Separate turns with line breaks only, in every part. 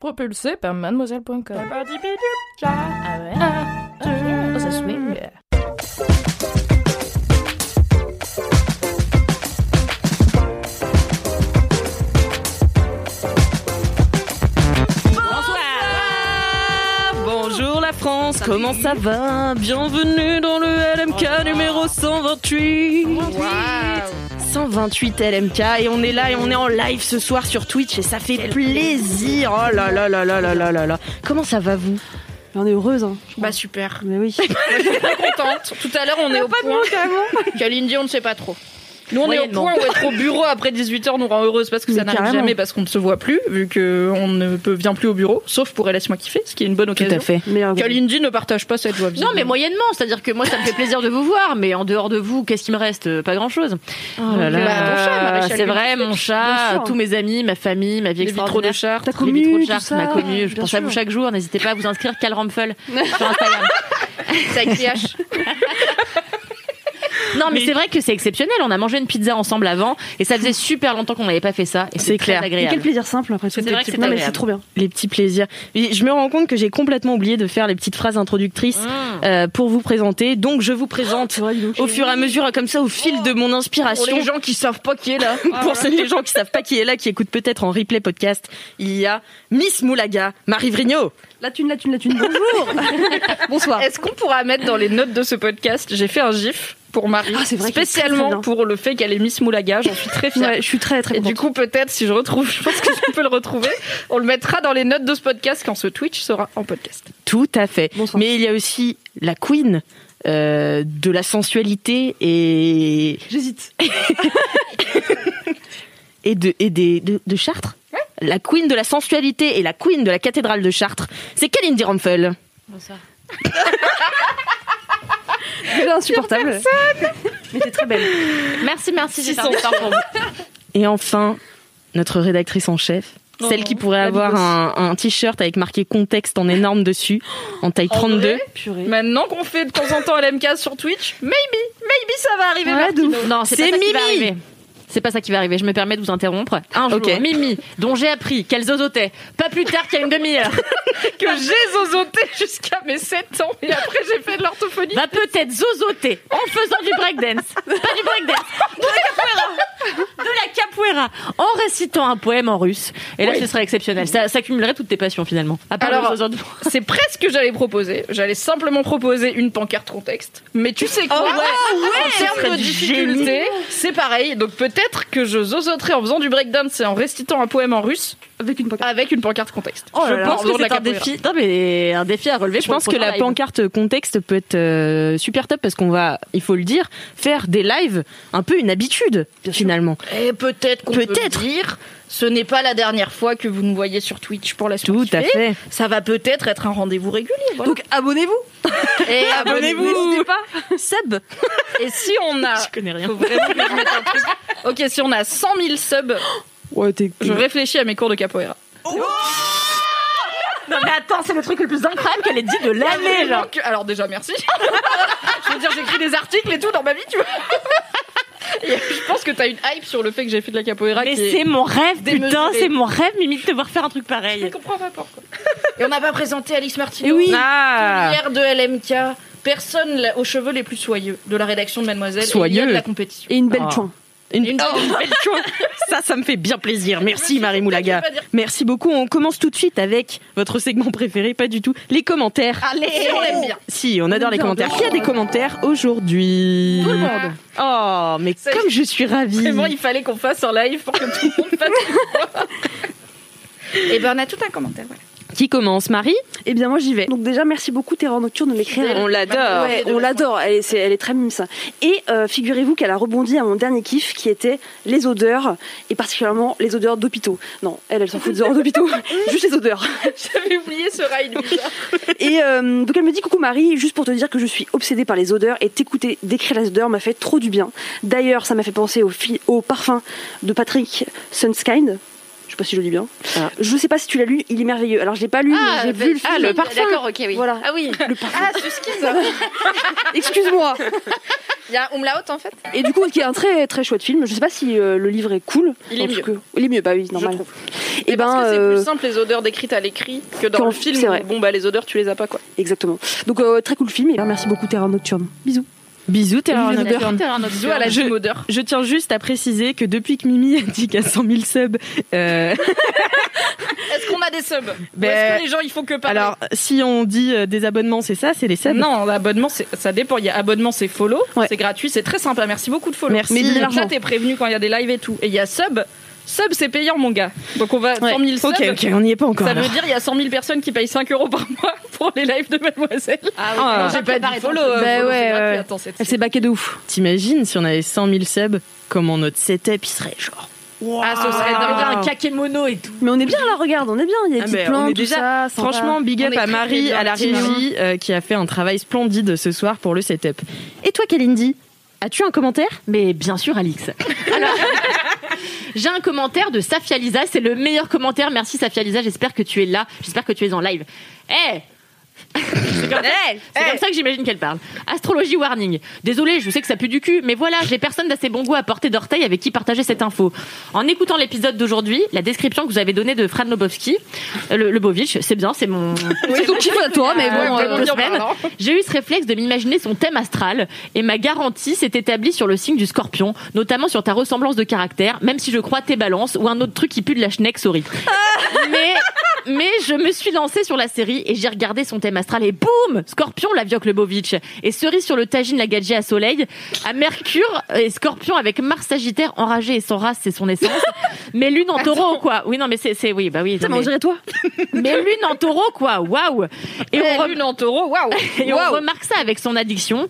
Propulsé par mademoiselle.com. Ça swing.
Bonsoir Bonjour la France, comment ça va Bienvenue dans le LMK numéro 128 128 LMK et on est là et on est en live ce soir sur Twitch et ça fait plaisir Oh là là là là là là là là Comment ça va vous
On est heureuse, hein.
Bah super,
Mais oui.
contente. Tout à l'heure on est au point.
hein,
Kalindi on ne sait pas trop. Nous on est au
Moyennement.
point où être au bureau après 18h nous rend heureuse parce que
Mais
ça n'arrive
carrément.
jamais parce qu'on ne se voit plus vu que on ne peut vient plus au bureau sauf pour laisse-moi kiffer ce qui est une bonne occasion.
fait.
Meilleur groupe.
Kalindi ne partage pas cette joie.
Non, mais
visiblement.
moyennement, c'est-à-dire que moi, ça me fait plaisir de vous voir, mais en dehors de vous, qu'est-ce qui me reste Pas grand-chose.
là là.
Euh,
Bah, ton chat, ma Rachel,
c'est
que
vrai,
tu fais.
mon
Bien
chat,
sûr.
tous mes amis, ma famille, ma
les
vie
vitraux de
extraordinaire.
char.
T'as
Les
connu
vitraux de
tout
Chartres,
ça.
m'a connu. Je
Bien
pense à vous
sûr.
chaque jour. N'hésitez pas à vous inscrire, Cal Rumpfel sur Instagram.
C'est avec TH.
Non, mais, c'est vrai que c'est exceptionnel. On a mangé une pizza ensemble avant, et ça faisait super longtemps qu'on n'avait pas fait ça. Et
C'est
c'est
clair.
très
Et quel
agréable.
plaisir simple après tout.
C'est vrai que c'est
Non, mais c'est
agréable.
trop bien.
Les petits plaisirs. Et Je me rends compte que j'ai complètement oublié de faire les petites phrases introductrices
Mm.
euh, pour vous présenter. Donc je vous présente
C'est vrai, dis donc.
au fur et à mesure, comme ça, au fil de mon
Pour
inspiration.
les gens qui savent pas qui est là. Ah
Pour ceux, les gens qui savent pas qui est là, qui écoutent peut-être en replay podcast, il y a Miss Moulaga, Marie Vrigno.
La thune, la thune, la thune. Bonjour. Bonsoir.
Est-ce qu'on pourra mettre dans les notes de ce podcast J'ai fait un gif pour Marie
Ah, c'est vrai qu'il est très,
spécialement
très bien.
pour le fait qu'elle est Miss Moulaga. J'en suis très fière.
Ouais, je suis très très
Et du
contente.
coup, peut-être, si je retrouve, je pense que je peux le retrouver, on le mettra dans les notes de ce podcast quand ce Twitch sera en podcast.
Tout à fait.
Bonsoir.
Mais il y a aussi la queen euh, de la sensualité et,
J'hésite.
et, de, et des, de, de Chartres. La queen de la sensualité et la queen de la cathédrale de Chartres, c'est Kalindi Rumpfel.
Elle est insupportable. Mais t'es très belle.
Merci, merci, j'ai perdu le temps pour vous.
Et enfin, notre rédactrice en chef.
Oh,
Celle qui pourrait avoir un, un t-shirt avec marqué contexte en énorme dessus, en taille
En
32.
vrai,
Purée.
Maintenant qu'on fait de temps en temps LMK sur Twitch, maybe, maybe ça va arriver.
Ouais, de ouf.
Non, c'est pas
C'est
ça qui va
Mimi.
arriver. C'est pas ça qui va arriver. Je me permets de vous interrompre. Un jour,
Ok.
Mimi, dont j'ai appris qu'elle zozotait pas plus tard qu'il y a une demi-heure,
Que j'ai zozoté jusqu'à mes 7 ans et après j'ai fait de l'orthophonie.
va peut-être zozoter en faisant du breakdance, pas du breakdance, de la capoeira, de la capoeira, en récitant un poème en russe. Et là,
Oui.
ce serait exceptionnel. Ça, ça cumulerait toutes tes passions finalement. À part
Alors,
le zozo de-
C'est presque ce que j'allais proposer. J'allais simplement proposer une pancarte contexte. Mais tu sais quoi En
Ce serait
termes de
du
difficulté, c'est pareil. Donc peut-être que je zozoterai en faisant du breakdance et en récitant un poème en russe
Avec une pancarte.
avec une pancarte contexte.
je
oh là, en
pense
faisant
que
de la
c'est un
capoeira.
défi. Non, mais un défi à relever.
Je
pour
pense
le
que la
prochain live.
pancarte contexte peut être euh, super top parce qu'on va, il faut le dire, faire des lives un peu une habitude finalement.
Et Eh, peut-être qu'on peut,
Peut-être.
dire, ce n'est pas la dernière fois que vous nous voyez sur Twitch pour la suite.
Tout à fait.
Ça va peut-être être un rendez-vous régulier. voilà.
Donc abonnez-vous.
Et abonnez-vous.
Seb,
Et si on a,
je connais rien.
faut vraiment que je mette un truc. Ok, si on a 100 000 subs,
Ouais, t'es.
je réfléchis à mes cours de capoeira.
Non, mais attends, c'est le truc le plus incroyable qu'elle ait dit de l'année, genre.
Donc, alors déjà merci. je veux dire, j'écris des articles et tout dans ma vie, tu vois. Et je pense que t'as une hype sur le fait que j'ai fait de la capoeira.
Mais
qui est-
c'est mon rêve,
démesuré.
putain, c'est mon rêve, Mimi, de te voir faire un truc
Je
pareil.
comprends pas pourquoi. Et on n'a pas présenté Alice Martineau.
Et oui. Ah.
Pionnière de LMK. Personne la- aux cheveux les plus soyeux de la rédaction de Mademoiselle.
Soyeux.
Et il y a de la compétition.
Et une belle
Ah.
chouin.
Une,
Une-
Oh, une belle chose. Ça, ça me fait bien plaisir. Merci Marie Moulaga.
Je vais pas dire-
Merci beaucoup. On commence tout de suite avec votre segment préféré, pas du tout, les commentaires.
Et on l'aime bien.
Si, on adore les
bien,
commentaires.
bien
Qui a des commentaires aujourd'hui Tout le monde. Oh, mais
C'est-
comme je suis ravie.
Vraiment, il fallait qu'on Eh fasse un live pour que tout le monde fasse. Et ben, on a tout un commentaire. voilà.
Qui commence Marie
Eh bien, moi, j'y vais. Donc, déjà, merci beaucoup, Terreur Nocturne, de m'écrire.
On l'adore.
Ouais, on l'adore. Elle, est- c'est- elle est très mime, ça. Et euh, figurez-vous qu'elle a rebondi à mon dernier kiff, qui était les odeurs, et particulièrement les odeurs d'hôpitaux. Non, elle, elle s'en fout des odeurs d'hôpitaux. Juste les odeurs.
J'avais oublié ce ride bizarre.
Et euh, donc elle me dit coucou Marie, juste pour te dire que je suis obsédée par les odeurs et t'écouter décrire les odeurs m'a fait trop du bien. D'ailleurs, ça m'a fait penser au, fi- au parfum de Patrick Sunskind. Je sais pas si je le dis bien. Je sais pas si tu l'as lu, il est merveilleux. Alors je l'ai pas lu, mais j'ai
bah,
vu le film.
ah, le parfum. D'accord, ok, oui.
Voilà.
Ah oui.
Le parfum.
Ah, ce ski, ça.
Excuse-moi.
Il y a un umlaut en fait.
Et du coup, qui est un très très chouette film. Je sais pas si euh, le livre est cool.
Il est
En tout
mieux.
cas, il est mieux, bah oui, normal.
trouve.
Et
Et parce
ben,
que c'est
euh,
plus simple les odeurs décrites à l'écrit que dans
qu'en-
le film.
c'est vrai.
où, Bon bah les odeurs tu les as pas quoi.
exactement. Donc euh, très cool film. Et ben, merci beaucoup Terra Nocturne. Bisous.
Bisous, Terreur
Bisous,
Nocturne.
Bisous à la
Je-
gym odeur.
Je tiens juste à préciser que depuis que Mimi a dit qu'à 100 000 subs, euh,
Est-ce qu'on a des subs Ou
Ben,
Est-ce que les gens ils font que parler
alors si on dit euh, des abonnements, c'est ça, c'est les subs.
Non, l'abonnement, c'est- ça dépend. Il y a abonnement, c'est follow,
Ouais.
c'est gratuit, c'est très sympa. Merci beaucoup de follow.
Merci.
Mais
de
donc
l'argent.
là, t'es prévenu quand il y a des lives et tout. Et il y a sub. Sub, c'est payant, mon gars. Donc on va à 100 000 subs.
Ok, ok, on n'y est pas encore.
Ça
alors.
veut dire il y a 100 000 personnes qui payent 5 euros par mois pour les lives de Mademoiselle.
Ah,
J'ai pas dit follow. euh, follow,
Bah ouais,
c'est gratuit.
ouais.
Attends, c'est-
Elle s'est baquée de ouf.
T'imagines si on avait 100 000 subs, comment notre setup il serait genre.
Ah, ce serait dingue, il y a un kakémono et tout.
Mais on est bien là, regarde, on est bien. Il y a
Ah
des petites
ben, on est
plantes, tout
déjà-
ça. sympa.
Franchement, big
On
up
est
à
très, très
Marie,
bien,
à la
petit Marie.
régie, euh, qui a fait un travail splendide ce soir pour le setup. Et toi, Kalindi, as-tu un commentaire
Mais bien sûr, Alix. Alors, j'ai un commentaire de Safia Lisa. C'est le meilleur commentaire. Merci, Safia Lisa. J'espère que tu es là. J'espère que tu es en live. Eh C'est comme, c'est comme ça que j'imagine qu'elle parle. Astrologie warning. Désolée, je sais que ça pue du cul, mais voilà, j'ai personne d'assez bon goût à porter d'orteil avec qui partager cette info. En écoutant l'épisode d'aujourd'hui, la description que vous avez donnée de Fran Lebowski, euh, le, Lebovitch, c'est bien, c'est mon.
c'est ton kiff à toi, mais bon.
Bon,
euh,
euh, deux semaines. J'ai eu ce réflexe de m'imaginer son thème astral et ma garantie s'est établie sur le signe du scorpion, notamment sur ta ressemblance de caractère, même si je crois tes balances ou un autre truc qui pue de la schneck, sorry. mais, mais je me suis lancée sur la série et j'ai regardé son thème astral et boum Scorpion, la Vioque Lebovitch. Et cerise sur le tagine, la gadget à soleil, à mercure et scorpion avec Mars Sagittaire enragé et sans race, c'est son essence. mais lune en taureau, quoi. Oui, non, mais c'est, c'est- oui, bah oui.
Putain, mais
non,
on dirait toi.
mais, mais lune en taureau, quoi. Waouh Et on re-
Lune bah, en taureau, waouh
et
Waouh.
on remarque ça avec son addiction,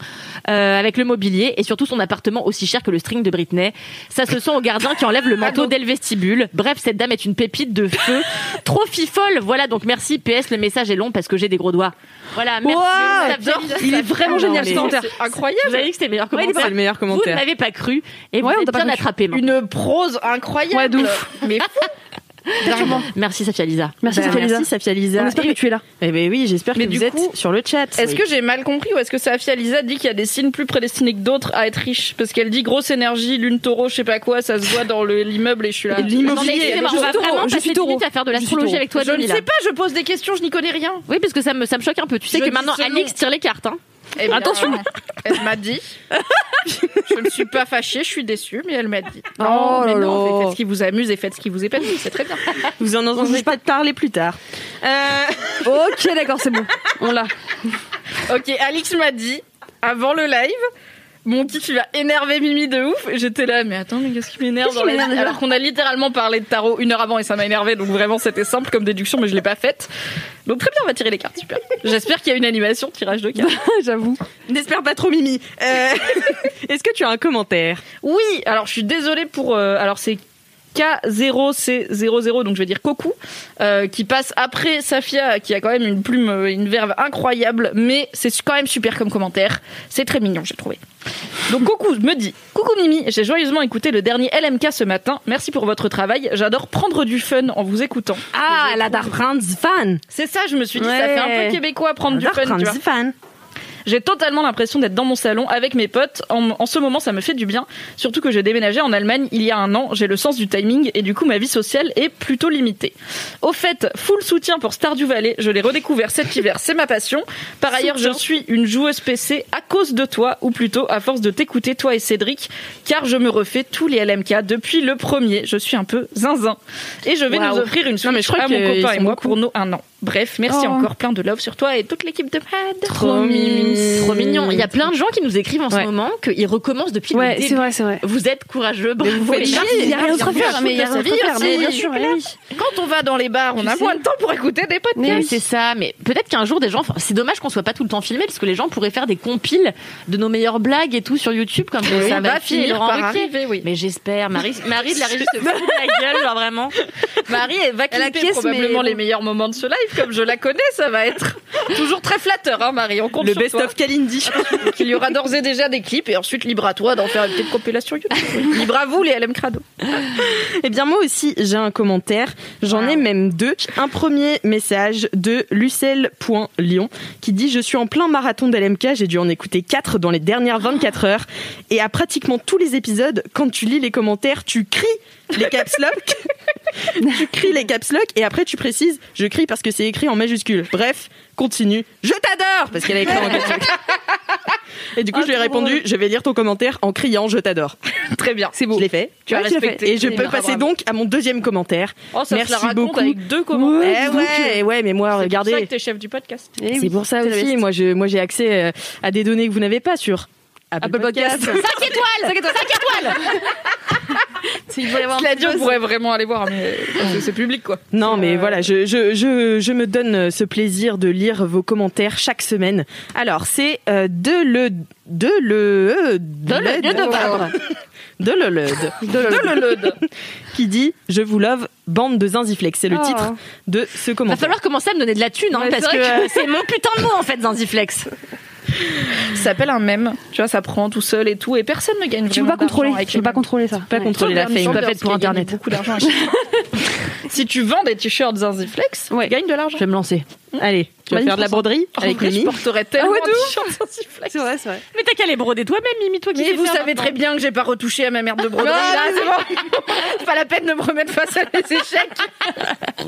euh, avec le mobilier et surtout son appartement aussi cher que le string de Britney. Ça se sent au gardien qui enlève le
Ah
manteau dès le vestibule. Bref, cette dame est une pépite de feu. Trop fifole. Voilà, donc merci. PS, le message est long parce que j'ai des gros doigts. Voilà, merci. Ça fait-
Il est vraiment génial ce
mais-
commentaire.
C'est incroyable
Vous avez dit que c'était le meilleur
C'est
commentaire.
le meilleur
Vous ne
commentaire.
m'avez pas cru et vous
Ouais, on
êtes
t'a pas
bien
cru.
attrapé. maintenant.
Une prose incroyable
Ouais, de
Mais
Merci Safia Lisa.
Merci,
Bah,
Sophia Lisa.
merci, Safia Lisa.
On espère que tu es là.
Eh ben oui, j'espère que
Mais
vous
du
êtes
coup,
sur le chat.
Est-ce que j'ai mal compris ou est-ce que Safia Lisa dit qu'il y a des signes plus prédestinés que d'autres à être riches Parce qu'elle dit grosse énergie, lune taureau, je sais pas quoi, ça se voit dans le- l'immeuble et je suis là.
Non, mais excusez-moi, on va vraiment
je suis
passer 10
taureau.
minutes à faire de
Je suis
l'astrologie
taureau.
avec toi,
je ne
Demi, là.
sais pas, je pose des questions, je n'y connais rien.
Oui, parce que ça me, ça me choque un peu. Tu sais
Je
que
dis
maintenant,
selon-
Alix tire les cartes. Hein.
Eh bien,
Attention.
Elle m'a dit. je ne suis pas fâchée, je suis déçue, mais elle m'a dit.
Oh
Non, mais
là
non,
là.
faites ce qui vous amuse et faites ce qui vous épanouit, c'est très bien.
Vous en entendrez pas de parler plus tard. Euh,
Ok, d'accord, c'est bon. On l'a.
Ok, Alix m'a dit, avant le live, mon kiff il va énerver Mimi de ouf. Et J'étais là, mais attends, mais qu'est-ce qui m'énerve
Qu'est-ce
dans
qui
la vie
m'énerve déjà
Alors qu'on a littéralement parlé de tarot une heure avant et ça m'a énervé, donc vraiment c'était simple comme déduction, mais je l'ai pas faite. Donc très bien, on va tirer les cartes, super. J'espère qu'il y a une animation, de tirage de cartes.
J'avoue.
N'espère pas trop Mimi. Euh, Est-ce que tu as un commentaire
Oui, alors je suis désolée pour. euh, alors c'est K0C00, donc je vais dire Koku, euh, qui passe après Safia, qui a quand même une plume, euh, une verve incroyable, mais c'est quand même super comme commentaire. C'est très mignon, j'ai trouvé. Donc Koku me dit Coucou Mimi, j'ai joyeusement écouté le dernier LMK ce matin. Merci pour votre travail. J'adore prendre du fun en vous écoutant.
Ah, la Dark fan.
C'est ça, je me suis dit, ça
Ouais.
fait un peu québécois prendre du
Dark
fun, tu vois.
fan.
J'ai totalement l'impression d'être dans mon salon avec mes potes. En, en ce moment, ça me fait du bien. Surtout que j'ai déménagé en Allemagne il y a un an. J'ai le sens du timing et du coup, ma vie sociale est plutôt limitée. Au fait, full soutien pour Stardew Valley. Je l'ai redécouvert cet hiver. C'est ma passion. Par ailleurs, je suis une joueuse PC à cause de toi, ou plutôt à force de t'écouter, toi et Cédric, car je me refais tous les LMK depuis le premier. Je suis un peu zinzin. Et je vais
Waouh.
nous offrir une
Non, mais
Switch
je crois
à mon
qu'ils
copain et
sont
moi
beaucoup.
pour nos un an. Bref, merci
Oh.
encore plein de love sur toi et toute l'équipe de Mad.
Trop mimi.
Trop mignon. Il y a plein de gens qui nous écrivent en ce
Ouais.
moment qu'ils recommencent depuis le
Ouais,
début.
c'est vrai, c'est vrai.
Vous êtes courageux, bravo.
Oui,
les
il y
gars.
a rien d'autre à faire, mais il y a rien d'autre à faire, mais bien sûr, oui.
Oh.
Quand on va dans les bars, on a moins de temps pour écouter des podcasts.
Mais c'est ça, mais peut-être qu'un jour des gens. enfin, C'est dommage qu'on soit pas tout le temps filmé, parce que les gens pourraient faire des compiles de nos meilleures blagues et tout sur YouTube, comme
Oui,
ça
va
va
finir
finir
par
en
arriver, oui.
Mais j'espère, Marie, Marie de la régie se fout de la gueule, genre vraiment.
Marie elle va
Elle
clipper
acquiesce,
probablement
mais-
les meilleurs moments de ce live, comme je la connais, ça va être toujours très flatteur, hein, Marie. On compte
Le
sur
best
toi.
of Kalindi.
Donc, Il y aura d'ores et déjà des clips, et ensuite libre à toi d'en faire une petite compilation YouTube. libre à vous les LM Crado.
Eh bien, moi aussi, j'ai un commentaire. J'en ai même deux. Un premier message de lucelle.lion qui dit Je suis en plein marathon d'LMK, j'ai dû en écouter 4 dans les dernières 24 heures. Et à pratiquement tous les épisodes, quand tu lis les commentaires, tu cries les caps lock. tu cries les caps lock et après tu précises Je crie parce que c'est écrit en majuscule. Bref, continue. Je t'adore Parce qu'elle a écrit en caps lock. Et du coup, je lui ai répondu Je vais lire ton commentaire en criant Je t'adore.
Très bien.
C'est beau. Je l'ai fait.
Tu as
Ouais, je l'ai fait.
respecté.
Et je
C'est
peux
bien,
passer
bravo.
donc à mon deuxième commentaire.
Oh, ça
Merci
se la raconte
beaucoup.
avec deux commentaires.
Eh ouais, eh ouais, mais moi,
C'est pour ça
regardez,
que t'es chef du podcast.
c'est pour ça aussi. Moi, je, moi, j'ai accès euh, à des données que vous n'avez pas sur Apple, Podcast.
5 étoiles 5 étoiles 5 étoiles
Cela dit, on pourrait vraiment aller voir, mais parce que c'est public quoi.
non, mais voilà, je, je, je, je me donne euh, ce plaisir de lire vos commentaires chaque semaine. Alors, c'est euh, de le de le de le de le de le qui dit je vous love bande de zinziflex. C'est le
Oh.
titre de ce
Va
commentaire.
falloir commencer à me donner de la thune, hein,
Ouais,
parce
c'est
que
vrai que-
euh, c'est mon putain de mot en fait, Zanziflex.
Ça s'appelle un mème. Tu vois, ça prend tout seul et tout, et personne ne gagne.
Tu peux pas contrôler, tu peux pas contrôler ça.
pas contrôler la fame.
pas faite pour Internet.
Beaucoup d'argent. à chaque fois. si tu vends des t-shirts Zinziflex,
Ouais.
gagne de l'argent.
Je vais me lancer.
Allez, Mmh. tu vas
Magnifique.
faire de la broderie avec
En vrai, je
Mimi.
porterais tellement
Ah ouais, de
de
ouf.
t-shirts Zinziflex.
C'est vrai, c'est vrai.
Mais t'as qu'à les broder toi-même, Mimi, toi qui
Mais
sais
vous
faire
savez
maintenant.
très bien que j'ai pas retouché à ma merde de broderie. là, c'est bon. pas la peine de me remettre face à mes échecs.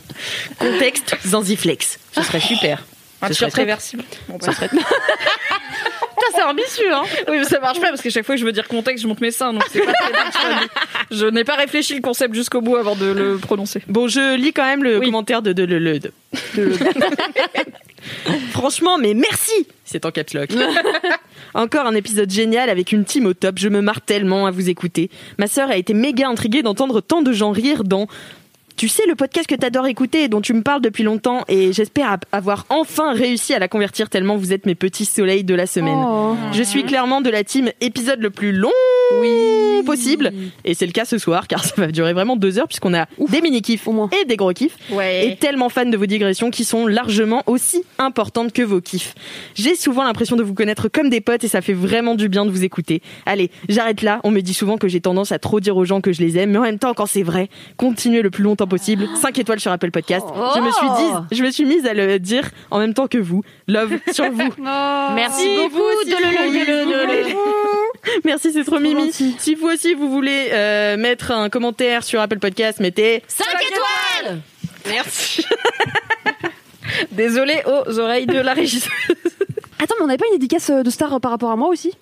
Contexte Zanziflex. Ce serait super.
Un
Ce
t-shirt
serait
réversible. Bon, bah.
Putain, c'est ambitieux, hein.
Oui, mais ça marche pas parce que chaque fois que je veux dire contexte, je monte mes seins. Donc c'est pas très bien, je- je n'ai pas réfléchi le concept jusqu'au bout avant de le prononcer.
Bon, je lis quand même le
Oui.
commentaire de, de, le- le- de- de- Franchement, mais merci C'est en caps lock. Encore un épisode génial avec une team au top. Je me marre tellement à vous écouter. Ma sœur a été méga intriguée d'entendre tant de gens rire dans... Tu sais, le podcast que t'adores écouter et dont tu me parles depuis longtemps et j'espère ab- avoir enfin réussi à la convertir tellement vous êtes mes petits soleils de la semaine. Je
Mhm.
suis clairement de la team épisode le plus long possible. Et c'est le cas ce soir, car ça va durer vraiment deux heures, puisqu'on a des mini-kiffs
au moins.
et des gros kiffs. Et
Ouais.
tellement fan de vos digressions qui sont largement aussi importantes que vos kiffs. J'ai souvent l'impression de vous connaître comme des potes et ça fait vraiment du bien de vous écouter. Allez, j'arrête là. On me dit souvent que j'ai tendance à trop dire aux gens que je les aime, mais en même temps, quand c'est vrai, continuez le plus longtemps possible. 5 étoiles sur Apple Podcast. Je me suis
Oh.
dit, je me suis mise à le dire en même temps que vous. Love sur vous.
Merci
Si
beaucoup.
vous, si
de le-
vous-
le- le- le- le- le-
Merci, c'est trop mimi.
gentil.
Si vous aussi vous voulez euh, mettre un commentaire sur Apple Podcast, mettez
Cinq étoiles
merci.
Désolée aux oreilles de la régie.
Attends, mais on n'avait pas une dédicace euh, de star euh, par rapport à moi aussi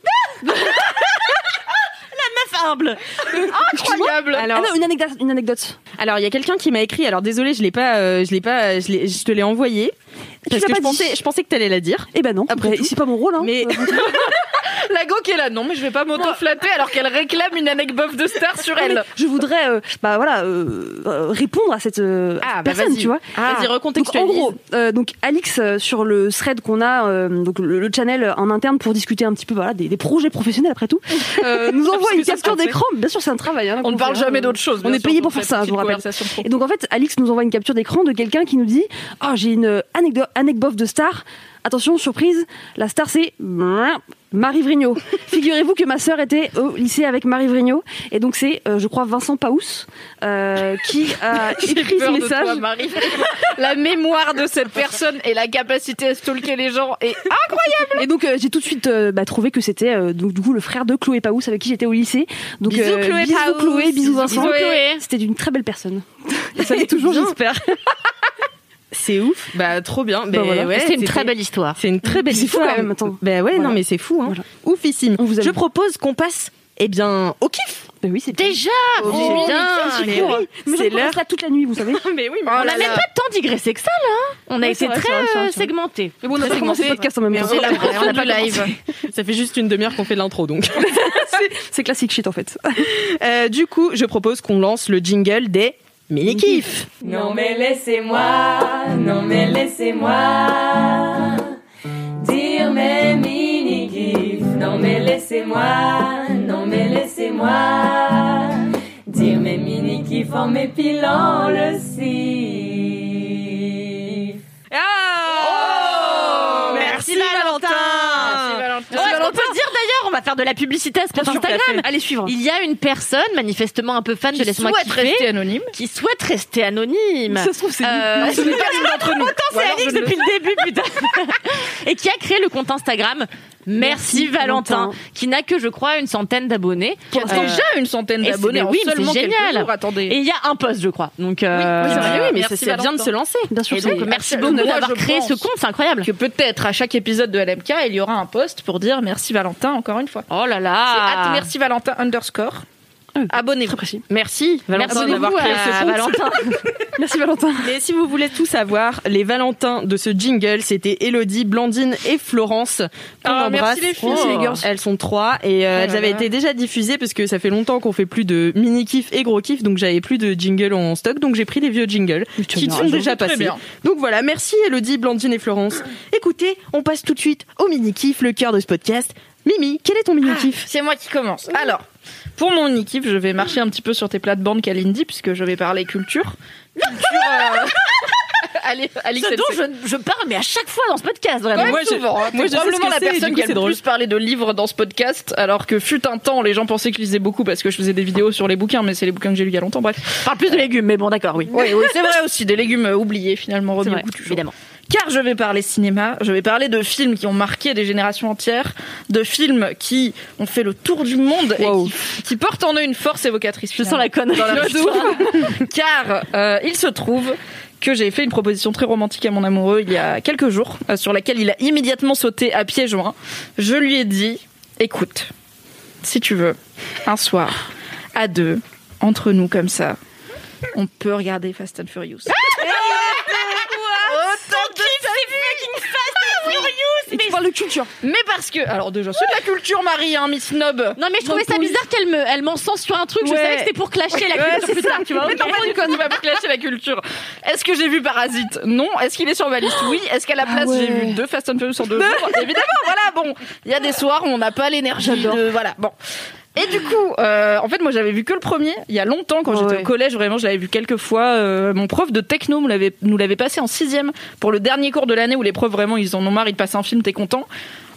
Incroyable.
Ah non, une anecdote. Une anecdote.
Alors il y a quelqu'un qui m'a écrit. Alors désolé, je l'ai pas, euh, je l'ai pas, euh, je, l'ai- je te l'ai envoyé parce
l'as
que je
pas dit.
pensais, je pensais que t'allais la dire.
Eh ben non,
Après
après,
tout.
c'est pas mon rôle. Hein.
Mais
La go qui est là, non mais je vais pas m'auto-flatter alors qu'elle réclame une anecdote de star sur elle.
Je voudrais, euh, bah voilà, euh, euh, répondre à cette, euh, à
Ah,
cette
bah,
personne,
vas-y.
tu vois.
vas-y
Donc en
recontextualise.
gros, euh, donc Alix euh, sur le thread qu'on a, euh, donc le, le channel en interne pour discuter un petit peu, voilà, des, des projets professionnels après tout, euh, nous envoie
Parce
une
que ça,
capture
c'est un
d'écran. Bien sûr, c'est un travail. hein,
On ne
qu'on
parle
fait, hein.
jamais d'autre chose.
On
bien
est
sûr,
payé
dans
pour faire
cette
ça, je
petite
vous rappelle.
conversation pro.
Et donc en fait, Alix nous envoie une capture d'écran de quelqu'un qui nous dit "Ah, j'ai une anecdote anecdote de star. Attention, surprise, la star c'est Marie Vrigno. Figurez-vous que ma sœur était au lycée avec Marie Vrigno et donc c'est euh, je crois Vincent Paous euh, qui a écrit ce
Peur de toi,
message.
Marie. La mémoire de cette personne et la capacité à stalker les gens est
Ah
Et donc euh, j'ai tout de suite euh, bah, trouvé que c'était euh, donc du coup le frère de Chloé Paous avec qui j'étais au lycée. Donc euh,
Bisous, Chloé
bisous
Paous.
Chloé, bisous
Bisous,
Vincent.
Chloé.
C'était une très belle personne. Et ça l'est toujours j'espère.
C'est ouf. Bah trop bien. Bah,
voilà.
ouais,
C'est une
c'était-
très belle histoire.
C'est une très belle
C'est fou,
histoire.
quand même, attends.
Bah ouais,
Voilà.
non mais c'est fou. Hein.
Voilà.
Oufissime.
On vous aime.
Je propose qu'on passe Eh bien, au kiff
Ben oui, c'est
Déjà
Oh,
c'est
mais
bien.
c'est Oh
Mais
sûr.
oui.
C'est
C'est
l'heure.
l'heure. là toute la nuit, vous savez.
Mais oui, mais
On n'avait pas tant digressé que ça, là. hein. On a
Ouais, c'est
été
vrai, c'est
très
vrai, c'est vrai,
euh,
c'est vrai.
segmentés.
Mais bon, on a
Très
pas commencé le
segmentés.
podcast en même
Mais
temps.
on a
On a
pas
pas
du live.
live.
Ça fait juste une demi-heure qu'on fait l'intro, donc.
C'est classique shit en fait.
Euh, du coup, je propose qu'on lance le jingle des mini-kifs.
Non mais laissez-moi, non mais laissez-moi dire mes mini gifs. Non mais laissez-moi, non mais laissez-moi dire mes mini gifs en m'épilant le cif.
Oh
Merci,
Ah Valentin,
Valentin.
Oh, est-ce qu'on peut dire d'ailleurs, on va faire de la publicité à ce compte Instagram.
Allez suivre.
Il y a une personne manifestement un peu fan de
Je
Laisse-moi
Hein. souhaite
kiffer
rester anonyme.
qui souhaite rester anonyme.
Ça se trouve, c'est
Euh,
nous.
ce n'est pas l'une d'entre nous.
Ou alors, je ne-
depuis le début, putain. Et qui a créé le compte Instagram Merci,
Merci
Valentin,
Valentin.
qui n'a que, je crois, une centaine d'abonnés.
Qui a
Euh,
déjà une centaine
et c'est-
d'abonnés.
mais
en
oui, mais
seulement
c'est
quelques
génial.
jours. Attendez.
Et il y a un post, je crois. Donc, euh,
Oui, c'est vrai, oui, mais
Merci
ça
Valentin.
vient de se
lancer.
Bien sûr,
et donc,
c'est-
merci
Moi,
beaucoup
Euh, je
d'avoir créé
pense
ce compte, c'est incroyable.
que peut-être à chaque épisode de LMK, il y aura un post pour dire merci Valentin encore une fois.
Oh
C'est
là
at
là
merci Valentin underscore. Abonnez-vous.
Très précis.
Merci, Valentin,
Abonnez-vous
d'avoir créé
à
ce compte. Valentin.
Merci Valentin.
Mais si vous voulez tout savoir, les Valentins de ce jingle, c'était Élodie, Blandine et Florence. On
Ah, merci
embrasse. Oh.
les filles,
les girls.
Elles sont trois et euh,
là
elles avaient
là.
été déjà diffusées parce que ça fait longtemps qu'on fait plus de mini kiff et gros kiff, donc j'avais plus de jingle en stock, donc j'ai pris les vieux jingles qui
bien
sont
raison.
déjà
Très
passés.
bien.
Donc voilà, merci Élodie, Blandine et Florence. Écoutez, on passe tout de suite au mini kiff, le cœur de ce podcast. Mimi, quel est ton mini kiff
C'est moi qui commence. Alors, pour mon équipe, je vais marcher un petit peu sur tes plates-bandes Kalindi puisque je vais parler culture. Culture. euh, Allez, Alix,
Ce
elle
dont
sait.
je, je parle, mais à chaque fois dans ce podcast, vraiment.
Quand même
moi, je-
souvent, hein.
moi,
T'es
je sais
probablement
ce que c'est,
la
et du
personne
coup,
qui a
c'est
le
drôle.
plus parlé de livres dans ce podcast, alors que fut un temps, les gens pensaient que je lisais beaucoup parce que je faisais des vidéos sur les bouquins, mais c'est les bouquins que j'ai lus il y a longtemps. Bref,
Je parle plus de légumes, mais bon, d'accord, oui.
oui, oui, c'est vrai aussi des légumes euh, oubliés finalement
C'est
remis
vrai,
au goût du jour.
évidemment.
Car je vais parler cinéma, je vais parler de films qui ont marqué des générations entières, de films qui ont fait le tour du monde
Wow.
et qui, qui portent en eux une force évocatrice.
Je sens la connerie.
dans la photo. Car euh, il se trouve que j'ai fait une proposition très romantique à mon amoureux il y a quelques jours, euh, sur laquelle il a immédiatement sauté à pieds joints. Je lui ai dit, écoute, si tu veux, un soir, à deux, entre nous comme ça, on peut regarder Fast and Furious.
Et tu parles de culture.
Mais parce que, alors déjà, c'est de la culture, Marie, hein, Miss Snob.
Non, mais je trouvais ça bizarre qu'elle me, elle m'en sens sur un truc. Je
Ouais.
savais que c'était pour clasher la
Ouais,
culture
c'est
plus
ça,
tard, tu vois.
Mais t'en
ok.
prends une conne, tu vas pas clasher la culture. Est-ce que j'ai vu Parasite Non. Est-ce qu'il est sur ma liste Oui. Est-ce qu'à la place, j'ai vu deux Fast and Furious en deux jours Évidemment, voilà, bon. Il y a des soirs où on n'a pas l'énergie. de- Voilà, bon. Et du coup, euh, en fait, moi, j'avais vu que le premier, il y a longtemps, quand j'étais
Ouais.
au collège, vraiment, je l'avais vu quelques fois. Euh, mon prof de techno me l'avait- nous l'avait passé en sixième pour le dernier cours de l'année où les profs, vraiment, ils en ont marre, ils te passent un film, t'es content.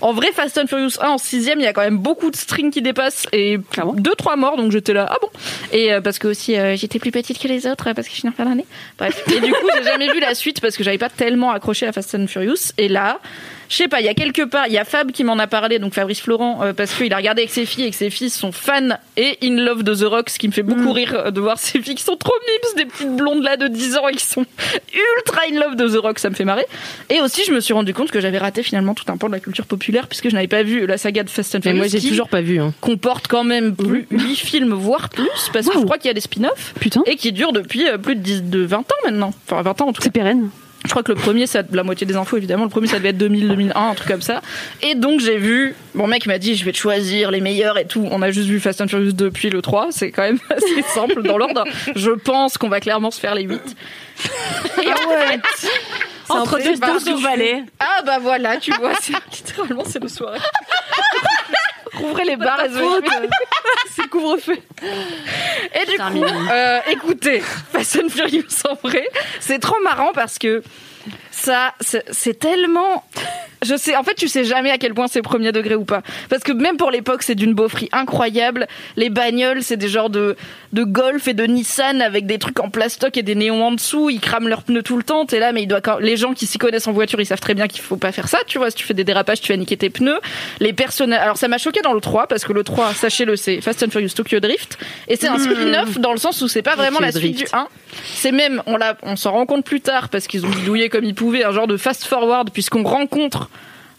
En vrai, Fast and Furious 1, en sixième, il y a quand même beaucoup de strings qui dépassent et
Clairement.
deux, trois morts, donc j'étais là, ah bon Et euh, parce que aussi, euh, j'étais plus petite que les autres, euh, parce que je suis en fin d'année. Bref. Et du coup, j'ai jamais vu la suite parce que j'avais pas tellement accroché à Fast and Furious. Et là, je sais pas, il y a quelque part, il y a Fab qui m'en a parlé, donc Fabrice Florent, euh, parce qu'il a regardé avec ses filles et que ses filles sont fans et in love de The Rock, ce qui me fait beaucoup
Mm.
rire euh, de voir ces filles qui sont trop mimes, des petites blondes là de 10 ans et qui sont ultra in love de The Rock, ça me fait marrer. Et aussi, je me suis rendu compte que j'avais raté finalement tout un pan de la culture populaire puisque je n'avais pas vu la saga de Fast and
Mais
Furious.
moi, j'ai
qui
toujours pas vu. hein.
comporte quand même plus 8 films, voire plus, parce que je crois qu'il y a des spin-offs
Putain.
et qui durent depuis euh, plus de, 10 de 20 ans maintenant. Enfin, 20 ans en tout cas.
C'est pérenne.
Je crois que le premier, ça, la moitié des infos, évidemment, le premier, ça devait être 2000, 2001, un truc comme ça. Et donc, j'ai vu, mon mec m'a dit, je vais te choisir les meilleurs et tout. On a juste vu Fast and Furious depuis le 3, c'est quand même assez simple dans l'ordre. Je pense qu'on va clairement se faire les 8. Et en fait,
Entre
C'est
deux
pas
stars
ce que
du
je
Valais.
ah bah voilà, tu vois, c'est littéralement, c'est le soir. Rouvrez les bars et
C'est le couvre-feu.
Et du coup, euh, écoutez, Fast and Furious en vrai, c'est trop marrant parce que ça, c'est c'est tellement. Je sais, en fait, tu sais jamais à quel point c'est premier degré ou pas. Parce que même pour l'époque, c'est d'une beaufrie incroyable. Les bagnoles, c'est des genres de, de golf et de Nissan avec des trucs en plastoc et des néons en dessous. Ils crament leurs pneus tout le temps. T'es là, mais il doit quand- les gens qui s'y connaissent en voiture, ils savent très bien qu'il faut pas faire ça. Tu vois, si tu fais des dérapages, tu vas niquer tes pneus. Les personnages. Alors, ça m'a choqué dans le 3, parce que le 3, sachez-le, c'est Fast and Furious Tokyo Drift. Et c'est un spin-off dans le sens où c'est pas vraiment la suite du 1. C'est même, on, l'a- on s'en rend compte plus tard parce qu'ils ont bidouillé comme ils pouvaient, un genre de fast-forward, puisqu'on rencontre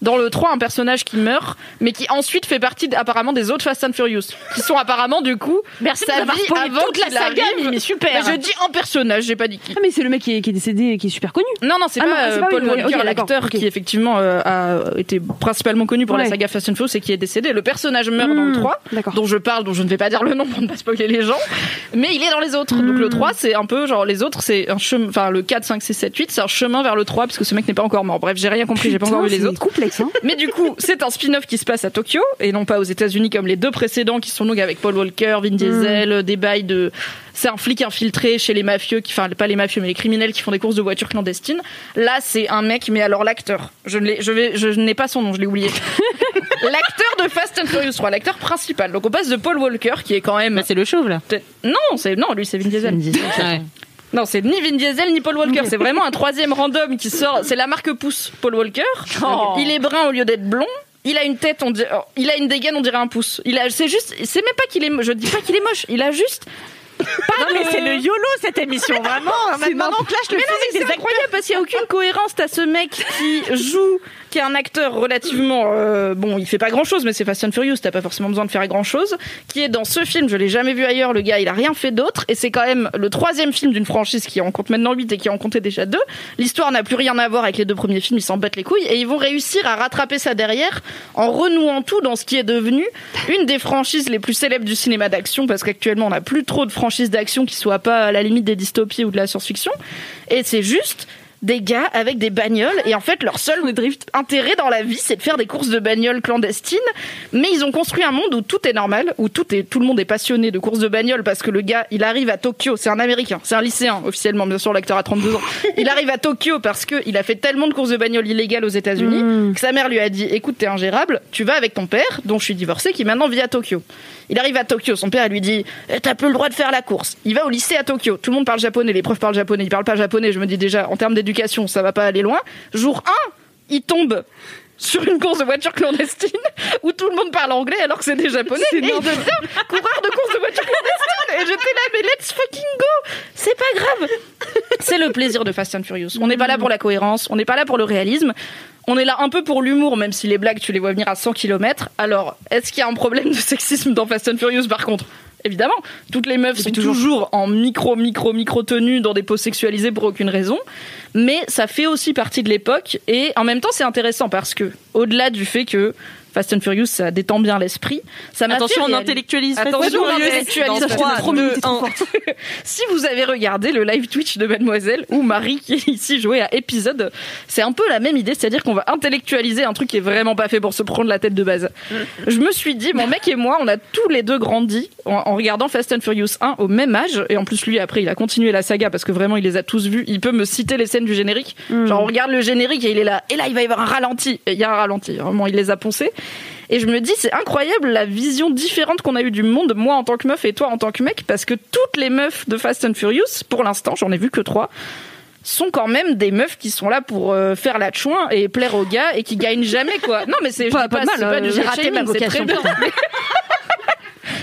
Dans le 3, un personnage qui meurt, mais qui ensuite fait partie d- apparemment des autres Fast and Furious, qui sont apparemment du coup
Merci
sa
de m'avoir
vie
spoilé
avant
toute la
qu'il
saga,
arrive.
mais super.
Mais je dis en personnage, j'ai pas dit qui.
Ah, mais c'est le mec qui est, qui est décédé et qui est super connu.
Non, non, c'est
Ah non,
pas,
c'est
euh,
pas
Paul
lui,
Walker,
ok, d'accord,
l'acteur
ok.
qui effectivement euh, a été principalement connu pour la
Ouais.
saga Fast and Furious et qui est décédé. Le personnage meurt dans le
Hmm,
3,
D'accord.
dont je parle, dont je ne vais pas dire le nom pour ne pas spoiler les gens, mais il est dans les autres.
Hmm.
Donc le 3, c'est un peu genre les autres, c'est un chemin, enfin le 4, 5, 6, 7, 8, c'est un chemin vers le 3 parce que ce mec n'est pas encore mort. Bref, j'ai rien compris, j'ai pas encore vu les
Putain,
autres.
C'est complexe, hein.
Mais du coup, c'est un spin-off qui se passe à Tokyo et non pas aux États-Unis comme les deux précédents qui sont donc avec Paul Walker, Vin Diesel, euh, des bails de c'est un flic infiltré chez les mafieux qui enfin pas les mafieux mais les criminels qui font des courses de voitures clandestines. Là, c'est un mec mais alors l'acteur, je ne l'ai- je vais je n'ai pas son nom, je l'ai oublié. l'acteur de Fast and Furious 3, l'acteur principal. Donc on passe de Paul Walker qui est quand même
c'est le chauve là.
non, c'est non, lui c'est Vin Diesel. Non, c'est ni Vin Diesel ni Paul Walker. C'est vraiment un troisième random qui sort. C'est la marque pouce, Paul Walker.
Oh.
Il est brun au lieu d'être blond. Il a une tête, on dirait, oh, il a une dégaine, on dirait un pouce. Il a, c'est juste, c'est même pas qu'il est, mo- je dis pas qu'il est moche. Il a juste.
Non, mais c'est le YOLO cette émission, vraiment. Maintenant, on clash le
Mais non, mais
physique
c'est
des acteurs.
incroyable parce qu'il y a aucune cohérence. T'as ce mec qui joue, qui est un acteur relativement, euh, bon, il fait pas grand chose, mais c'est Fast and Furious. T'as pas forcément besoin de faire grand chose. Qui est dans ce film, je l'ai jamais vu ailleurs. Le gars, il a rien fait d'autre, et c'est quand même le troisième film d'une franchise qui en compte maintenant 8 et qui en comptait déjà deux. L'histoire n'a plus rien à voir avec les deux premiers films, ils s'en battent les couilles et ils vont réussir à rattraper ça derrière en renouant tout dans ce qui est devenu une des franchises les plus célèbres du cinéma d'action parce qu'actuellement on n'a plus trop de franchises d'action qui soient pas à la limite des dystopies ou de la science-fiction et c'est juste des gars avec des bagnoles et en fait leur seul intérêt dans la vie c'est de faire des courses de bagnoles clandestines mais ils ont construit un monde où tout est normal où tout est tout le monde est passionné de courses de bagnoles parce que le gars il arrive à Tokyo c'est un américain c'est un lycéen officiellement bien sûr l'acteur a 32 ans il arrive à Tokyo parce que il a fait tellement de courses de bagnoles illégales aux États-Unis que sa mère lui a dit écoute t'es ingérable tu vas avec ton père dont je suis divorcée qui maintenant vit à Tokyo il arrive à Tokyo son père lui dit Eh, t'as plus le droit de faire la course il va au lycée à Tokyo tout le monde parle japonais les profs parlent japonais il parle pas japonais je me dis déjà en termes d'éducation ça va pas aller loin jour 1 il tombe sur une course de voiture clandestine où tout le monde parle anglais alors que c'est des japonais et il devient coureur de course de voiture clandestine et j'étais là mais let's fucking go c'est pas grave c'est le plaisir de Fast and Furious on n'est pas là pour la cohérence on n'est pas là pour le réalisme on est là un peu pour l'humour même si les blagues tu les vois venir à 100 km alors est-ce qu'il y a un problème de sexisme dans Fast and Furious par contre Évidemment, toutes les meufs sont toujours. en micro, micro, micro tenue dans des poses sexualisées pour aucune raison. Mais ça fait aussi partie de l'époque. Et en même temps, c'est intéressant parce que, au-delà du fait que Fast and Furious, ça détend bien l'esprit, ça m'a
Attention,
fait
on
réaliser-
intellectualise.
Attention, on
Dans
intellectualise. Parce que
trois,
t'es trop
deux, un.
si vous avez regardé le live Twitch de Mademoiselle ou Marie qui est ici jouée à épisode, c'est un peu la même idée, c'est-à-dire qu'on va intellectualiser un truc qui est vraiment pas fait pour se prendre la tête de base. Je me suis dit, mon mec et moi, on a tous les deux grandi en, en regardant Fast and Furious 1 au même âge, et en plus lui après il a continué la saga parce que vraiment il les a tous vus, il peut me citer les scènes du générique, genre on regarde le générique et il est là, et là il va y avoir un ralenti, et il y a un ralenti, vraiment il les a poncés. Et je me dis, c'est incroyable la vision différente qu'on a eue du monde, moi en tant que meuf et toi en tant que mec, parce que toutes les meufs de Fast and Furious, pour l'instant, j'en ai vu que trois, sont quand même des meufs qui sont là pour euh, faire la chouin et plaire aux gars et qui gagnent jamais, quoi. Non, mais c'est je
Pas-
dis
pas de mal,
c'est
euh,
du
j'ai
slut
raté ma
shaming, c'est très
vocation.
bien.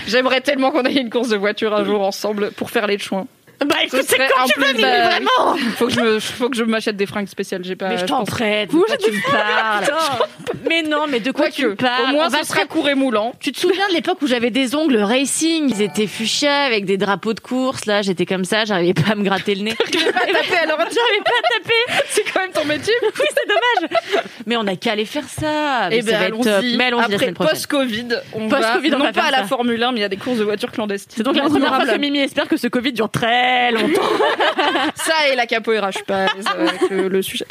J'aimerais tellement qu'on aille une course de voiture un jour ensemble pour faire les chouins.
Bah écoute, c'est
serait
quand
un
tu veux,
plus
mais
bas.
vraiment.
Faut que je me- faut que je m'achète des fringues spéciales, j'ai pas.
Mais je t'en
pense-
prête. Vous, tu me parles. Mais non, mais de quoi
Quoique,
tu me parles
au moins
On va
ce sera court et moulant.
Tu te souviens de l'époque où j'avais des ongles racing Ils étaient fuchsia avec des drapeaux de course. Là, j'étais comme ça, j'arrivais pas à me gratter le nez.
J'arrivais pas à taper, alors j'arrivais pas à taper. C'est quand même ton métier.
Mais on a qu'à aller faire ça. Ah, Mais
Eh
ça
ben,
va être top.
allons-y.
Mais allons-y la
Après,
semaine prochaine.
post-Covid, on
Post-Covid,
va,
on
non
va
pas
faire
à la
ça.
Formule 1, mais il y a des courses de voitures clandestines.
C'est donc la première fois que
Admirable.
Mimi espère que ce Covid dure très longtemps.
Ça et la capoeira, je suis pas à l'aise avec euh, le sujet.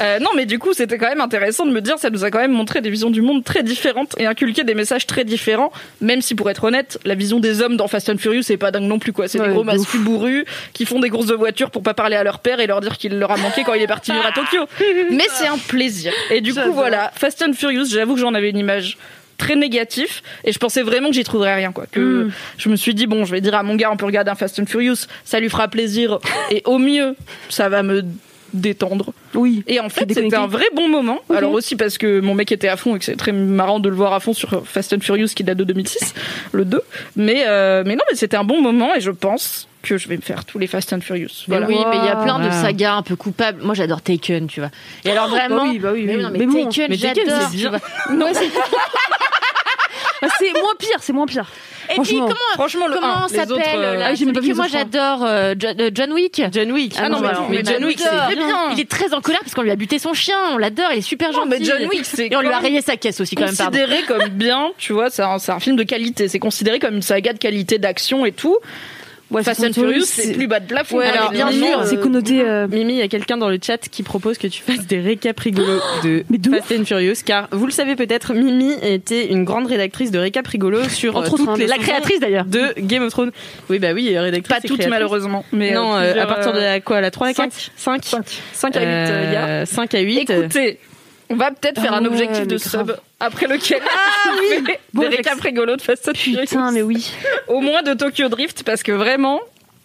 Euh, non, mais du coup, c'était quand même intéressant de me dire, ça nous a quand même montré des visions du monde très différentes et inculqué des messages très différents, même si, pour être honnête, la vision des hommes dans Fast and Furious, c'est pas dingue non plus, quoi. C'est des
Ouais,
gros
de
masques bourrus qui font des courses de voitures pour pas parler à leur père et leur dire qu'il leur a manqué quand il est parti vivre à Tokyo. Mais c'est un plaisir. Et du coup, voilà, Fast and Furious, j'avoue que j'en avais une image très négatif et je pensais vraiment que j'y trouverais rien quoi
Hmm.
que je me suis dit bon je vais dire à mon gars on peut regarder un Fast and Furious ça lui fera plaisir et au mieux ça va me détendre.
Oui.
Et en fait, c'était
déconnecté.
un vrai bon moment.
Ok.
Alors aussi parce que mon mec était à fond et que c'est très marrant de le voir à fond sur Fast and Furious qui date de 2006, le 2. Mais, euh, mais non, mais c'était un bon moment et je pense que je vais me faire tous les Fast and Furious. Voilà.
Oui, mais il y a plein de
Wow.
sagas un peu coupables. Moi, j'adore Taken, tu vois. Et alors vraiment,
oui, bah oui,
mais,
oui.
non, mais,
Mais bon,
Taken,
mais Taken,
j'adore.
c'est
tu
bien.
vois.
Ouais, c'est... Ah, c'est moins pire, c'est moins pire.
Et puis
Franchement.
comment,
Ah, Franchement, le
comment
un, les autres,
s'appelle
euh,
là,
ah, j'ai même pas
celui
vu
que moi
les autres, hein.
j'adore euh, Jo- euh, John Wick.
John Wick.
Ah non, mais,
Alors,
mais
on
John Wick, c'est
l'adore.
bien.
Il est très en colère parce qu'on lui a buté son chien. On l'adore. Il est super
Non,
gentil.
mais John Wick, c'est
Et on lui a
quand même
rayé sa caisse aussi quand même. Pardon.
considéré comme bien, tu vois, c'est un, c'est un film de qualité, c'est considéré comme une saga de qualité d'action et tout.
Ouais,
Fast
c'est-
and Furious, c'est plus bas de plafond.
Ouais,
Ah, mais
alors,
bien
mais
sûr,
non,
C'est connoté. euh,
Mimi, il y a quelqu'un dans le chat qui propose que tu fasses des récaps rigolos de,
mais de
Fast and Furious, car vous le savez peut-être, Mimi était une grande rédactrice de récaps rigolos sur
Entre
euh,
autres,
toutes
hein,
les
La créatrice d'ailleurs.
de Game of Thrones. Oui, bah oui, rédactrice.
pas
et
toutes
créatrice.
malheureusement. Mais
non,
euh,
euh, à
plusieurs,
partir de la quoi, la 3 à
cinq.
4 5
5 à 8, euh, il y a.
5 à 8.
Écoutez, on va peut-être faire un
Ah ouais,
objectif
mais
de
grave.
sub après lequel ah, oui. des
Bon, bah,
récaps rigolos de Fast and Furious.
Putain, mais oui.
Au moins de Tokyo Drift, parce que vraiment,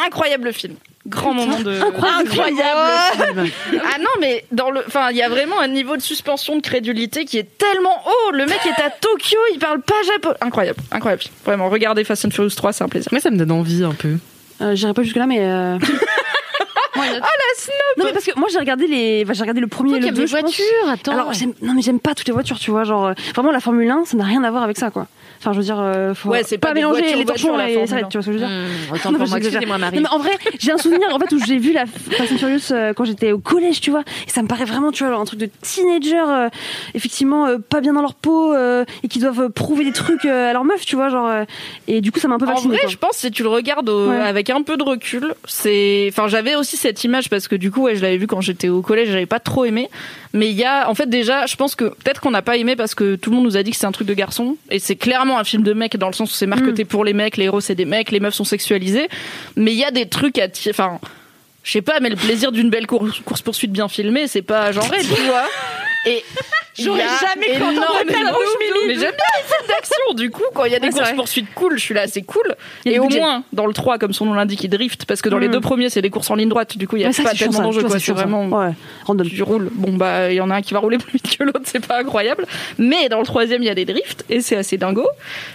incroyable film. Grand moment de...
Incroyable.
Ah non, mais dans le, enfin, il y a vraiment un niveau de suspension de crédulité qui est tellement haut. Le mec est à Tokyo, il parle pas japonais. Incroyable, incroyable. Vraiment, regardez Fast and Furious 3, c'est un plaisir.
Moi, ça me donne envie un peu.
Euh, J'irai pas jusque-là, mais. euh, moi, il y en a- Non, mais parce que moi j'ai regardé les. Enfin, j'ai regardé le premier et
Il y
le
a des
deux. je pense.
voitures. Attends.
Alors, j'aime- non, mais j'aime pas toutes les voitures, tu vois. Genre, euh, vraiment, la Formule 1, ça n'a rien à voir avec ça, quoi. Enfin, je veux dire, euh, faut
Ouais, c'est pas des
mélanger
voitures,
les
voitures,
torchons
la
et les
Formule
sarettes,
1.
tu vois ce que je veux dire.
Hmm, autant
mais
pour moi,
j'exagère.
excusez-moi Marie.
Non, mais en vrai, j'ai un souvenir en fait où j'ai vu la Fast and Furious euh, quand j'étais au collège, tu vois. Et ça me paraît vraiment, tu vois, genre un truc de teenager, euh, effectivement, euh, pas bien dans leur peau euh, et qui doivent euh, prouver des trucs euh, à leur meuf, tu vois, genre. euh, et du coup, ça m'a un peu
En
vaccinée.
vrai,
quoi.
je pense si tu le regardes au-
Ouais.
avec un peu de recul, c'est. Enfin, j'avais aussi cette image parce que du coup, ouais, je l'avais vu quand j'étais au collège, j'avais pas trop aimé. Mais il y a, en fait, déjà, je pense que peut-être qu'on n'a pas aimé parce que tout le monde nous a dit que c'est un truc de garçon et c'est clairement un film de mec dans le sens où c'est
Mm.
marketé pour les mecs, les héros c'est des mecs, les meufs sont sexualisées. Mais il y a des trucs à tirer. Enfin, je sais pas, mais le plaisir d'une belle course poursuite bien filmée, c'est pas genré, tu vois. Et il
J'aurais
y a
jamais cru entendre
énormément-
ta bouche, Mimi.
Mais j'aime bien les films d'action, du coup, quand il y a des
Ouais, c'est vrai.
courses poursuites cool, je suis là, c'est cool.
Il y a
Et
du
au
budget.
moins, dans le 3, comme son nom l'indique, il drift, parce que dans les deux premiers, c'est des courses en ligne droite, du coup, il y a
Ouais, ça,
pas
c'est chiant,
tellement
ça.
d'enjeux,
Tu vois,
quoi. C'est
c'est chiant, ça.
vraiment.
Ouais, random.
Tu roules. Bon, bah, il y en a un qui va rouler plus vite que l'autre, c'est pas incroyable. Mais dans le troisième, il y a des drifts, et c'est assez dingo.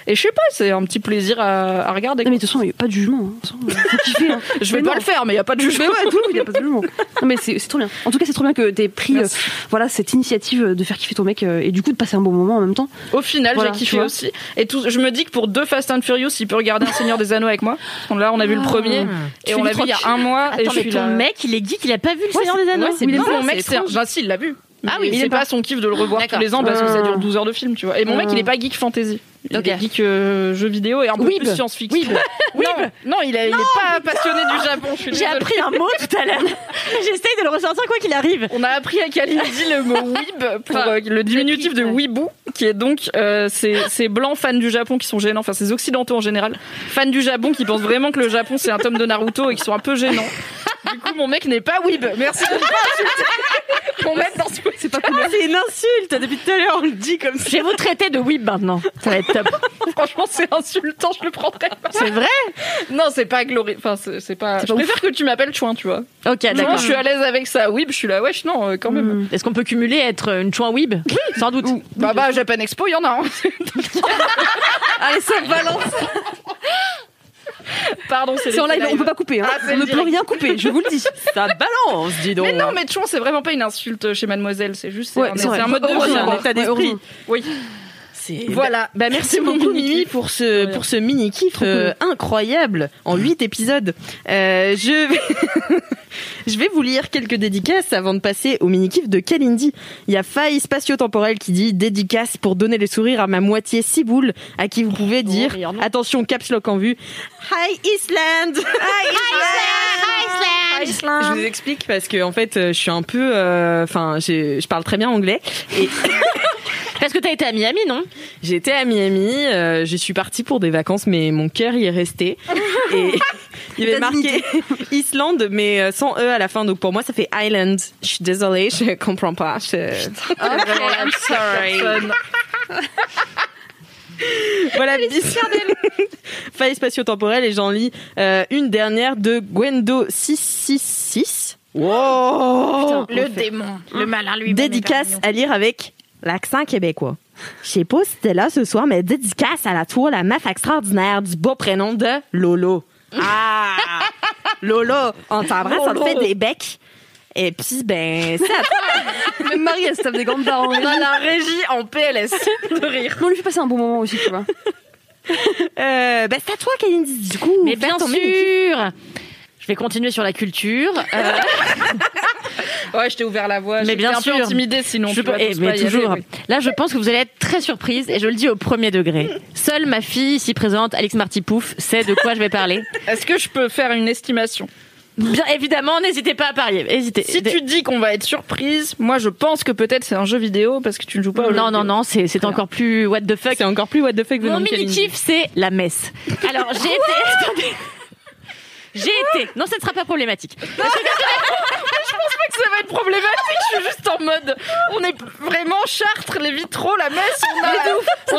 Et je sais pas, c'est un petit plaisir à, à regarder.
Non, mais de
quoi.
toute façon, il n'y a pas de jugement. hein. De toute façon, Faut kiffer. hein.
Je vais
mais
pas
non.
le faire, mais il y a pas de jugement.
Mais ouais, tout, il n'y a pas de jugement. Non, mais c'est c'est trop bien. En tout cas, c'est trop bien que t'aies pris
Merci.
euh, voilà, cette initiative euh, de faire kiffer ton mec euh, et du coup de passer un bon moment en même temps.
Au final,
Voilà,
j'ai
tu
kiffé
vois.
aussi. Et tout, je me dis que pour deux Fast and Furious, il peut regarder Un Seigneur des Anneaux avec moi. On- Là, on a vu le premier, et
Ah. Tu
on
lui
l'a vu il y a
tranquilles.
un mois. et
Attends,
je
mais
suis
oh, ton
là-
mec, il est geek, il a pas vu le Seigneur des Anneaux.
Ouais, c'est
bizarre,
bizarre, mon
c'est
mec, c'est
étrange.
enfin, si, il l'a vu.
Ah oui,
Mais
il
c'est
aime
pas son kiff de le revoir tous
D'accord. Ah.
les ans parce que ça dure 12 heures de film, tu vois. Et mon mec,
Ah.
il est pas geek fantasy. Il
Ok.
est geek euh, jeux vidéo et un peu
Weeb.
plus science-fiction. Non, non, il, a- il est pas passionné du Japon. je suis
J'ai
désolée.
appris un mot tout à l'heure. J'essaye de le ressortir quoi qu'il arrive.
On a appris à Kalindi le mot weeb pour
Enfin,
euh, le diminutif
pris,
de
ouais.
weeboo, qui est donc euh, ces, ces blancs fans du Japon qui sont gênants, enfin ces occidentaux en général, fans du Japon qui pensent vraiment que le Japon c'est un tome de Naruto et qui sont un peu gênants. Du coup, mon mec n'est pas weeb. Merci de ne pas insulter mon mec dans ce C'est pas
C'est une insulte. Depuis tout à l'heure, on le dit comme
Je vais vous traiter de weeb maintenant. Ça va être top.
Franchement, c'est insultant, je le prendrais pas.
C'est vrai
Non, c'est pas glorieux. Enfin, c'est c'est pas. je préfère que tu m'appelles Chouin, tu vois.
Ok,
D'accord.
d'accord.
Je suis à l'aise avec ça. Oui, je suis là. Wesh, non, euh, quand même.
Hmm.
Est-ce qu'on peut cumuler être une chouin weeb Oui, sans doute.
Bah, bah, Japan Expo, il y en a. hein.
Ah,
Allez, ça balance.
Pardon, c'est
C'est en
les
live, on peut pas couper. hein.
Ah, c'est
on ne
le
peut
direct.
rien couper, je vous le dis.
ça balance, dis donc.
Mais
hein.
non, mais Chouin, c'est vraiment pas une insulte chez Mademoiselle. C'est juste. c'est
Ouais,
un-
c'est
c'est
vrai.
un mode de
Oh,
Heureusement.
vie. un
Heureusement.
état d'esprit.
Heureusement.
Oui.
C'est-
Voilà.
Bah, bah, merci
C'est mon
beaucoup
mini-kiff.
Mimi pour ce pour ce mini kiff incroyable en 8 épisodes. Euh, je vais je vais vous lire quelques dédicaces avant de passer au mini kiff de Kalindi. Il y a Faille spatio-temporelle qui dit dédicace pour donner le sourire à ma moitié ciboule à qui vous pouvez dire
Oh, meilleur nom.
attention caps lock en vue. Hi Island. Je vous explique parce que en fait euh, je suis un peu euh, enfin j'ai- je parle très bien anglais et
Parce que t'as été à Miami, non
J'étais à Miami, euh, je suis partie pour des vacances, mais mon cœur y est resté. Et il y avait marqué Islande, mais euh, sans E à la fin. Donc pour moi, ça fait Island. Je suis désolée, je comprends pas. je-
Ah, ben, I'm sorry.
Voilà, bis. Faille spatio-temporelle et j'en lis euh, une dernière de Gwendo666. Wow
le démon, le malin lui.
Dédicace à lire avec l'accent québécois. Je sais pas si t'es là ce soir, mais dédicace à la toile, la meuf extraordinaire du beau prénom de Lolo. Ah! Lolo, on t'embrasse, on te fait des becs. Et puis, ben, c'est à
Même Marie, elle se tape des grandes barres en
On a la régie en PLS de rire.
Mais on lui fait passer un bon moment aussi, tu vois.
Euh, ben, c'est à toi, Kalindi, du coup.
Mais
Fais
bien
ton menu.
sûr Je vais continuer sur la culture. Euh,
Ouais, je t'ai ouvert la voie.
Mais
j'étais
bien
un
sûr.
peu intimidée sinon.
je
tu vois,
eh,
t'oses
mais
pas y aller,
toujours.
oui.
Là, je pense que vous allez être très surprise et je le dis au premier degré. Seule ma fille ici présente, Alex Marty Pouf, sait de quoi je vais parler.
Est-ce que je peux faire une estimation
Bien évidemment, n'hésitez pas à parier. Hésitez.
Si tu dis qu'on va être surprise, moi je pense que peut-être c'est un jeu vidéo parce que tu ne joues pas. Aux
non,
jeux
non,
vidéo.
non, c'est c'est encore plus what the fuck.
C'est encore plus what the fuck,
Mon mini kiff, c'est la messe. Alors j'ai été.
Ah
Attendez. J'ai été. Non, ça ne sera pas problématique.
Ça va être problématique. Je suis juste en mode. On est vraiment Chartres, les vitraux, la messe. On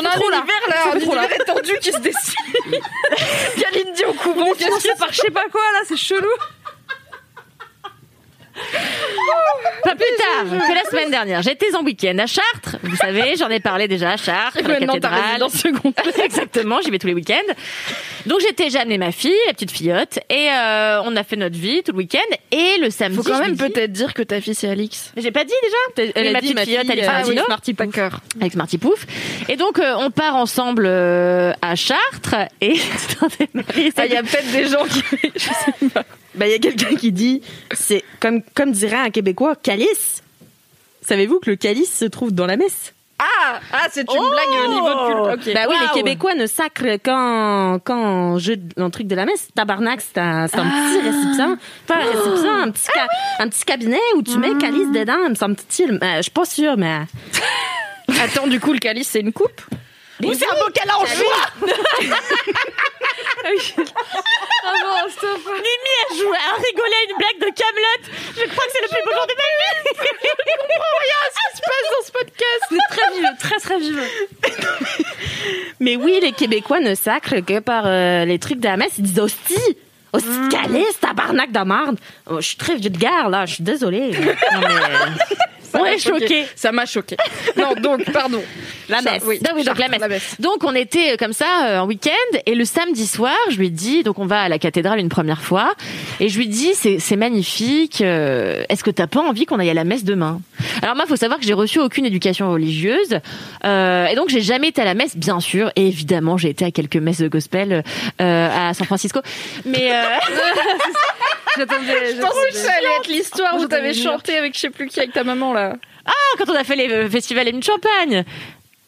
a, on a un univers là, un univers étendu qui se dessine. Kalindi au couvent, qu'est-ce qui par je sais pas quoi là, c'est chelou.
Pas plus tard que la semaine dernière. J'étais en week-end à Chartres. Vous savez, j'en ai parlé déjà à Chartres, à la
Maintenant t'as
cathédrale.
résidence secondaire.
Exactement, j'y vais tous les week-ends. Donc j'étais, j'ai amené ma fille, la petite fillotte, et euh, on a fait notre vie tout le week-end. Et le samedi,
Faut quand
je
même
lui dis-
peut-être dire que ta fille c'est Alix.
J'ai pas dit déjà. Oui, ma petite euh, fillette, elle est
Ah oui,
Valentino.
Smarty Packer.
avec Smarty Pouf. Et donc, euh, on part ensemble euh, à Chartres. Et Attendez, Marie,
Ah,
ça
Il y a peut-être des gens qui. Je sais pas.
Ben, il y a quelqu'un qui dit, c'est comme, comme dirait un Québécois, calice. Savez-vous que le calice se trouve dans la messe?
Ah, ah c'est une blague au niveau de cul. Ok.
Bah oui,
Waouh.
les Québécois ne sacrent qu'en, qu'en jeu, de- en truc de la messe. Tabarnak, c'est un, c'est un petit
Ah.
récipient. Pas un récipient, un petit, ca- un petit cabinet où tu
Ah.
mets le calice dedans, il me semble-t-il. Mais je suis pas sûre, mais.
Attends, du coup, le calice, c'est une coupe Ou c'est un bocal en joie
Mimi a joué, a rigolé à une blague de Camelot. Je crois que c'est le plus beau jour de ma vie. Je comprends rien à ce qui se passe dans ce podcast.
Très vive, très très vive.
Mais oui, les Québécois ne sacrent que par euh, les trucs de la messe. Ils disent hostie. Hostie
Mm.
de calice, tabarnak de merde. Oh, je suis très vieux de gare, là. Je suis désolée. Non, mais-
Ça
On
m'a
est choqués.
Ça m'a choqué. Non, donc, pardon.
La
Ça,
messe.
oui.
Non, oui, donc la messe.
La messe.
Donc on était euh, comme ça euh, en week-end et le samedi soir, je lui dis donc on va à la cathédrale une première fois et je lui dis c'est c'est magnifique. euh, Est-ce que t'as pas envie qu'on aille à la messe demain Alors moi, faut savoir que j'ai reçu aucune éducation religieuse euh, et donc j'ai jamais été à la messe, bien sûr. Et évidemment, j'ai été à quelques messes de gospel euh, à San Francisco, mais euh,
J'attendais.
Je pensais que ça allait être l'histoire où
J'entendais
t'avais
mieux.
chanté avec je sais plus qui, avec ta maman, là.
quand on a fait les euh, festivals et une champagne,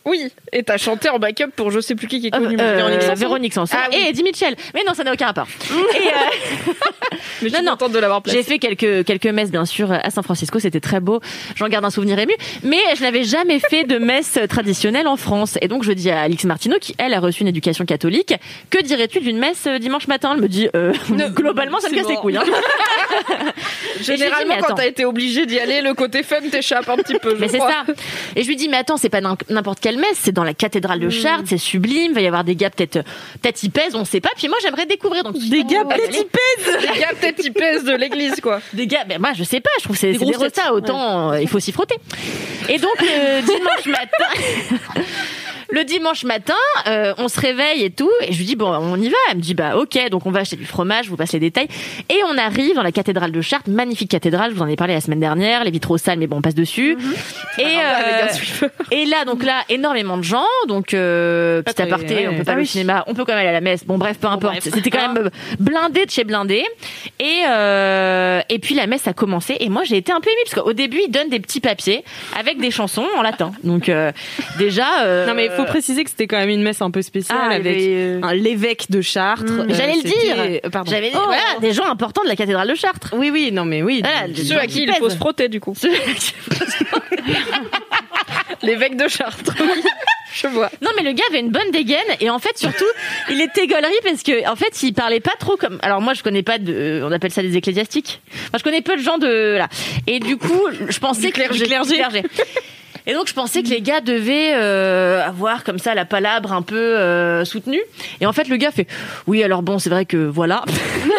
Oui, et t'as chanté en backup pour je sais plus qui qui est connu.
Euh,
Véronique Sanson.
Véronique Sanson
Ah oui.
et Eddie Mitchell. Mais non, ça n'a aucun rapport. Et, euh,
Mais je
non,
suis
non.
contente de l'avoir
Bah,
J'ai
placée.
fait quelques quelques messes bien sûr à San Francisco, c'était très beau. J'en garde un souvenir ému, mais je n'avais jamais fait de messe traditionnelle en France. Et donc je dis à Alix Martineau qui elle a reçu une éducation catholique, que dirais-tu d'une messe euh, dimanche matin Elle me dit euh, globalement ça me
c'est
casse les
mort.
couilles. hein. j'ai dit,
Généralement,
mais
quand
attends.
t'as été obligée d'y aller, le côté fun t'échappe un petit peu. je
Mais c'est
crois.
ça. Et je lui dis, mais attends, c'est pas n'im- n'importe quelle messe, c'est dans la cathédrale
Mm.
de Chartres, c'est sublime, va y avoir des gars peut-être, peut-être ils pèsent, on sait pas. Puis moi, j'aimerais découvrir. Donc,
Des gars, peut-être, ils
Les gars, peut-être ils pèsent de l'église, quoi.
Des gars, ben moi je sais pas, je trouve que c'est c'est des
grosses
retards, autant euh, il faut s'y frotter. Et donc le dimanche matin, le dimanche matin, euh, on se réveille et tout, et je lui dis bon on y va. Elle me dit bah ok, donc on va acheter du fromage, je vous passe les détails, et on arrive dans la cathédrale de Chartres, magnifique cathédrale, je vous en ai parlé la semaine dernière, les vitraux sales mais bon on passe dessus. Et euh,
Avec un suiveur.
et là, donc là, énormément de gens. Donc, euh, petit
très-
aparté, on peut pas
Ah
aller au
oui.
cinéma, on peut quand même aller à la messe. Bon, bref, peu importe. C'était
Hein
quand même euh, blindé de chez blindé. Et, euh, et puis, la messe a commencé. Et moi, j'ai été un peu émue, parce qu'au début, ils donnent des petits papiers avec des chansons en latin. Donc, euh, déjà. euh,
Non, mais il faut préciser que c'était quand même une messe un peu spéciale
Ah,
avec
mais, euh,
un- l'évêque de Chartres.
Mmh. J'allais le
c'était- euh, Pardon.
J'avais voilà, des gens importants de la cathédrale de Chartres.
Oui, oui, non, mais oui.
Voilà, des
Ceux
gens
à qui il
pèsent.
faut se frotter, du coup. L'évêque de Chartres. oui. Je vois.
Non, mais le gars avait une bonne dégaine et en fait surtout, il était gaulerie parce que en fait, il parlait pas trop comme. Alors moi, je connais pas de. euh, On appelle ça des ecclésiastiques. Enfin, je connais peu de gens de là. Et du coup, je pensais que du clergé. Et donc je pensais que les gars devaient euh, avoir comme ça la palabre un peu euh, soutenue. Et en fait le gars fait oui alors bon c'est vrai que voilà.
vrai,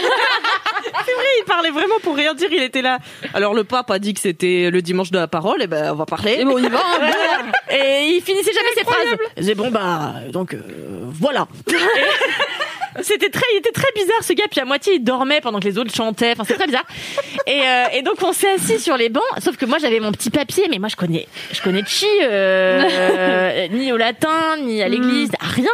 il parlait vraiment pour rien dire, il était là. Alors le pape a dit que c'était le dimanche de la parole, et ben on va parler.
Et bon, il va, hein, bon. Et il finissait jamais ses phrases. Il disait, bon, bah, donc, euh, voilà. Et C'était très, il était très bizarre ce gars, puis à moitié il dormait pendant que les autres chantaient, enfin c'est très bizarre. Et, euh, et donc on s'est assis sur les bancs, sauf que moi j'avais mon petit papier, mais moi je connais, je connais chi, euh, euh, ni au latin, ni à l'église, rien.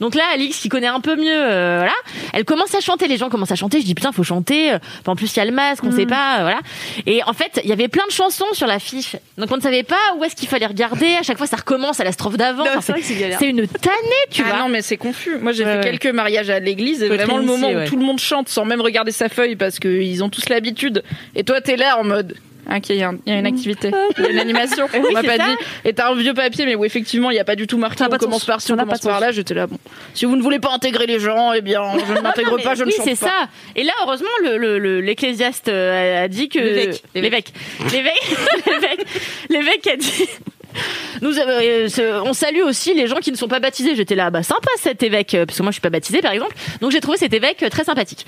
Donc là, Alix qui connaît un peu mieux, euh, voilà, elle commence à chanter, les gens commencent à chanter, je dis putain faut chanter, Enfin, en plus il y a le masque, on sait pas, euh, voilà. Et en fait, il y avait plein de chansons sur la fiche, donc on ne savait pas où est-ce qu'il fallait regarder, à chaque fois ça recommence à la strophe d'avant, Enfin, c'est c'est une tannée, tu
Ah
vois.
non, mais c'est confus. Moi, j'ai
Ouais,
fait
ouais.
quelques mariages à l'église et
Faut être
vraiment le
initié,
moment
ouais.
où tout le monde chante sans même regarder sa feuille parce qu'ils ont tous l'habitude. Et toi, t'es là en mode. ah, Ok, il y, a un- il y a une activité, il y a une animation. on m'a pas dit. Et t'as un vieux papier, mais où effectivement, il n'y a pas du tout marqué.
Ça n'a
on
pas de
commence
sens.
par ci,
Ça
on
n'a pas
commence
de sens.
par là. J'étais là, bon. Si vous ne voulez pas intégrer les gens, eh bien, je ne m'intègre pas, je ne
oui,
chante pas.
c'est ça. Et là, heureusement, le- le- le- l'ecclésiaste euh, a dit que
L'évêque.
l'évêque, l'évêque, l'évêque, l'évêque a dit. Nous, avons- euh, ce- on salue aussi les gens qui ne sont pas baptisés. J'étais là, bah sympa cet évêque, euh, parce que moi je suis pas baptisée par exemple. Donc j'ai trouvé cet évêque euh, très sympathique.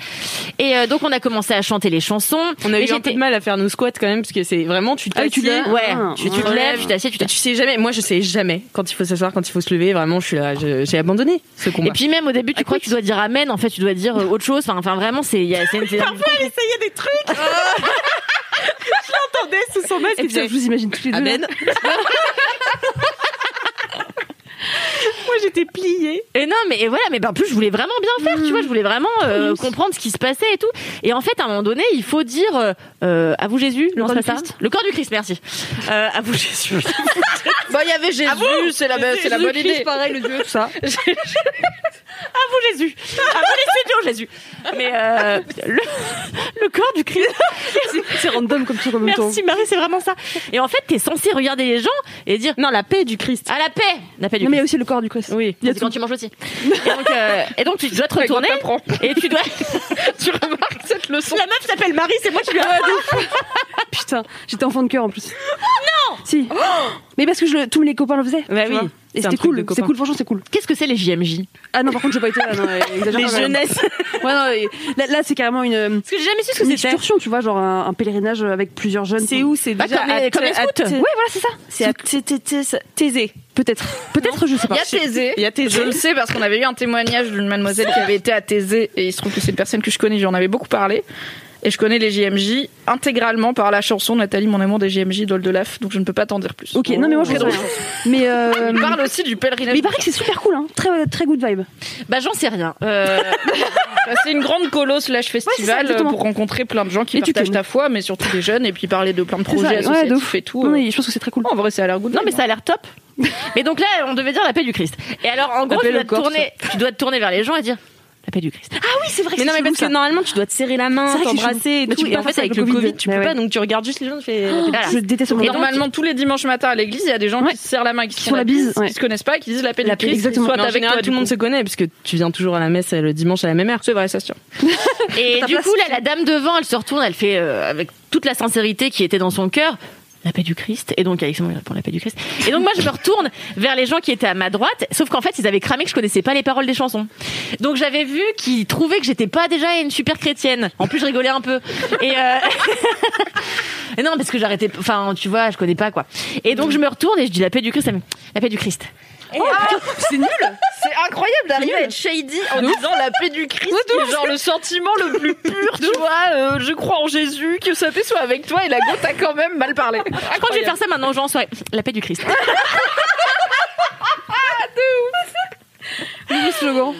Et euh, donc on a commencé à chanter les chansons.
On a eu
Et
un peu
j'étais-
de mal à faire nos squats quand même, parce que c'est vraiment, tu
Ah,
t'assis,
tu l'as
Ouais,
Ah,
tu, tu te
ouais.
lèves, tu t'assieds, tu
Et tu
t'assieds.
sais jamais, moi je sais jamais quand il faut s'asseoir, quand il faut se lever, vraiment je suis là, je- j'ai abandonné ce combat.
Et puis même au début,
Ah,
tu crois que tu dois dire amen, en fait tu dois dire euh, autre chose. Enfin, enfin vraiment, c'est. il y a- c'est- c'est-
essayait des trucs Je l'entendais sous son masque,
Et putain, je vous imagine tous les deux. là.
Amen. Moi j'étais pliée.
Et non, mais et voilà, mais ben, en plus je voulais vraiment bien faire, tu vois, je voulais vraiment euh, comprendre ce qui se passait et tout. Et en fait, à un moment donné, il faut dire euh, euh, à vous Jésus, le
corps du Christ.
Le corps du Christ, merci. Euh, à vous Jésus.
Bah, il y avait Jésus, c'est la, c'est la bonne idée.
pareil, le dieu, tout ça.
à vous Jésus. À vous les studios Jésus. Mais euh, le, le corps du Christ.
C'est- C'est random comme truc en même temps.
Merci Marie, c'est vraiment ça. Et en fait, t'es censé regarder les gens et dire
Non, la paix du Christ.
à Ah, la paix, la paix du
Non, mais il
Christ.
y a aussi le corps du Christ.
Oui.
il y a
C'est quand tu manges aussi. Et donc, euh, et donc tu dois te retourner
t'apprends.
et tu dois.
Tu remarques cette leçon.
La meuf s'appelle Marie, c'est moi qui lui ai
Putain, j'étais enfant de cœur en plus. Non Si. Mais parce que je, le- tous mes copains le faisaient.
Bah
tu
oui,
vois.
c'est
Et
un
c'était
truc de
cool,
copain.
c'est cool, franchement, c'est cool.
Qu'est-ce que c'est les JMJ
Ah non, par contre, j'ai pas été là, non, euh, exagère
Les
pas, vraiment.
jeunesses.
Ouais, non, et là, là, c'est carrément une, euh,
Parce que j'ai jamais su ce
une
que c'était.
excursion, tu vois, genre un, un pèlerinage avec plusieurs jeunes.
C'est où C'est
Bah,
déjà
comme
à-
les- comme les
à-
scouts.
à-
Ouais, voilà, c'est ça.
C'est à T- T- T- Thésée.
Peut-être. Peut-être, je sais pas.
Il y a Thésée.
Il y a
Je
Thésée.
le sais parce qu'on avait eu un témoignage d'une mademoiselle qui avait été à Thésée et il se trouve que c'est une personne que je connais, j'en avais beaucoup parlé. Et je connais les JMJ intégralement par la chanson Nathalie, mon amour des JMJ d'Oldelaf, donc je ne peux pas t'en dire plus.
Ok, non, mais moi, je
Très
sais
drôle.
rien. Mais, euh,
On Ah, parle aussi du pèlerinage.
mais il paraît que c'est super cool, hein. Très, très good vibe.
Bah j'en sais rien. Euh,
Bah, c'est une grande colosse slash
Ouais, c'est ça,
festival euh,
exactement.
pour rencontrer plein de gens qui
Et tu
partagent
connais.
ta foi, mais surtout des jeunes, et puis parler de plein de
C'est ça,
projets
ouais, de
associatifs
ouf.
et tout. euh.
Non, mais je pense que c'est très cool.
En vrai, ça a l'air good.
non mais ça a l'air top. Mais donc là, on devait dire la paix du Christ. Et alors en gros,
paix
tu dois,
le
te
corps,
tourner, tu dois te tourner vers les gens et dire la paix du Christ.
c'est vrai
Mais non, mais parce que normalement, tu dois te serrer la main,
C'est vrai que
t'embrasser et
c'est chelou.
tout. Et
Mais tu peux
en
pas
fait,
faire
avec le
le
Covid,
Covid,
tu peux
mais
pas.
ouais.
Donc, tu regardes juste les gens, tu fais. euh,
Voilà.
Je déteste mon
Et
Et donc-
normalement, tous les dimanches matins à l'église, il y a des gens qui se serrent la main, qui se font la bise,
ouais.
qui se connaissent pas, qui disent la paix du
La paix,
Christ.
exactement.
Soit
Mais en
avec
général,
toi,
tout le monde se connaît, puisque tu viens toujours à la messe euh, le dimanche à la même heure.
C'est vrai, ça se tient.
Et
ta
du
place,
coup là, la dame devant, elle se retourne, elle fait euh, avec toute la sincérité qui était dans son cœur. La paix du Christ. Et donc, Alexandre il répond la paix du Christ. Et donc, moi, je me retourne vers les gens qui étaient à ma droite. Sauf qu'en fait, ils avaient cramé que je connaissais pas les paroles des chansons. Donc, j'avais vu qu'ils trouvaient que j'étais pas déjà une super chrétienne. En plus, je rigolais un peu. Et, euh, Et non, parce que j'arrêtais. Enfin, tu vois, je connais pas quoi. Et donc je me retourne et je dis la paix du Christ. ça me- La paix du Christ.
Oh, C'est nul C'est incroyable d'arriver à être shady en disant la paix du Christ, qui est genre le sentiment le plus pur, tu vois, euh, je crois en Jésus, que sa paix soit avec toi, et la goût a quand même mal parlé.
Ah, Je crois que je vais faire ça maintenant, genre en soirée. La paix du Christ.
slogan.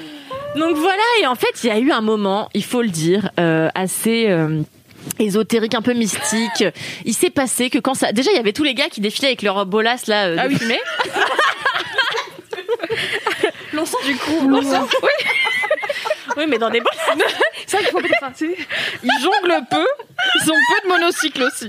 Donc voilà. Et en fait, il y a eu un moment, il faut le dire, euh, assez. euh, ésotérique un peu mystique il s'est passé que quand ça déjà il y avait tous les gars qui défilaient avec leur bolas là
Ah
euh, de fumée oui mais dans des bolas
C'est vrai qu'il faut peut-être pas. c'est-
Ils jonglent peu, ils ont peu de monocycles aussi.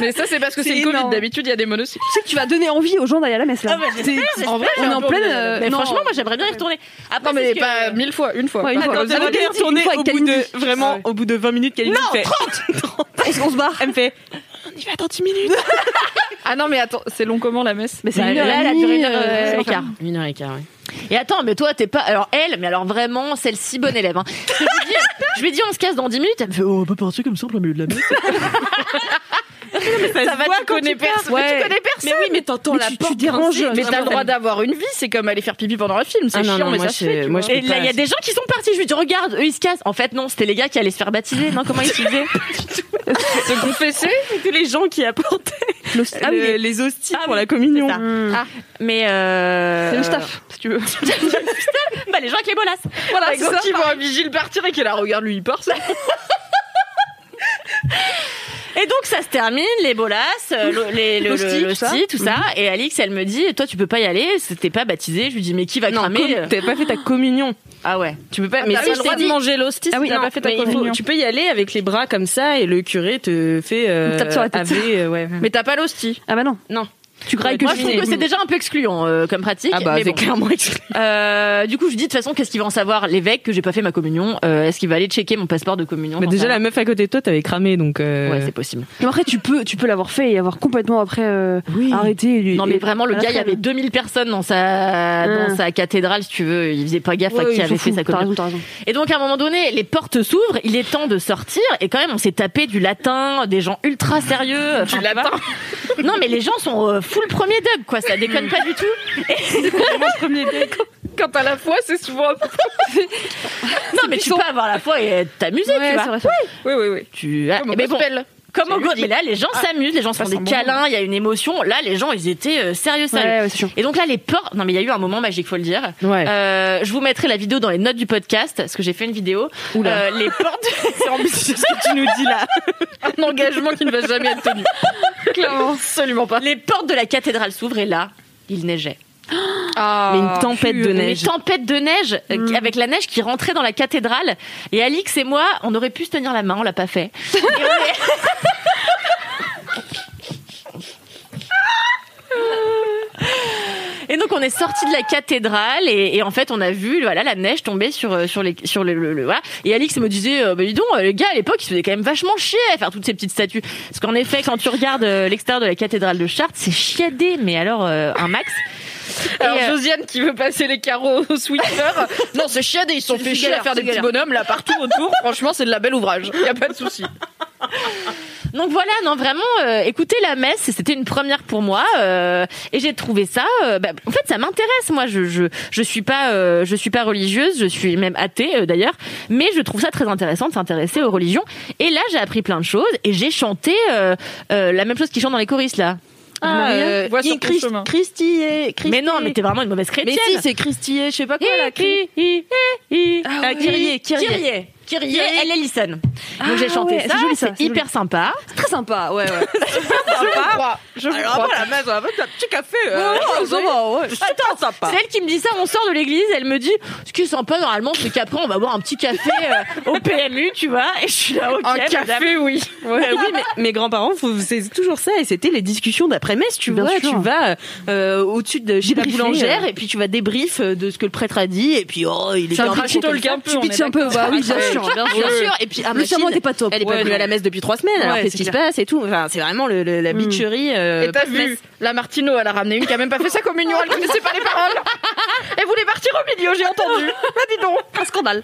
Mais ça, c'est parce que c'est le
C'est
Covid.
énorme.
D'habitude, il y a des monocycles.
Tu sais que tu vas donner envie aux gens d'aller à la messe là. C'est-
En vrai,
on est en pleine. euh,
mais
non,
franchement moi j'aimerais bien y retourner après
Non, mais
c'est ce que-
pas mille fois, une fois.
Ouais, une fois.
Attends,
Attends,
j'avais
j'avais
bien
dit une
retourné
fois
au
avec
bout de
Kalindi.
vraiment
Ah ouais.
au bout de 20 minutes Kalindi
Non,
fait
30 Est-ce qu'on se barre
elle me fait
Ah non, mais attends, c'est long comment la messe
Mais c'est
Bah,
une
là,
heure
elle
et
a
demie,
duré une heure,
euh,
euh,
enfin,
et quart.
une heure et quart. ouais.
Et attends, mais toi, t'es pas. Alors, elle, mais alors vraiment, celle-ci, bonne élève. hein. Parce que Je, lui dis, je lui ai dit, on se casse dans 10 minutes. Elle me fait, oh, on peut partir comme ça, en plein milieu de la nuit.
Ça, va, tu connais personne.
Tu connais personne.
Mais oui, mais t'entends la
tu- tu
porte
déranges,
bouger.
Mais t'as le droit d'avoir une vie, c'est comme aller faire pipi pendant un film, c'est
Ah non,
chiant,
non,
mais
moi,
ça se
je-
fait. tu
moi,
vois.
je
Et là, il y a des gens qui sont partis. Je lui dis, regarde, eux, ils se cassent. En fait, non, c'était les gars qui allaient se faire baptiser. Non, comment ils se disaient
se
E,
confesser
C'était les gens qui apportaient
Ah,
le-
mais-
les hosties
Ah,
pour
oui,
la communion.
c'est ça.
Hmm.
Ah, mais. Euh...
C'est le staff, si tu veux.
bah, les gens avec les bolasses. Voilà,
Bah,
c'est ça.
quand ils voient un vigile partir et qu'il la regarde, lui, il part, ça.
Et donc ça se termine, les bolasses, euh, le, les- le,
L'hostie,
le-
tout ça.
l'hostie, tout ça. Mhm. Et Alix, elle me dit, toi tu peux pas y aller, c'était pas baptisé. Je lui dis, mais euh, qui va
Non,
cramer
comme t'avais pas fait ta communion.
Ah ouais.
Tu peux pas. mais
t'as
si
pas
je
le
t'ai
droit de
dit-
manger l'hostie
Ah oui,
si t'as
non,
pas fait ta
mais il faut-
communion.
tu peux y aller avec les bras comme ça et le curé te fait euh,
Une tape sur la tête.
ave, euh, ouais.
Mais t'as pas l'hostie.
Ah bah non.
Non.
Tu grailles que
Moi
je
je trouve que c'est déjà un peu excluant euh, comme pratique.
Ah bah
mais
c'est
bon.
clairement exclu.
Euh, du coup je dis de toute façon qu'est-ce qu'il va en savoir l'évêque que j'ai pas fait ma communion. Euh, Est-ce qu'il va aller checker mon passeport de communion
Mais
J'en
déjà
sais
la meuf à côté de toi t'avais cramé donc.
rien.
euh,
Ouais c'est possible.
Mais après, tu peux, tu peux l'avoir fait et avoir complètement après euh, arrêté. et-
Non
et- ah,
mais vraiment le
à la
gars il y
traîne.
avait 2000 personnes dans sa dans
Hum.
sa cathédrale si tu veux. Il faisait pas gaffe
Ouais,
à qui
ils
avait
s'en
fait
foutent,
sa
T'as
communion.
raison, t'as raison.
Et donc à un moment donné, les portes s'ouvrent, il est temps de sortir, et quand même on s'est tapé du latin, des gens ultra sérieux.
Tu
enfin, tu vois.
l'attends.
Non mais les gens sont euh, full premier dub quoi, ça déconne pas du tout.
Quand t'as la foi, c'est souvent.
Non mais tu peux avoir la foi et être t'amuser
Ouais,
tu vois.
c'est vrai, c'est vrai.
Oui, oui, oui.
Tu... ah,
Comme au
mais bon,
gospel.
comme au
J'ai vu,
gospel, là les gens s'amusent, les gens se font
passe
des
un bon
câlins, il y a une émotion. Là les gens ils étaient euh, sérieux
Ouais,
sérieux.
ouais, c'est chiant.
Et donc là les portes, non mais il y a eu un moment magique faut le dire.
Ouais.
Euh, je vous mettrai la vidéo dans les notes du podcast parce que j'ai fait une vidéo. Euh, les portes.
C'est ambitieux ce que tu nous dis là.
Un engagement qui ne va jamais être tenu. Clairement, absolument pas.
Les portes de la cathédrale s'ouvrent et là, il neigeait.
Ah.
Mais une tempête de
Une
neige. Mm.
tempête de neige euh, qui- avec la neige qui rentrait dans la cathédrale. Et Alix et moi, on aurait pu se tenir la main, on l'a pas fait. Et on est- Et donc on est sorti de la cathédrale et, et en fait on a vu voilà la neige tomber sur euh, sur les sur le, le- le- voilà et Alix me disait euh, bah dis donc euh, le gars à l'époque il se faisait quand même vachement chier à faire toutes ces petites statues parce qu'en effet quand tu regardes euh, l'extérieur de la cathédrale de Chartres c'est chiadé mais alors euh, un max
Alors,
Et, euh,
Josiane qui veut passer les carreaux au sweeper. non, c'est chiadé, ils se sont
C'est
fait chier à
galère,
faire des
c'est
petits
galère.
bonhommes là partout autour. Franchement, c'est de la belle ouvrage. Y a pas de souci.
Donc voilà, non vraiment, euh, écoutez la messe, c'était une première pour moi euh, et j'ai trouvé ça. euh, bah, en fait, ça m'intéresse. Moi, je je je suis pas euh, je suis pas religieuse, je suis même athée euh, d'ailleurs, mais je trouve ça très intéressant de s'intéresser aux religions. Et là, j'ai appris plein de choses et j'ai chanté euh, euh, la même chose qu'ils chantent dans les choristes là.
Ah, euh, vois sur
Il
ton
Christ-
chemin.
Christi est- Christi
Mais non, eh, mais
est-
t'es vraiment une mauvaise
Mais
chrétienne.
si, c'est Christi est, je sais pas quoi là. Christ-
Hi, hi, hi, hi.
Ah oui. Kyrie, Kyrie.
eh, Kyrie. Kyrie,
Kyrie.
elle est listen. Donc
Ah
j'ai chanté
ouais, c'est
ça,
joli, ça,
c'est
c'est
hyper sympa.
C'est Très sympa, ouais, ouais.
Je vous crois.
la messe, on va faire un petit café. euh,
Attends,
sympa.
Celle qui me dit ça, on sort de l'église, elle me dit ce qui est sympa normalement, c'est qu'après on va boire un petit café euh, au PMU, tu vois. Et je suis là, ok.
Un
madame. Bah
café, oui.
Euh, oui, mais mes grands-parents, faut- c'est toujours ça. Et c'était les discussions d'après-messe, tu
Bien
vois.
sûr.
Tu vas euh, au-dessus de chez la
Débriefer,
boulangère
euh.
et puis tu vas débrief euh, de ce que le prêtre a dit. Et puis, oh, il était
un
un peu
trash talk un peu.
Tu
on est
pitches un peu,
d'accord.
bah oui, bien
Ouais.
sûr.
Bien sûr,
Ouais.
sûr. Et puis ah,
Le
ma
serment
fille,
était pas top.
elle est pas
Ouais,
venue
non.
à la messe depuis trois semaines. Alors
Ouais,
qu'est-ce
c'est
qui se
clair. Mm.
passe et tout. Enfin, c'est vraiment le, le- la bitcherie. euh,
Et t'as vu,
messe.
la Martino, elle a ramené une qui a même pas fait sa communion, elle connaissait pas les paroles. Elle voulait partir au milieu, j'ai entendu. Bah dis donc, un scandale.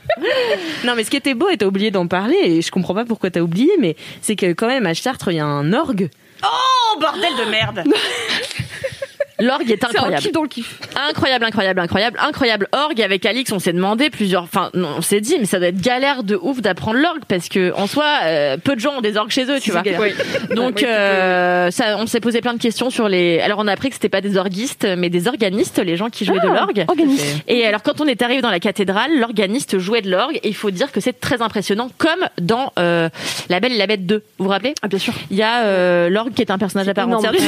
Non, mais ce qui était beau, et t'as oublié d'en parler. Et je comprends pas pourquoi t'as oublié, mais c'est que quand même à Chartres, il y a un orgue.
Oh bordel de merde. L'orgue est
C'est un
incroyable.
kiff dans le kiff.
Incroyable, incroyable, incroyable, incroyable orgue. Avec Alix, on s'est demandé plusieurs. Enfin, non, on s'est dit, mais ça doit être galère de ouf d'apprendre l'orgue parce que en soi, euh, peu de gens ont des orgues chez eux, tu vois.
Oui.
Donc,
Oui,
euh, ça, on s'est posé plein de questions sur les. Alors, on a appris que c'était pas des orguistes, mais des organistes, les gens qui jouaient
Ah.
de
euh,
l'orgue.
Organise.
Et alors, quand on est arrivé dans la cathédrale, l'organiste jouait de l'orgue. Et il faut dire que c'est très impressionnant, comme dans euh, La Belle et la Bête 2. Vous vous rappelez
Ah, bien sûr.
Il y a euh, l'orgue qui est un personnage à part
énorme.
entière.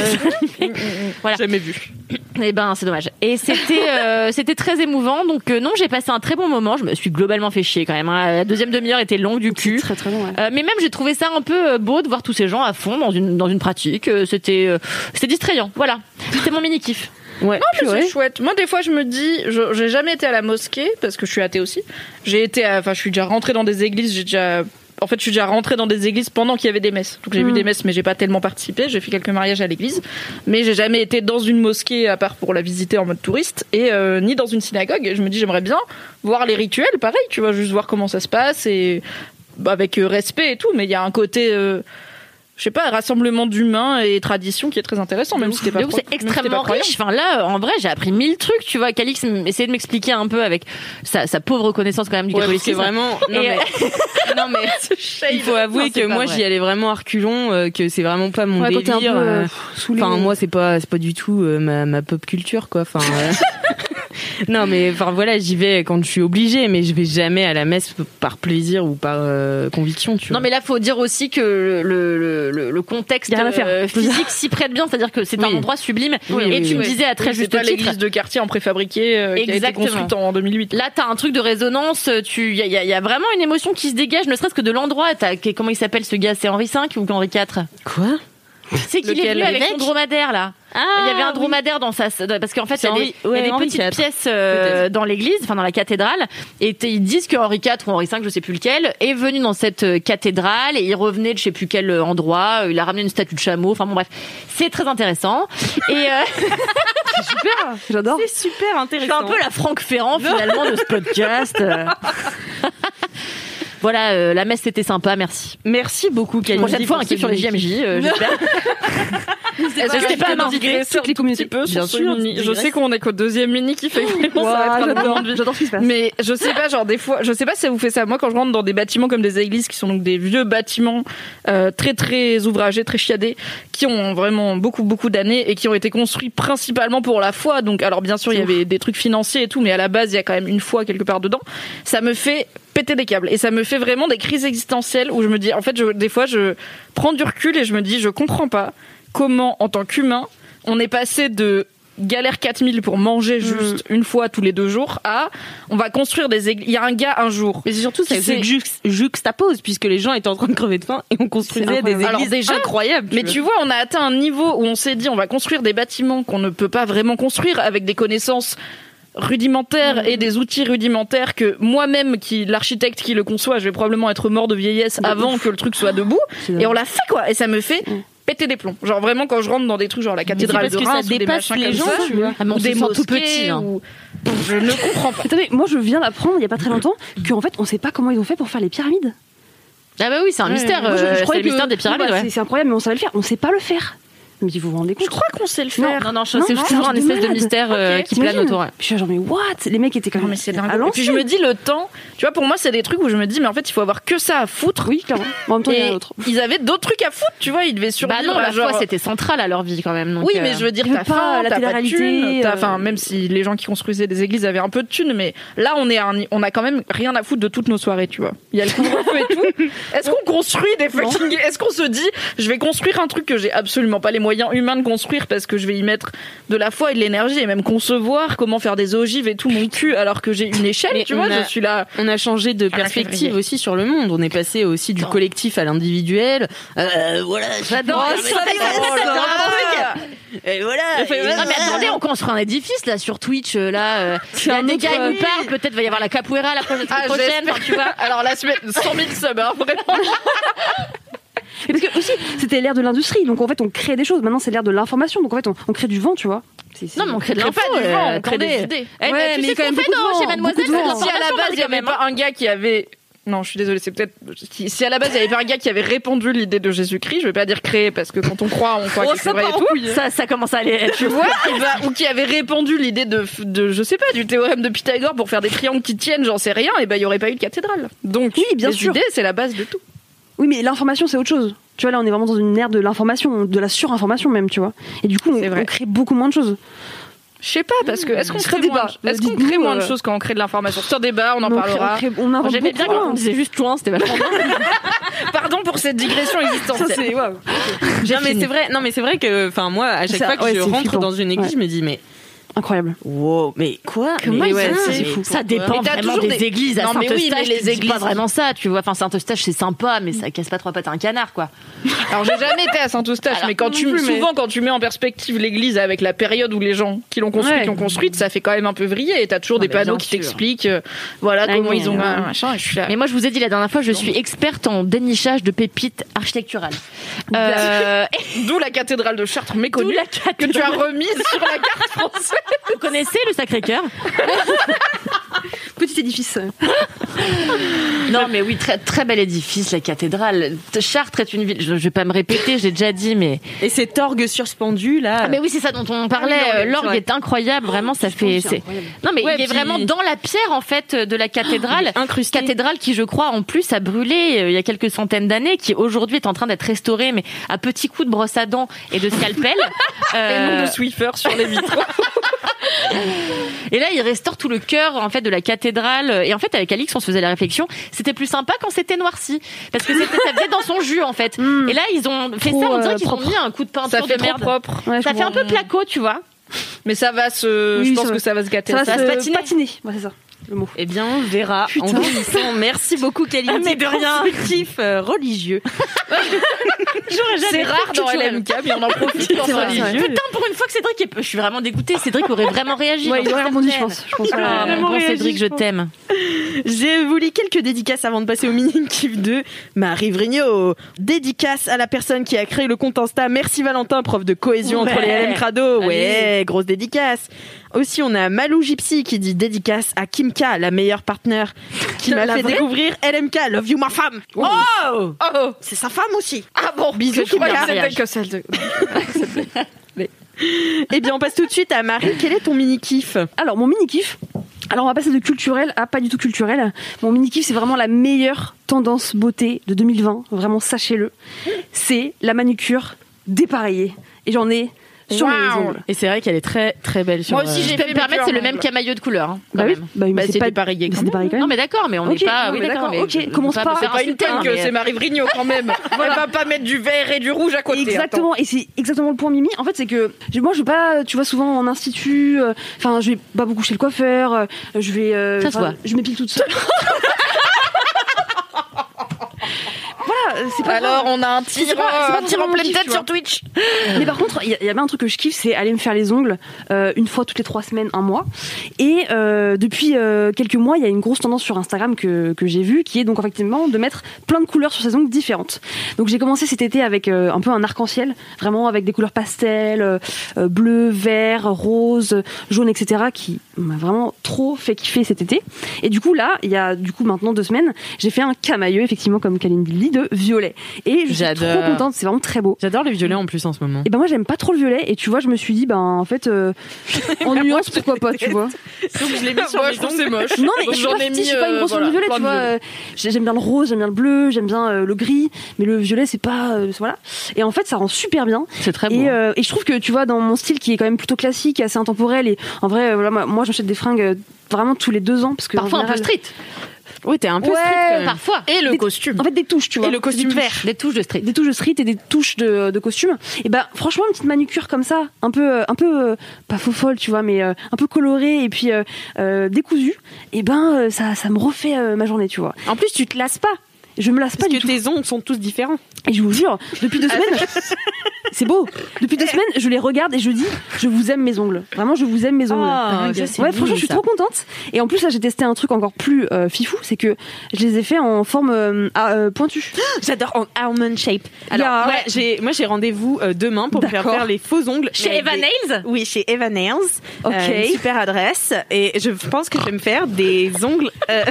euh, Jamais vu.
Eh ben, c'est dommage. Et c'était, euh, c'était très émouvant. Donc euh, non, j'ai passé un très bon moment. Je me suis globalement fait chier quand même. hein. La deuxième demi-heure était longue du cul.
Très très bon, ouais.
Euh, mais même j'ai trouvé ça un peu euh, beau de voir tous ces gens à fond dans une dans une pratique. Euh, c'était euh, c'était distrayant. Voilà. C'était mon mini kiff.
Ouais.
Ah, mais c'est chouette. Moi, des fois, je me dis, je- j'ai jamais été à la mosquée parce que je suis athée aussi. J'ai été, à- enfin, je suis déjà rentrée dans des églises, j'ai déjà en fait, je suis déjà rentrée dans des églises pendant qu'il y avait des messes. Donc j'ai
Hmm.
vu des messes, mais j'ai pas tellement participé. J'ai fait quelques mariages à l'église, mais j'ai jamais été dans une mosquée à part pour la visiter en mode touriste, et euh, ni dans une synagogue. Et je me dis, j'aimerais bien voir les rituels, pareil. Tu vois, juste voir comment ça se passe et bah, avec euh, respect et tout. Mais il y a un côté. euh, je sais pas, rassemblement d'humains et tradition qui est très intéressant, même si t'es pas
De ouf,
pro-
c'est
même si t'es pas
extrêmement
croyant.
riche. Enfin là, euh, en vrai, j'ai appris mille trucs, tu vois. Calix m- essayait de m'expliquer un peu avec sa, sa pauvre connaissance quand même du
Ouais, parce que
catholicisme.
vraiment. Non,
Et,
mais, non, mais il faut avouer
Non, c'est
que
pas
moi
vrai.
j'y allais vraiment à reculons, euh, que c'est vraiment pas mon
Ouais, quand t'es un peu
délire.
euh,
euh,
saoulé.
Enfin, moi, c'est pas, c'est pas du tout euh, ma, ma pop culture, quoi. Enfin, euh, non, mais enfin voilà, j'y vais quand je suis obligée, mais je vais jamais à la messe par plaisir ou par euh, conviction, tu
Non
vois.
mais là faut dire aussi que le, le, le, le contexte
Y a rien à faire.
euh, physique s'y prête bien, c'est-à-dire que c'est
Oui.
un endroit sublime
Oui,
et
oui,
tu me
oui.
disais à très
Oui, c'est
juste
pas
titre
l'église de quartier en préfabriqué euh, qui a été
Exactement.
construite en 2008.
Là, t'as un truc de résonance. euh, Tu, y a, y a- y a vraiment une émotion qui se dégage, ne serait-ce que de l'endroit. T'as- qu'est- comment il s'appelle ce gars C'est Henri V ou Henri IV
Quoi
C'est qu'il est
Lequel
venu avec son
L'évêque
dromadaire là. il y avait un dromadaire dans sa, parce qu'en fait, il y
C'est
a des,
Henri-
il y a
ouais,
des
Henri
petites
IV,
pièces euh, dans l'église, enfin dans la cathédrale, et t- ils disent que Henri IV ou Henri V, je sais plus lequel, est venu dans cette euh, cathédrale et il revenait de je sais plus quel euh, endroit. euh, Il a ramené une statue de chameau. Enfin bon, bref, c'est très intéressant. Et euh,
J'adore.
C'est super
Je suis
intéressant.
un peu la Franck Ferrand finalement de ce podcast. Euh. voilà, euh, la messe c'était sympa, merci.
Merci beaucoup, Camille.
Prochaine fois un
pour
kiff
ce
sur les
débrief.
JMJ, euh, j'espère.
Est-ce
que
que
je
je
peux
pas
m'invigrer
m'invigrer sur les communautés peu sur
sûr,
celui-là
tu
Je
digresses.
sais qu'on est qu'au deuxième mini qui fait vraiment ça va être un moment de vie.
J'adore ce qui se passe.
Mais je sais pas, genre des fois, je sais pas si ça vous fait ça. Moi, quand je rentre dans des bâtiments comme des églises qui sont donc des vieux bâtiments euh, très très ouvragés, très chiadés, qui ont vraiment beaucoup beaucoup d'années et qui ont été construits principalement pour la foi. Donc, alors bien sûr, il y avait des trucs financiers et tout, mais à la base, il y a quand même une foi quelque part dedans. Ça me fait péter des câbles et ça me fait vraiment des crises existentielles où je me dis, en fait, je, des fois, je prends du recul et je me dis, je comprends pas comment, en tant qu'humain, on est passé de galère 4000 pour
Mm.
manger juste une fois tous les deux jours à on va construire des églises. Il y a un gars un jour.
Mais c'est surtout, ça
Qui
se
c'est-
juxt- juxtapose, puisque les gens étaient en train de crever de faim et on construisait des églises
Alors, déjà-
incroyables.
Mais tu vois, on a atteint un niveau où on s'est dit on va construire des bâtiments qu'on ne peut pas vraiment construire avec des connaissances rudimentaires et des outils rudimentaires que moi-même, qui l'architecte qui le conçoit, je vais probablement être mort de vieillesse
Bah,
avant que le truc soit debout. Et on l'a fait quoi. Et ça me fait péter des plombs. Genre vraiment quand je rentre dans des trucs genre la cathédrale
Mm. parce
de
que ça
Reims ou des
dépasse
machins
les
comme
gens,
ça,
tu vois. Ah, mais on
ou
se
des
sent tout
mosquées
petit, hein.
ou- Je ne comprends pas.
Attendez, moi je viens d'apprendre il y a pas très longtemps qu'en fait on sait pas comment ils ont fait pour faire les pyramides.
Ah bah oui, c'est un mystère.
Moi, je- je
euh, c'est
croyais
le mystère
que-
des pyramides,
bah,
ouais.
c'est- C'est incroyable, mais on savait le faire. On sait pas le faire. Mais vous vous rendez compte
Je crois qu'on sait le
Non,
faire.
Non, non, je-
Non,
c'est
non,
toujours
c'est
un espèce de
malade.
mystère euh,
Ok.
qui plane
T'imagines
autour. ouais.
Je suis genre, mais what Les mecs étaient quand
Non,
même.
mais c'est
à
Ah,
dingue. Et puis je
l'ancienne.
me dis le temps, tu vois, pour moi, c'est des trucs où je me dis, mais en fait, il faut avoir que ça à foutre.
Oui, clairement. En même temps, il y en a
Et
d'autres.
ils avaient d'autres trucs à foutre, tu vois, ils devaient survivre.
Bah non,
à
la
genre-
foi c'était central à leur vie quand même. donc,
Oui,
euh,
mais je veux dire,
Il y
t'as
avait pas
faim,
la
t'as pas de
télé-réalité,
thunes, t'as-
euh.
enfin, même si les gens qui construisaient des églises avaient un peu de thunes, mais là, on est, à un ni- on a quand même rien à foutre de toutes nos soirées, tu vois. Il y a le couvre-feu et tout. Est-ce qu'on construit des fucking, est-ce qu'on se dit, je vais construire un truc que j'ai absolument pas les moyens humains de construire parce que je vais y mettre de la foi et de l'énergie et même concevoir comment faire des ogives et tout mon cul alors que j'ai une échelle,
Mais
tu vois,
on a-
je suis là.
On a changé de
février.
perspective aussi sur le monde. On est passé aussi du collectif à l'individuel. Euh, voilà, j'adore.
Oh, ça, ça, ça,
Et voilà. et
Non, mais
voilà.
attendez, on construit un édifice là sur Twitch euh, là. euh, Il y a
un
des
autre-
gars qui nous
oui.
parlent, peut-être va y avoir la capoeira la prochaine.
Ah,
prochaine,
j'espère.
enfin, tu vois.
Alors la semaine, 100 000 subs, hein, vraiment.
Et parce que aussi, c'était l'ère de l'industrie, donc en fait on crée des choses. Maintenant c'est l'ère de l'information, donc en fait on, on crée du vent, tu vois. C'est- c'est-
Non, mais on crée de
Crée
l'info,
pas du
euh, bah,
vent, on
crée
crée
des
des
idées.
Ouais, mais il y a quand même
fait
beaucoup de
dans
vent,
chez Mademoiselle
beaucoup de vent.
c'est
si
de
à la
l'information,
base il n'y
quand
avait
même, hein.
pas un gars qui avait non, je suis désolée, c'est peut-être si si à la base il n'y avait pas un gars qui avait répandu l'idée de Jésus-Christ, je vais pas dire créer parce que quand on croit, on croit
Oh,
que c'est vrai et tout.
Ça, ça commence à aller être
Tu vois, et bah, ou qui avait répandu l'idée de, de, je sais pas, du théorème de Pythagore pour faire des triangles qui tiennent, j'en sais rien, et ben il y aurait pas eu de cathédrale. Donc,
Oui, bien
les
sûr.
idées, c'est la base de tout.
Oui, mais l'information c'est autre chose. Tu vois, là on est vraiment dans une ère de l'information, de la surinformation même, tu vois. Et du coup on,
C'est vrai.
on crée beaucoup moins de choses.
Je sais pas, parce que est-ce qu'on
Serait
crée, moins,
débat.
est-ce qu'on
Dites-nous,
crée moins de
euh,
choses quand on crée de l'information C'est un débat, on en
Mais on crée-
parlera.
On, crée, on invente
J'aimais
beaucoup
bien quand
moins.
on disait juste chouin, c'était vachement bien.
Pardon pour cette digression
Ça,
existentielle.
c'est- waouh.
Non mais c'est vrai. Non mais c'est vrai que, enfin moi, à chaque
Ça,
fois que
ouais,
je
c'est
rentre
flippant.
dans une église,
Ouais.
je me dis mais
Incroyable.
Wow, mais quoi
Comment
mais
ils
ouais,
ont
c'est
ça
fou.
Ça dépend
Mais t'as
vraiment des,
toujours des-
églises. À
Non, mais
Saint-Eustache,
oui, mais les
tu te dis
églises-
pas vraiment ça, tu vois. Enfin, Saint-Eustache, c'est sympa, mais ça casse pas trois pattes à un canard, quoi.
Alors j'ai jamais été à Saint-Eustache,
Alors,
mais quand
non
tu
plus, mais-
souvent quand tu mets en perspective l'église avec la période où les gens qui l'ont construite
Ouais.
l'ont construite, ça fait quand même un peu vriller. Et t'as toujours
Non,
des
mais bien
panneaux qui
sûr.
t'expliquent, euh, voilà
Ah,
comment
mais
ils ont
alors.
machin. Et je suis là.
Mais moi, je vous ai dit la dernière fois, je suis experte en dénichage de pépites architecturales. Euh,
D'où la cathédrale de Chartres méconnue
la
que tu as remise sur la carte française.
vous connaissez le Sacré-Cœur
Petit édifice.
Non, mais oui, très, très bel édifice, la cathédrale. Chartres est une ville. Je, je vais pas me répéter, j'ai déjà dit, mais.
Et cet orgue suspendu là.
Ah, mais oui, c'est ça dont on parlait.
l'orgue,
euh,
c'est
L'orgue
vrai.
est incroyable, vraiment, ça fait. c'est- Non, mais
Ouais,
il est
puis-
vraiment dans la pierre, en fait, de la cathédrale.
incrusté.
Cathédrale qui, je crois, en plus, a brûlé euh, il y a quelques centaines d'années, qui aujourd'hui est en train d'être restaurée, mais à petits coups de brosse à dents et de scalpel.
Et le nom
Euh,
de Swiffer sur les vitraux.
et là, il restaure tout le cœur, en fait, de la cathédrale. Et en fait, avec Alix, on se faisait la réflexion, c'était plus sympa quand c'était noirci. Parce que c'était, ça faisait dans son jus, en fait. Et là, ils ont fait ça,
Trop,
on dirait
euh,
qu'ils ont mis un coup de peinture
ça fait
de
trop
merde.
propre.
Ouais, je
Ça fait un
comprends.
peu placo, tu vois.
Mais ça va se, je
Oui,
pense
ça va.
que ça va se gâter.
Ça va,
Ça va
se
se patiner.
patiner. Ouais, c'est ça, le mot.
Eh bien, on verra en grandissant. Merci beaucoup, Kalindi,
Ah, Mais de
pour
rien.
ce kiff, euh, religieux.
C'est rare dans LMK, mais on en profite dans
C'est vrai,
religion.
c'est vrai.
Putain, pour une fois que Cédric est... Je suis vraiment dégoûtée. Cédric aurait vraiment réagi. Hein.
Ouais,
j'en
il aurait
suis
rebondi, je
certaine.
pense. Je pense
Ah,
voilà.
mon
vraiment
bon
réagi,
Cédric,
je
je
pense.
t'aime.
Je vous lis quelques dédicaces avant de passer au mini-kiff de Marie Vrigno. Dédicace à la personne qui a créé le compte Insta. Merci Valentin, prof de cohésion entre les
Ouais.
LM Crado. Ouais, grosse dédicace. Aussi, on a Malou Gypsy qui dit dédicace à Kimka, la meilleure partenaire qui m'a
La
fait
vraie
découvrir LMK. Love you, ma femme. Oh!
Oh,
C'est sa femme aussi.
ah bon,
Bisous,
je croyais
Kimia.
que c'était que celle de.
Eh bien, on passe tout de suite à Marie. Quel est ton mini-kiff?
Alors, mon mini-kiff. Alors, on va passer de culturel à pas du tout culturel. Mon mini-kiff, c'est vraiment la meilleure tendance beauté de 2020. Vraiment, sachez-le. C'est la manucure dépareillée. Et j'en ai sur mes
Waouh.
ongles.
Et c'est vrai qu'elle est très très belle euh,
Moi aussi,
Si
j'ai
je peux
fait
me
mes
permettre, c'est le
cœurs
même
en
camaillot de couleur. hein,
Bah
quand
oui,
même.
bah oui,
Bah,
mais
c'est
c'est pas
dépareillé.
mais
quand
c'est dépareillé quand
Non
même.
mais d'accord, mais on n'est
Hein Ok,
pas.
non,
Oui
mais
d'accord.
d'accord,
mais
ok,
je- je
commence
veux
pas à
me
C'est
faire
pas une
insulter,
telle
hein,
que
mais-
c'est Marie Vrigno quand même. Elle va pas mettre du vert et du rouge à côté.
Exactement, et c'est exactement le point Mimi. En fait, c'est que je- moi, je vais pas, tu vois, souvent en institut, euh, enfin, je vais pas beaucoup chez le coiffeur, euh, je vais. euh,
Ça se
enfin,
voit.
Je m'épile toute seule. voilà, c'est pas grave.
Alors on a un tir,
C'est pas- c'est pas
un tir en euh,
vraiment
pleine
kiff,
tête
tu
sur
vois.
Twitch.
Mais par contre, il y, a- il y a bien un truc que je kiffe, c'est aller me faire les ongles euh, une fois toutes les trois semaines, un mois. Et euh, depuis euh, quelques mois, il y a une grosse tendance sur Instagram que, que j'ai vue, qui est donc effectivement de mettre plein de couleurs sur ses ongles différentes. Donc j'ai commencé cet été avec euh, un peu un arc-en-ciel, vraiment avec des couleurs pastel, euh, euh, bleu, vert, rose, jaune, etc., qui m'a vraiment trop fait kiffer cet été. Et du coup là, il y a du coup maintenant deux semaines, j'ai fait un camailleux effectivement comme Kalindi le dit, de violet. Et je suis
J'adore.
trop contente, c'est vraiment très beau.
J'adore les violets en plus en ce moment.
Et ben moi j'aime pas trop le violet et tu vois je me suis dit ben en fait euh, en nuance pourquoi pas tu vois.
Donc je l'ai mis sur
Moi
mes
je trouve
ongles.
c'est moche.
Non mais
Donc,
je suis, pas,
j'en ai
petite,
mis,
je suis pas une
euh,
grosse fan
voilà,
de violet
plein
tu
de
vois.
violets.
euh, j'ai- J'aime bien le rose, j'aime bien le bleu, j'aime bien euh, le gris, mais le violet c'est pas euh, voilà. Et en fait ça rend super bien
C'est très
et,
beau.
euh, et je trouve que tu vois dans mon style qui est quand même plutôt classique, et assez intemporel et en vrai euh, voilà moi, moi, j'achète des fringues euh, vraiment tous les deux ans parce que en
Parfois un peu
général-
street.
Oui, t'es un peu
Ouais. Oh.
street quand même.
Parfois. Et
le
costume.
En fait des touches tu vois.
Et le costume
Des touches.
vert.
Des touches de street.
des touches de street et des touches de, de costume et ben franchement une petite manucure comme ça un peu euh, un peu euh, pas faux folle tu vois mais euh, un peu colorée et puis euh, euh, décousue et ben euh, ça ça me refait euh, ma journée tu vois
En plus, tu te lasses pas.
je me lasse pas
Parce
du
que
tout
tes ongles sont tous différents.
et je vous jure depuis deux semaines c'est beau depuis deux semaines je les regarde et je dis je vous aime mes ongles vraiment je vous aime mes ongles
Ah, ça, c'est
ouais,
mignon,
franchement, je suis
ça.
trop contente. Et en plus, là, j'ai testé un truc encore plus euh, fifou, c'est que je les ai fait en forme euh, ah, euh, pointue.
J'adore en almond shape. Alors,
Yeah.
ouais, j'ai, moi, j'ai rendez-vous euh, demain pour me faire
D'accord.
faire les faux ongles. Mais
Chez
avec
Eva
des-
Nails.
Oui, chez Eva Nails.
Ok.
Euh, une super adresse. Et je pense que je vais me faire des ongles. euh,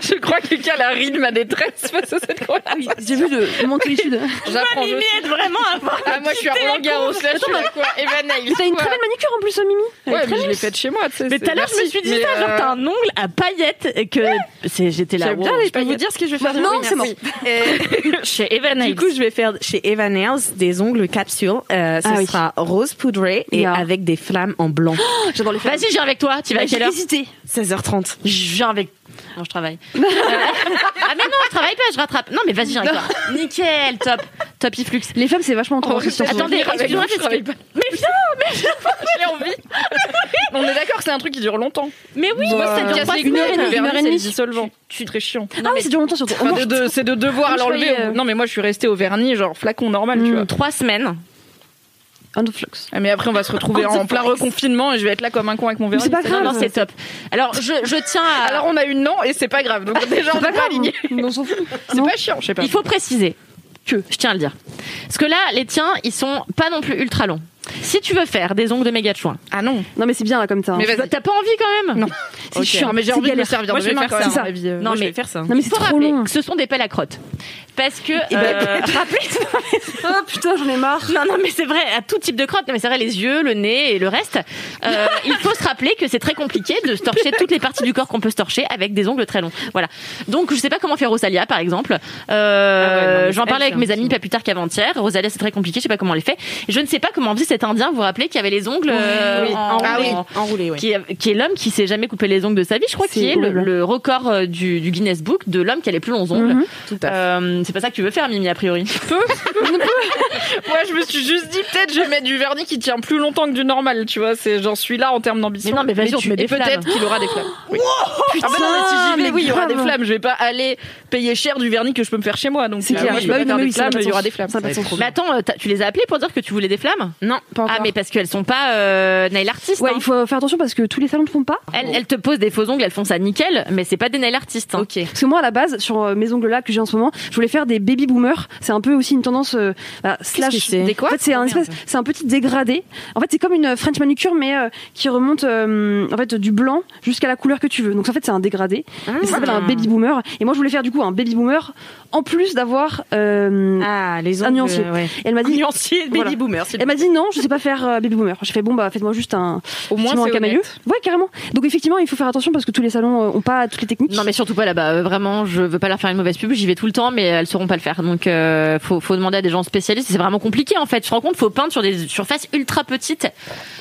Je crois que quelqu'un a ri de ma détresse face à cette conversation.
J'ai vu de mon solitude.
J'apprends je-
miette, vraiment avoir.
Ah moi je suis à Roland Garros là, je suis là quoi. Evan Nails.
T'as une
quoi.
très belle manicure en plus, Mimi. Elle est
Ouais
très
mais je
belle.
l'ai faite chez moi. tu sais,
Mais
c'est-
tout à l'heure, je me
merci,
suis dit
mais,
ça, genre
euh,
t'as un ongle à paillettes et que c'est j'étais là.
J'aime bien
wow.
les
Je peux vous dire ce que je vais
Ah,
faire
Non, c'est mort.
Chez Eva Nails.
Du coup, je vais faire chez Eva Nails des ongles capsules. Euh, ce
Ah oui.
sera rose poudré et
Yeah.
avec des flammes en blanc.
Ah,
J'adore les femmes.
Vas-y, je viens avec toi. Tu vas à quelle heure
16h30.
Je viens avec. Non, je travaille. Euh, ah mais non, je travaille pas, je rattrape. Non mais vas-y, viens avec toi. Nickel, top. Tapiflux.
Les femmes, c'est
Oh,
vachement trop.
Attendez, excusez-moi,
je
parce que-
travaille pas. Mais viens, mais viens, j'ai envie. On est d'accord, c'est un truc qui dure longtemps.
Mais oui,
Moi, ça me casse les couilles, le vernis, c'est
demie.
dissolvant. Je suis très chiant.
Ah, c'est dur longtemps surtout.
Enfin, de- de- c'est de devoir
Moi, je
l'enlever.
voyais,
au-
euh,
Non, mais moi, je suis restée au vernis, genre flacon normal, tu vois.
Trois semaines.
Un de flux.
Ah, Mais après, on va se retrouver
On
en
se
plein
flex.
reconfinement et je vais être là comme un con avec mon vernis.
c'est pas
Non,
grave.
non, c'est top. Alors, je, je tiens à.
Alors, on a une non et c'est pas grave. Donc, déjà, on n'est pas aligné.
On s'en fout.
C'est pas chiant, je sais pas.
Il faut préciser que, je tiens à le dire. Parce que là, les tiens, ils sont pas non plus ultra longs. Si tu veux faire des ongles de méga de chouin,
Ah non.
Non, mais c'est bien là comme ça. hein.
Mais vas-y.
bah, t'as pas envie quand même
Non.
C'est
Ok.
chiant,
mais j'ai
c'est
envie de me
galère.
servir
Moi,
de
je vais
mes
faire
fesses,
ça.
à mon avis.
Non, mais-
faire ça.
Non, mais c'est
Faut
trop ben,
rappeler
long.
que ce sont des pelles à crotte. Parce que. euh,
Ah putain, j'en ai marre.
Non, non, mais c'est vrai, à tout type de crotte. Non, mais c'est vrai, les yeux, le nez et le reste. Euh, il faut se rappeler que c'est très compliqué de se torcher toutes les parties du corps qu'on peut se torcher avec des ongles très longs. Voilà. Donc, je sais pas comment faire Rosalia, par exemple.
Ah ouais,
Euh,
non, mais
J'en
elle,
parlais avec
c'est
mes
un
amis pas plus tard qu'avant-hier. Rosalia, c'est très compliqué, je sais pas comment on les fait. Et je ne sais pas comment faisait cet Indien, vous vous rappelez, qui avait les ongles euh, en-
Ah oui.
en-
Enroulé, oui.
qui est, qui est l'homme qui s'est jamais coupé les ongles de sa vie. Je crois
C'est
qu'il est le,
horrible.
le record euh, du, du Guinness Book de l'homme qui a les plus longs
Mm.
ongles.
Mhm.
Ah,
Euh, c'est pas ça que tu veux faire, Mimi, a priori.
Moi, je me suis juste dit, peut-être, je vais mettre du vernis qui tient plus longtemps que du normal, tu vois. c'est- J'en suis là en termes d'ambition.
Mais non, mais vas-y, on te
tu-
met des
Et peut-être
flammes.
qu'il aura des flammes. Oui. ah, bah non, mais si j'y vais,
mais
oui, il y aura des
grave.
flammes. Je vais pas aller payer cher du vernis que je peux me faire chez moi. Donc,
C'est
euh,
clair.
moi, je
Bah
vais
oui,
faire
mais
des
oui, ça a
flammes,
pas de
il y aura
sens.
des flammes.
Ça a pas de sens.
Mais attends, euh, t'as- tu les as appelés pour dire que tu voulais des flammes
Non, pas encore.
Ah, mais parce qu'elles sont pas euh, nail artistes.
Ouais,
hein.
il faut faire attention parce que tous les salons ne font pas.
elles, elles te posent des faux ongles, elles font ça nickel, mais c'est pas des nail artistes. hein.
Parce que moi, à la base, sur euh, mes ongles là que j'ai en ce moment, je voulais faire des baby boomers. C'est un peu aussi une tendance euh, bah, slash.
que c'est
Des quoi En fait, c'est
Oh,
un espèce, c'est un petit dégradé. En fait, c'est comme une French manicure, mais euh, qui remonte euh, en fait du blanc jusqu'à la couleur que tu veux. Donc en fait, c'est un dégradé.
Ah.
Et ça s'appelle un baby boomer. Et moi, je voulais faire du coup un baby boomer en plus d'avoir. euh,
Ah, les
Un
ongles.
nuancier.
ouais.
Elle m'a dit.
Nuancier, Ah, baby
Voilà.
boomer. c'est-
Elle m'a dit non, je sais pas faire euh, baby boomer. J'ai fait bon bah faites-moi juste un
Au moins,
effectivement, un
c'est
camailleux.
honnête.
Ouais carrément. Donc effectivement il faut faire attention parce que tous les salons euh, ont pas toutes les techniques.
Non mais surtout pas là-bas. Euh, Vraiment, je veux pas leur faire une mauvaise pub. J'y vais tout le temps, mais elles sauront pas le faire. Donc euh, faut, faut demander à des gens spécialistes. C'est vraiment compliqué en fait. Je te rends compte, faut peindre sur des surfaces ultra petites.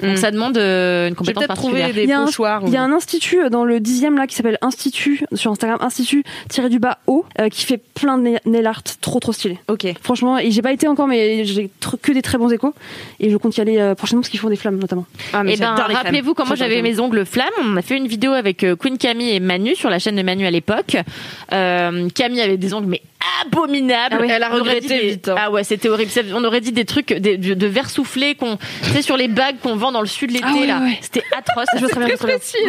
Donc
Mm.
ça demande euh, une
J'ai
compétence
peut-être trouvé
particulière.
des
Il y a un-
pochoirs.
Il y a un institut euh, dans le dixième là qui s'appelle Institut sur Instagram Institut tiré du bas haut euh, qui fait plein de na- nail art trop trop stylé.
Ok.
Franchement et j'ai pas été encore mais j'ai tr- que des très bons échos et je compte y aller euh, prochainement parce qu'ils font des flammes notamment.
Ah, mais
Eh ben,
j'adore les
rappelez-vous quand moi
J'adore
j'avais
les
mes ongles flammes, on a fait une vidéo avec euh, Queen Camille et Manu sur la chaîne de Manu à l'époque. Euh, Camille avait des ongles mais abominables.
Ah oui, elle a
On aurait
regretté
dit des-
vite, hein.
Ah ouais, c'était horrible. C'est- On aurait dit des trucs des- de, de verre soufflé qu'on, tu sais, sur les bagues qu'on vend dans le sud l'été
Ah ouais,
là.
ouais.
C'était atroce.
Ouais,
Ah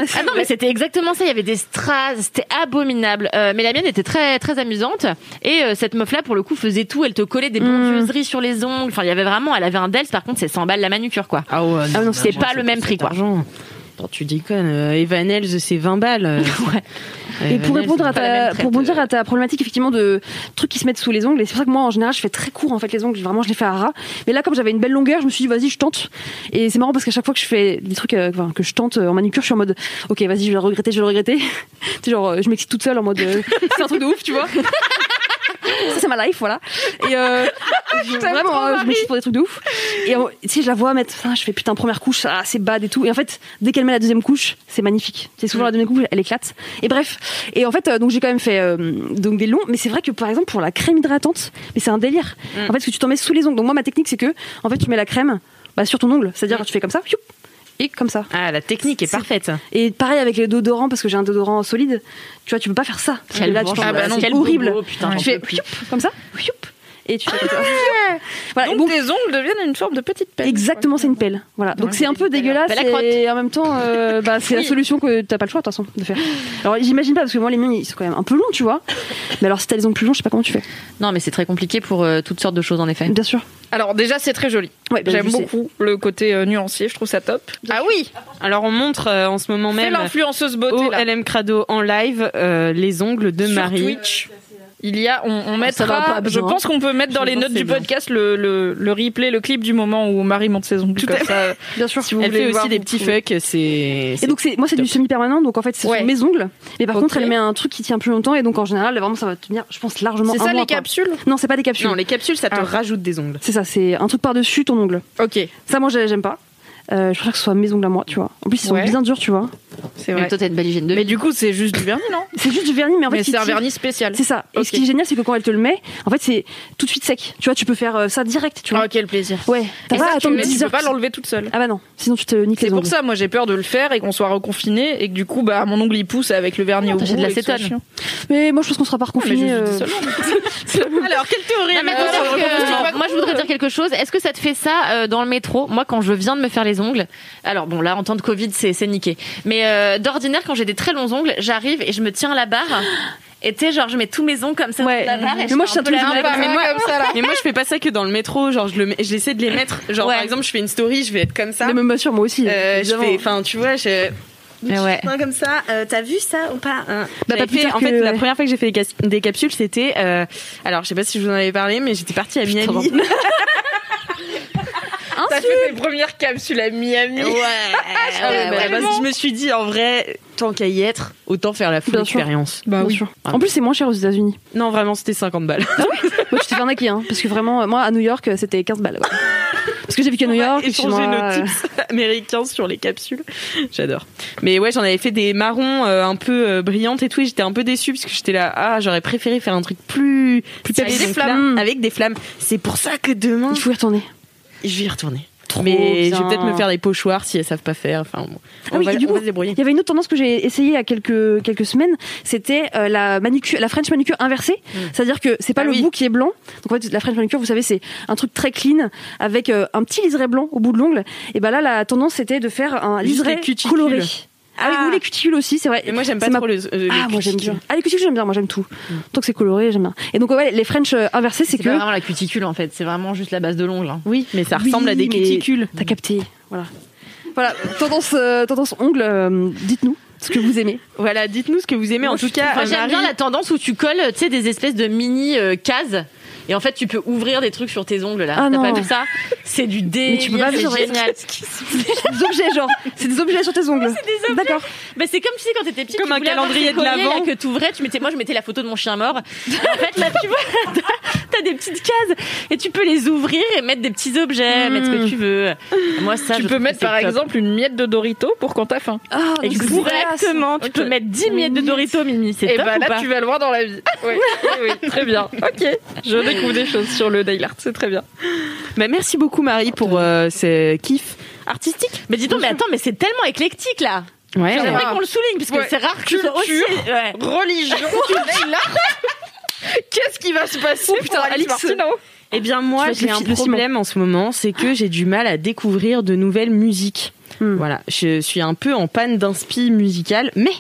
c'est-
non mais c'était exactement ça, il y avait des strass, c'était abominable. Euh, mais la mienne était très très amusante et euh, cette meuf là pour le coup faisait tout, elle te collait des bronzeuseries sur les ongles. Enfin, il y avait vraiment, elle avait un delce par contre, c'est 100 balles la manucure quoi.
Ah ouais,
Ah non,
C'est pas le même prix quoi.
Argent. Attends, tu dis quoi euh, Evan Ells, c'est 20 balles. euh,
Et
Evan
pour
Ells,
répondre à
c'est pas la
ta,
même traite,
pour bondir
euh.
à ta problématique effectivement de trucs qui se mettent sous les ongles, et c'est pour ça que moi en général je fais très court en fait les ongles, vraiment je les fais à ras. Mais là comme j'avais une belle longueur, je me suis dit vas-y je tente. Et c'est marrant parce qu'à chaque fois que je fais des trucs euh, enfin, que je tente euh, en manucure, je suis en mode ok vas-y je vais le regretter, je vais le regretter. tu sais, genre euh, je m'excite toute seule en mode euh, c'est un truc de ouf tu vois. Ça, c'est ma life, voilà. Et euh, je- vraiment, euh, je m'excite pour des trucs de ouf. Et euh, tu sais, je la vois mettre, putain, je fais putain, première couche, ah, c'est bad et tout. Et en fait, dès qu'elle met la deuxième couche, c'est magnifique. C'est souvent la deuxième couche, elle éclate. Et bref. Et en fait, euh, donc j'ai quand même fait euh, donc des longs, mais c'est vrai que par exemple, pour la crème hydratante, mais c'est un délire.
Mm.
En fait, parce que tu t'en mets sous les ongles. Donc moi, ma technique, c'est que, en fait, tu mets la crème bah, sur ton ongle.
Mm.
C'est-à-dire, tu fais comme ça, youp, et comme ça.
Ah, la technique est
C'est-
parfaite.
Et pareil avec les déodorants, parce que j'ai un déodorant solide. Tu vois, tu peux pas faire ça.
Quel
Là, tu
bourgeois.
t'en-
Ah bah non,
c'est
quel
horrible.
bobo, putain, j'en
tu fais
peux plus.
youp, comme ça, youp, et tu fais comme ça. voilà,
Donc,
bon,
tes ongles deviennent une forme de petite pelle.
exactement, c'est une pelle. Voilà. Donc c'est un peu dégueulasse
Pelle à crotte.
et en même temps, euh, bah, c'est la solution que t'as pas le choix de toute façon de faire. Alors j'imagine pas parce que moi les miens ils sont quand même un peu longs, tu vois. Mais alors si t'as les ongles plus longs, je sais pas comment tu fais.
Non, mais c'est très compliqué pour euh, toutes sortes de choses en effet.
Bien sûr.
Alors, déjà, c'est très joli.
Ouais, bah,
J'aime
je sais.
beaucoup le côté euh, nuancier, je trouve ça top. Ah oui,
Alors on Oh, montre euh, en ce moment
c'est
même
l'influenceuse beauté.
au
là.
LM Crado en live euh, les ongles de
Sur
Marie.
Twitch. Il y a, on, on mettra,
va pas
je
besoin.
pense qu'on peut mettre dans
Je
les
pense
notes
que
du
c'est
podcast le, le, le replay, le clip du moment où Marie monte ses ongles. comme ça.
Bien sûr.
vous
Elle
voulez
fait
voir,
aussi des
vous
petits
pouvez.
fucks, c'est
Et
c'est-
donc c'est moi c'est du semi permanent donc en fait c'est
Ouais.
sur mes ongles mais par
Ok.
contre elle met un truc qui tient plus longtemps et donc en général vraiment ça va tenir je pense largement
C'est
un
ça
mois,
les
quoi.
capsules
Non c'est pas des capsules.
non, les capsules ça te
Ah.
rajoute des ongles.
C'est ça c'est un truc par dessus ton ongle.
Ok.
Ça, moi, j'ai- j'aime pas. Euh, je préfère que ce soit mes ongles à moi, tu vois. En plus, ils sont
Ouais.
bien durs, tu vois.
C'est
Mais
vrai.
toi, t'as une belle hygiène de
Mais du coup, c'est juste du vernis, non
C'est juste du vernis, mais en fait,
Mais
il
c'est un
tire.
vernis spécial.
C'est ça. Et
Ok.
ce qui est génial, c'est que quand elle te le met, en fait, c'est tout de suite sec. Tu vois, tu peux faire euh, ça direct, tu vois.
Ah, quel plaisir.
Ouais. T'as
Et
pas à
ça, tu,
attendre
mais tu
10
peux
heures.
pas l'enlever toute seule.
Ah bah non, sinon tu te niques
C'est
les
pour
ongles.
ça, moi j'ai peur de le faire et qu'on soit reconfiné et que du coup, bah, mon ongle il pousse avec le vernis au bout.
t'achètes de
et que ce soit
l'acétone.
chiant.
Mais moi, je pense qu'on sera pas
Ah, Mais je
reconfinés.
dis
euh,
seulement. Alors, quelle théorie
Non, mais attends,
Emma
parce que,
Je trouve
euh,
pas
moi je voudrais dire quelque chose. Est-ce que ça te fait ça euh, dans le métro Moi quand je viens de me faire les ongles, alors bon là en temps de Covid c'est c'est niqué. Mais euh, d'ordinaire quand j'ai des très longs ongles, j'arrive et je me tiens à la barre. Et tu sais genre je mets tous mes ongles comme ça.
Ouais.
sur la barre et
Mais
je
moi,
fais
je
un
tiens
peu la
toujours
main
Ah,
la
comme
barre.
ça.
Mais moi, je fais pas ça que dans le métro. Genre, je le mets- j'essaie de les mettre. Genre,
Ouais.
par exemple, je fais une story, je vais être comme ça.
Mais bien sûr, moi aussi.
Euh, je
évidemment. Eh
fais, enfin, tu vois, je.
Mais ouais.
Hein, comme ça, euh, t'as vu ça ou pas hein
Bah,
J'avais
pas plus
fait-
tard
En
que-
fait, la
ouais.
première fois que j'ai fait des, cas- des capsules, c'était. euh, alors, je sais pas si je vous en avais parlé, mais j'étais partie à Miami.
T'as fait tes premières capsules à Miami.
Ouais, Ah ouais, ouais, parce que je me suis dit, en vrai, tant qu'à y être, autant faire la full
Bien sûr.
expérience.
bah
Bien sûr.
Ah.
En plus, c'est moins cher aux États-Unis.
Non, vraiment, c'était 50 balles.
Moi, je t'ai fait arnaquer, hein, parce que vraiment, euh, moi, à New York, euh, c'était 15 balles. ouais. Parce que j'ai vécu à New York.
et changer
moi,
nos
euh,
tips américains sur les capsules. J'adore. Mais ouais, j'en avais fait des marrons euh, un peu euh, brillantes et tout. et J'étais un peu déçue parce que j'étais là, ah, j'aurais préféré faire un truc plus, plus
Avec des
Donc
flammes.
là, avec des flammes. C'est pour ça que demain,
Il faut y retourner.
je vais y retourner. Mais
bien.
je vais peut-être me faire des pochoirs si elles savent pas faire. Enfin, bon.
Ah
on,
oui,
va,
et du
on
coup,
va se débrouiller.
Il y avait une autre tendance que j'ai essayée il y a quelques, quelques semaines, c'était euh, la, manucure, la French manucure inversée. C'est-à-dire que c'est pas
Ah
le
oui.
bout qui est blanc. Donc en fait, la French manucure, vous savez, c'est un truc très clean avec euh, un petit liseré blanc au bout de l'ongle. Et ben là, la tendance c'était de faire un
Juste
liseré
les cuticules.
coloré. Ah, oui,
Ah.
ou les cuticules aussi, c'est vrai.
Et moi, j'aime pas
C'est ma-
trop les, euh,
Ah,
les
moi j'aime
cuticules. Mm.
bien. Ah, les cuticules, j'aime bien, moi j'aime tout. Tant que c'est coloré, j'aime bien. Et donc, ouais, les French euh, inversés, c'est
C'est pas
que.
vraiment la cuticule en fait, c'est vraiment juste la base de l'ongle. hein.
Oui, mais ça
Oui,
ressemble à des
mais
cuticules.
T'as capté, voilà. Voilà, tendance, euh, tendance ongle, euh, dites-nous ce que vous aimez.
Voilà, dites-nous ce que vous aimez.
Moi,
en
je
tout cas,
euh,
Enfin, j'aime
Marie-
bien la tendance où tu colles, tu sais, des espèces de mini euh, cases. Et en fait, tu peux ouvrir des trucs sur tes ongles là.
Ah,
T'as pas
non.
vu ça C'est du
Mais tu peux pas
délire,
vivre
c'est
avec
génial.
des objets, genre. C'est des objets sur tes ongles. D'accord.
Bah, c'est comme tu sais quand t'étais petite,
Comme
tu
un
voulais avoir
calendrier
ces
de
colliers, là,
l'Avent.
que t'ouvrais, tu mettais, moi je mettais la photo de mon chien mort. Et en fait là tu vois, t'as- t'as des petites cases et tu peux les ouvrir et mettre des petits objets, mettre ce que tu veux. Moi ça,
Tu
je
peux
trouve que
mettre
c'est
par
top.
exemple une miette de Dorito pour quand t'as faim.
Ah,
Et
donc c'est dégueulasse.
Exactement, tu peux mettre 10 miettes de Dorito Mimi, c'est
Et
top
bah
ou
là,
pas Ah
tu vas le voir dans la vie. Oui, oui, oui, très bien. Ok, je découvre des choses sur le nail art, c'est très bien.
Bah, merci beaucoup, Marie, pour euh, ce kiff artistique.
Mais dis donc, mais attends, mais c'est tellement éclectique là.
Ouais.
J'aimerais qu'on le souligne parce que
Ouais.
c'est rare que ce soit aussi. Ouais.
Religion, nail art. Qu'est-ce qui va se passer
Oh, putain,
pour Alice
Alix.
Martineau
Eh bien
Tu
moi
vas être
j'ai
le
un
fi- le ciment.
problème en ce moment, c'est que j'ai du mal à découvrir de nouvelles musiques.
Hmm.
Voilà, je suis un peu en panne d'inspi musicale, mais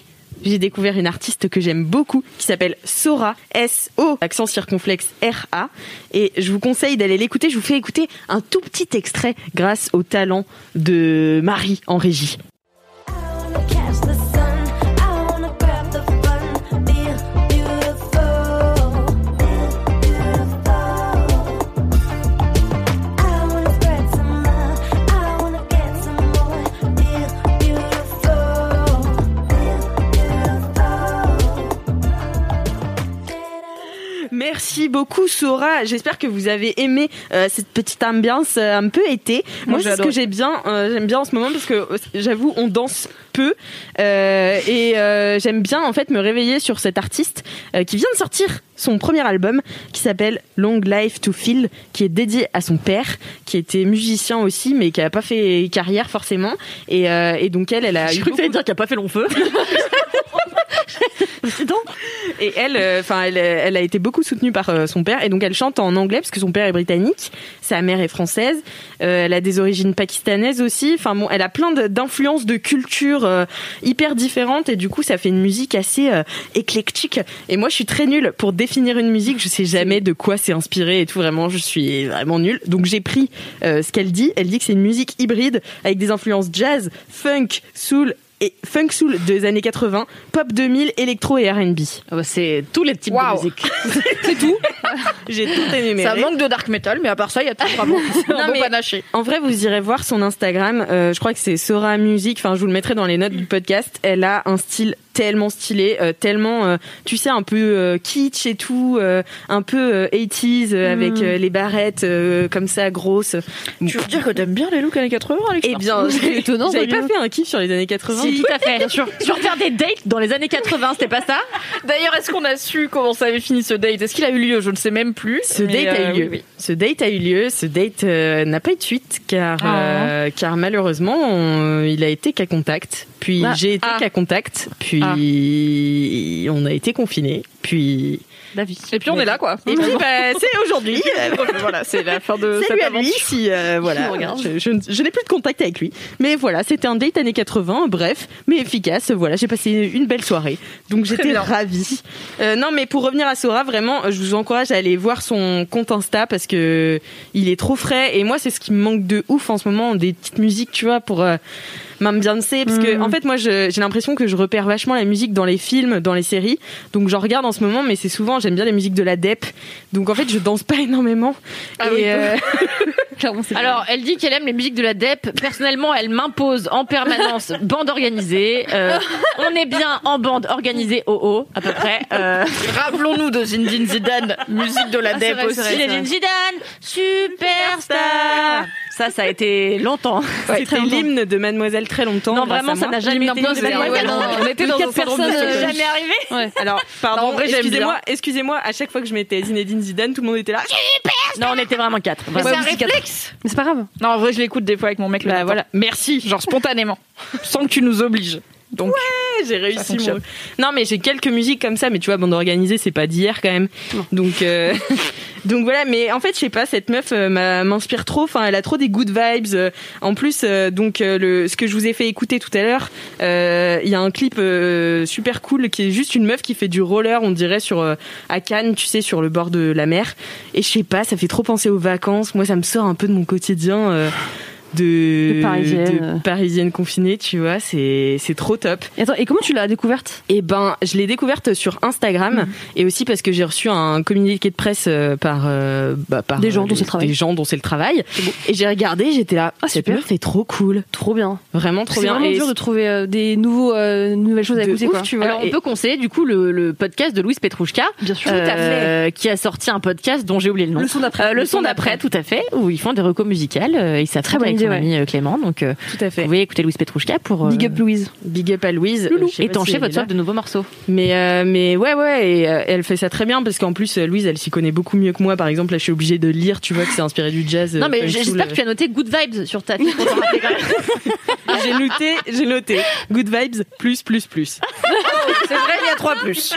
j'ai découvert une artiste que j'aime beaucoup qui s'appelle Sora S O accent circonflexe R A et je vous conseille d'aller l'écouter, je vous fais écouter un tout petit extrait grâce au talent de Marie en régie. Merci beaucoup Sora. J'espère que vous avez aimé euh, cette petite ambiance euh, un peu été. Moi,
j'ai
c'est ce
adoré.
que j'ai bien, euh, j'aime bien en ce moment parce que euh, j'avoue, on danse peu Euh, et euh, j'aime bien en fait me réveiller sur cet artiste euh, qui vient de sortir son premier album qui s'appelle Long Life to Feel, qui est dédié à son père, qui était musicien aussi, mais qui a pas fait carrière forcément. Et, euh, et donc elle, elle a eu
Je crois que
beaucoup
t'allais dire qu'il n'y a pas fait long feu.
Et elle, enfin, elle, euh, elle a été beaucoup soutenue par euh, son père, et donc elle chante en anglais parce que son père est britannique, sa mère est française, euh, elle a des origines pakistanaises aussi. Enfin bon, elle a plein de- d'influences de cultures euh, hyper différentes, et du coup, ça fait une musique assez euh, éclectique. Et moi, je suis très nulle pour définir une musique. Je sais jamais de quoi c'est inspiré et tout. Vraiment, je suis vraiment nulle. Donc j'ai pris euh, ce qu'elle dit. Elle dit que c'est une musique hybride avec des influences jazz, funk, soul. Et funk soul des années 80, pop 2000, électro et R&B.
Ah bah, c'est tous les types
Waouh.
de musique.
C'est tout. J'ai tout énuméré.
Ça manque de dark metal, mais à part ça, il y a tout vraiment un
Non,
beau
mais-
panaché.
En vrai, vous irez voir son Instagram. Euh, je crois que c'est Sora Music. Enfin, je vous le mettrai dans les notes du podcast. Elle a un style tellement stylé, euh, tellement, euh, tu sais, un peu euh, kitsch et tout, euh, un peu euh, 80s euh, avec euh, les barrettes euh, comme ça grosses.
Hmm. Tu veux dire que t'aimes bien les looks années 80, Alex
Eh bien,
C'est étonnant,
J'avais
Bollywood.
pas fait un kiff sur les années 80.
Si, tout à fait. Bien sûr. Genre faire des dates dans les années 80, c'était pas ça
D'ailleurs, est-ce qu'on a su comment ça avait fini ce date Est-ce qu'il a eu lieu Je ne sais même plus.
Ce
Mais,
date a
euh,
eu lieu.
oui, oui.
Ce date a eu lieu. Ce date euh, n'a pas eu de suite car euh, car malheureusement on- il a été qu'à contact. Puis
Ah.
j'ai été
Ah.
qu'à contact. Puis on a été confinés. Puis
La vie.
Et puis on est là, quoi.
et puis bah, c'est aujourd'hui.
voilà, c'est la fin de
Salut
euh, cette
à lui
aventure.
si euh, voilà.
nous regarde.
Je, je ne- je n'ai plus de contact avec lui. Mais voilà, c'était un date années 80, bref, mais efficace. Voilà, j'ai passé une belle soirée. Donc j'étais
bien.
ravie. Euh, non, mais pour revenir à Sora, vraiment, euh, je vous encourage à aller voir son compte Insta parce que il est trop frais. Et moi, c'est ce qui me manque de ouf en ce moment, des petites musiques, tu vois, pour. euh, Mam Beyoncé, parce
Mm.
que en fait moi je- j'ai l'impression que je repère vachement la musique dans les films, dans les séries, donc j'en regarde en ce moment, mais c'est souvent j'aime bien les musiques de la DEP, donc en fait je danse pas énormément.
Ah
et, euh,
Ah Alors, elle dit qu'elle aime les musiques de la DEP. Personnellement, elle m'impose en permanence bande organisée. Euh, on est bien en bande organisée au haut, à peu près. Euh, Ah,
Rappelons-nous de Zindine Zidane, musique de la
c'est
DEP
vrai, c'est
aussi.
vrai, c'est vrai. Zidane, superstar. Ça, ça a été longtemps.
C'était l'hymne de Mademoiselle très longtemps.
Non,
grâce
vraiment,
à
ça
moi.
n'a jamais
L'hymne
été
un peu
une
de
bonne
Mademoiselle.
nouvelle.
Ouais,
On
était dans
Quatre personnes, euh,
jamais
jamais
arrivé. Alors, pardon,
Non, en vrai, j'aime
excusez-moi,
bien.
excusez-moi, à chaque fois que je mettais Zinedine Zidane, tout le monde était là.
Non, on était vraiment quatre.
Mais
Vraiment.
c'est un réflexe
Mais c'est pas grave.
Non, en vrai, je l'écoute des fois avec mon mec. le
Bah
matin.
voilà.
Merci, genre spontanément, sans que tu nous obliges. Donc,
Ah, J'ai réussi
fonctionne.
mon- Non, mais j'ai quelques musiques comme ça, mais tu vois, bande organisée, c'est pas d'hier quand même. Donc, euh, donc voilà. Mais en fait, je sais pas, cette meuf euh, m'a- m'inspire trop. Enfin, elle a trop des good vibes. Euh, En plus, euh, donc euh, le ce que je vous ai fait écouter tout à l'heure, euh, il y a un clip euh, super cool qui est juste une meuf qui fait du roller, on dirait sur euh, à Cannes, tu sais, sur le bord de la mer. Et je sais pas, ça fait trop penser aux vacances. Moi, ça me sort un peu de mon quotidien. euh, de,
De parisienne.
de parisienne confinée, tu vois, c'est c'est trop top.
Et attends, et comment tu l'as découverte
Eh ben, je l'ai découverte sur Instagram
Mm.
et aussi parce que j'ai reçu un communiqué de presse euh, par, euh, bah, par
Des gens
euh,
dont c'est le travail.
Des gens dont c'est le travail. Et j'ai regardé, j'étais là, ah, cette
super.
meuf est trop cool,
Trop bien.
vraiment trop
C'est
bien.
vraiment
Et
dur de trouver euh, des nouveaux, euh, nouvelles choses à
de
écouter.
ouf,
quoi.
tu vois.
Alors, on
Et-
peut conseiller du coup le, le podcast de Louise Petrouchka,
Bien sûr.
euh, qui a sorti un podcast dont j'ai oublié le nom.
Le son d'après.
Euh, le son d'après, tout à fait, où ils font des recos musicales. euh, et ça
Très
très
bonne
bien avec
idée,
son
ouais.
ami euh, Clément. Donc, euh,
tout à
vous
fait.
pouvez écouter Louise Petrouchka pour euh,
Big up Louise.
Big up à Louise. Euh, je sais pas
étancher
si elle est
votre
là.
soif de nouveaux morceaux.
Mais euh, mais ouais ouais, et, euh, elle fait ça très bien parce qu'en plus euh, Louise, elle s'y connaît beaucoup mieux que moi. Par exemple, là, je suis obligée de lire, tu vois, que c'est inspiré du jazz. euh,
non, mais j'espère que tu as noté Good Vibes sur ta fiche. pour t'en rappeler quand même.
J'ai noté, j'ai noté. Good vibes, plus plus plus.
c'est vrai, il y a trois plus.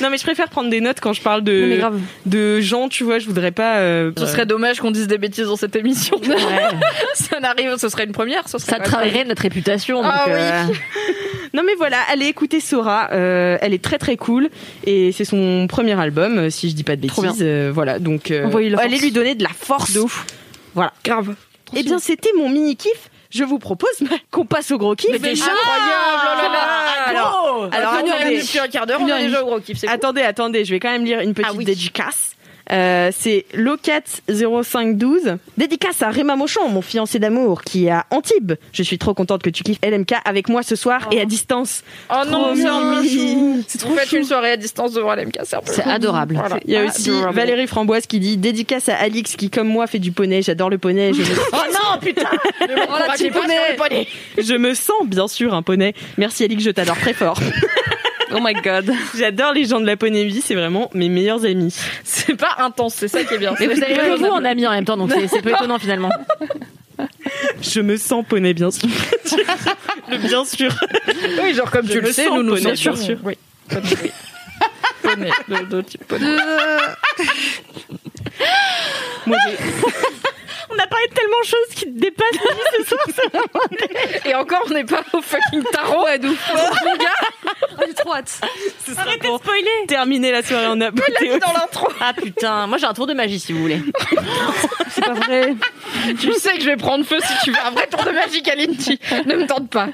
Non, mais je préfère prendre des notes quand je parle
Non,
euh,
mais
de
grave.
de gens, tu vois, je voudrais pas. euh,
Ce serait dommage qu'on dise des bêtises dans cette émission.
Ouais.
ça n'arrive, ce serait une première. Ce serait
Ça travaillerait notre réputation.
Ah
donc,
oui.
euh,
Non mais voilà, allez écouter Sora, euh, elle est très très cool et c'est son premier album euh, si je dis pas de
Trop
bêtises. euh, voilà, donc euh,
Envoyez-le
allez
force.
lui donner de la force. De ouf. Voilà.
Grave.
Eh bien c'était mon mini kiff. Je vous propose bah, qu'on passe au gros kiff.
Mais c'est incroyable, oh là là.
Alors, alors,
Alors,
attendez.
depuis un quart d'heure, on
Une heure
est
et Ah,
déjà au gros kiff. c'est cool.
Attendez, attendez, je vais quand même lire une petite
Ah oui.
dédicace. Euh, c'est Locat0512. Dédicace à Réma Mochon, mon fiancé d'amour, qui est à Antibes. Je suis trop contente que tu kiffes LMK avec moi ce soir et à distance.
Oh non,
Trop
c'est un
mignon.
chou. Vous faites une soirée à distance devant LMK, c'est un peu.
C'est adorable.
Voilà. Ah,
Il y a aussi
Adorable.
Valérie Framboise qui dit dédicace à Alix qui, comme moi, fait du poney. J'adore le poney. Je me,
Oh non, putain Mais bon, courage, j'ai pas sur le poney.
je me sens bien sûr un poney. Merci Alix, je t'adore très fort.
Oh my god.
J'adore les gens de la poney vie, c'est vraiment mes meilleurs amis.
C'est pas intense, c'est ça qui est bien.
Mais vous avez que vous en ami en même temps, donc c'est- c'est peu étonnant finalement.
Je me sens poney, bien sûr. le bien sûr.
Oui, genre comme
Je
tu
me
le sais,
sens
nous nous
poney,
sommes
bien sûr.
Oui. Poney, oui. Poney, le- le type poney.
Euh. Moi, j'ai- On a parlé de tellement de choses qui te dépassent.
Et encore, on n'est pas au fucking tarot à nous.
J'ai trop hâte.
Arrêtez de spoiler. Terminer la soirée en apothéose.
dans l'intro.
Ah putain, moi j'ai un tour de magie si vous voulez.
C'est pas vrai.
Tu sais que je vais prendre feu si tu fais un vrai tour de magie, Kalindi. Ne me tente pas.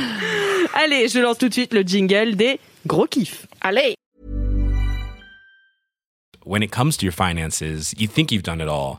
Allez, je lance tout de suite le jingle des gros kiffs.
Allez.
When it comes to your finances, you think you've done it all.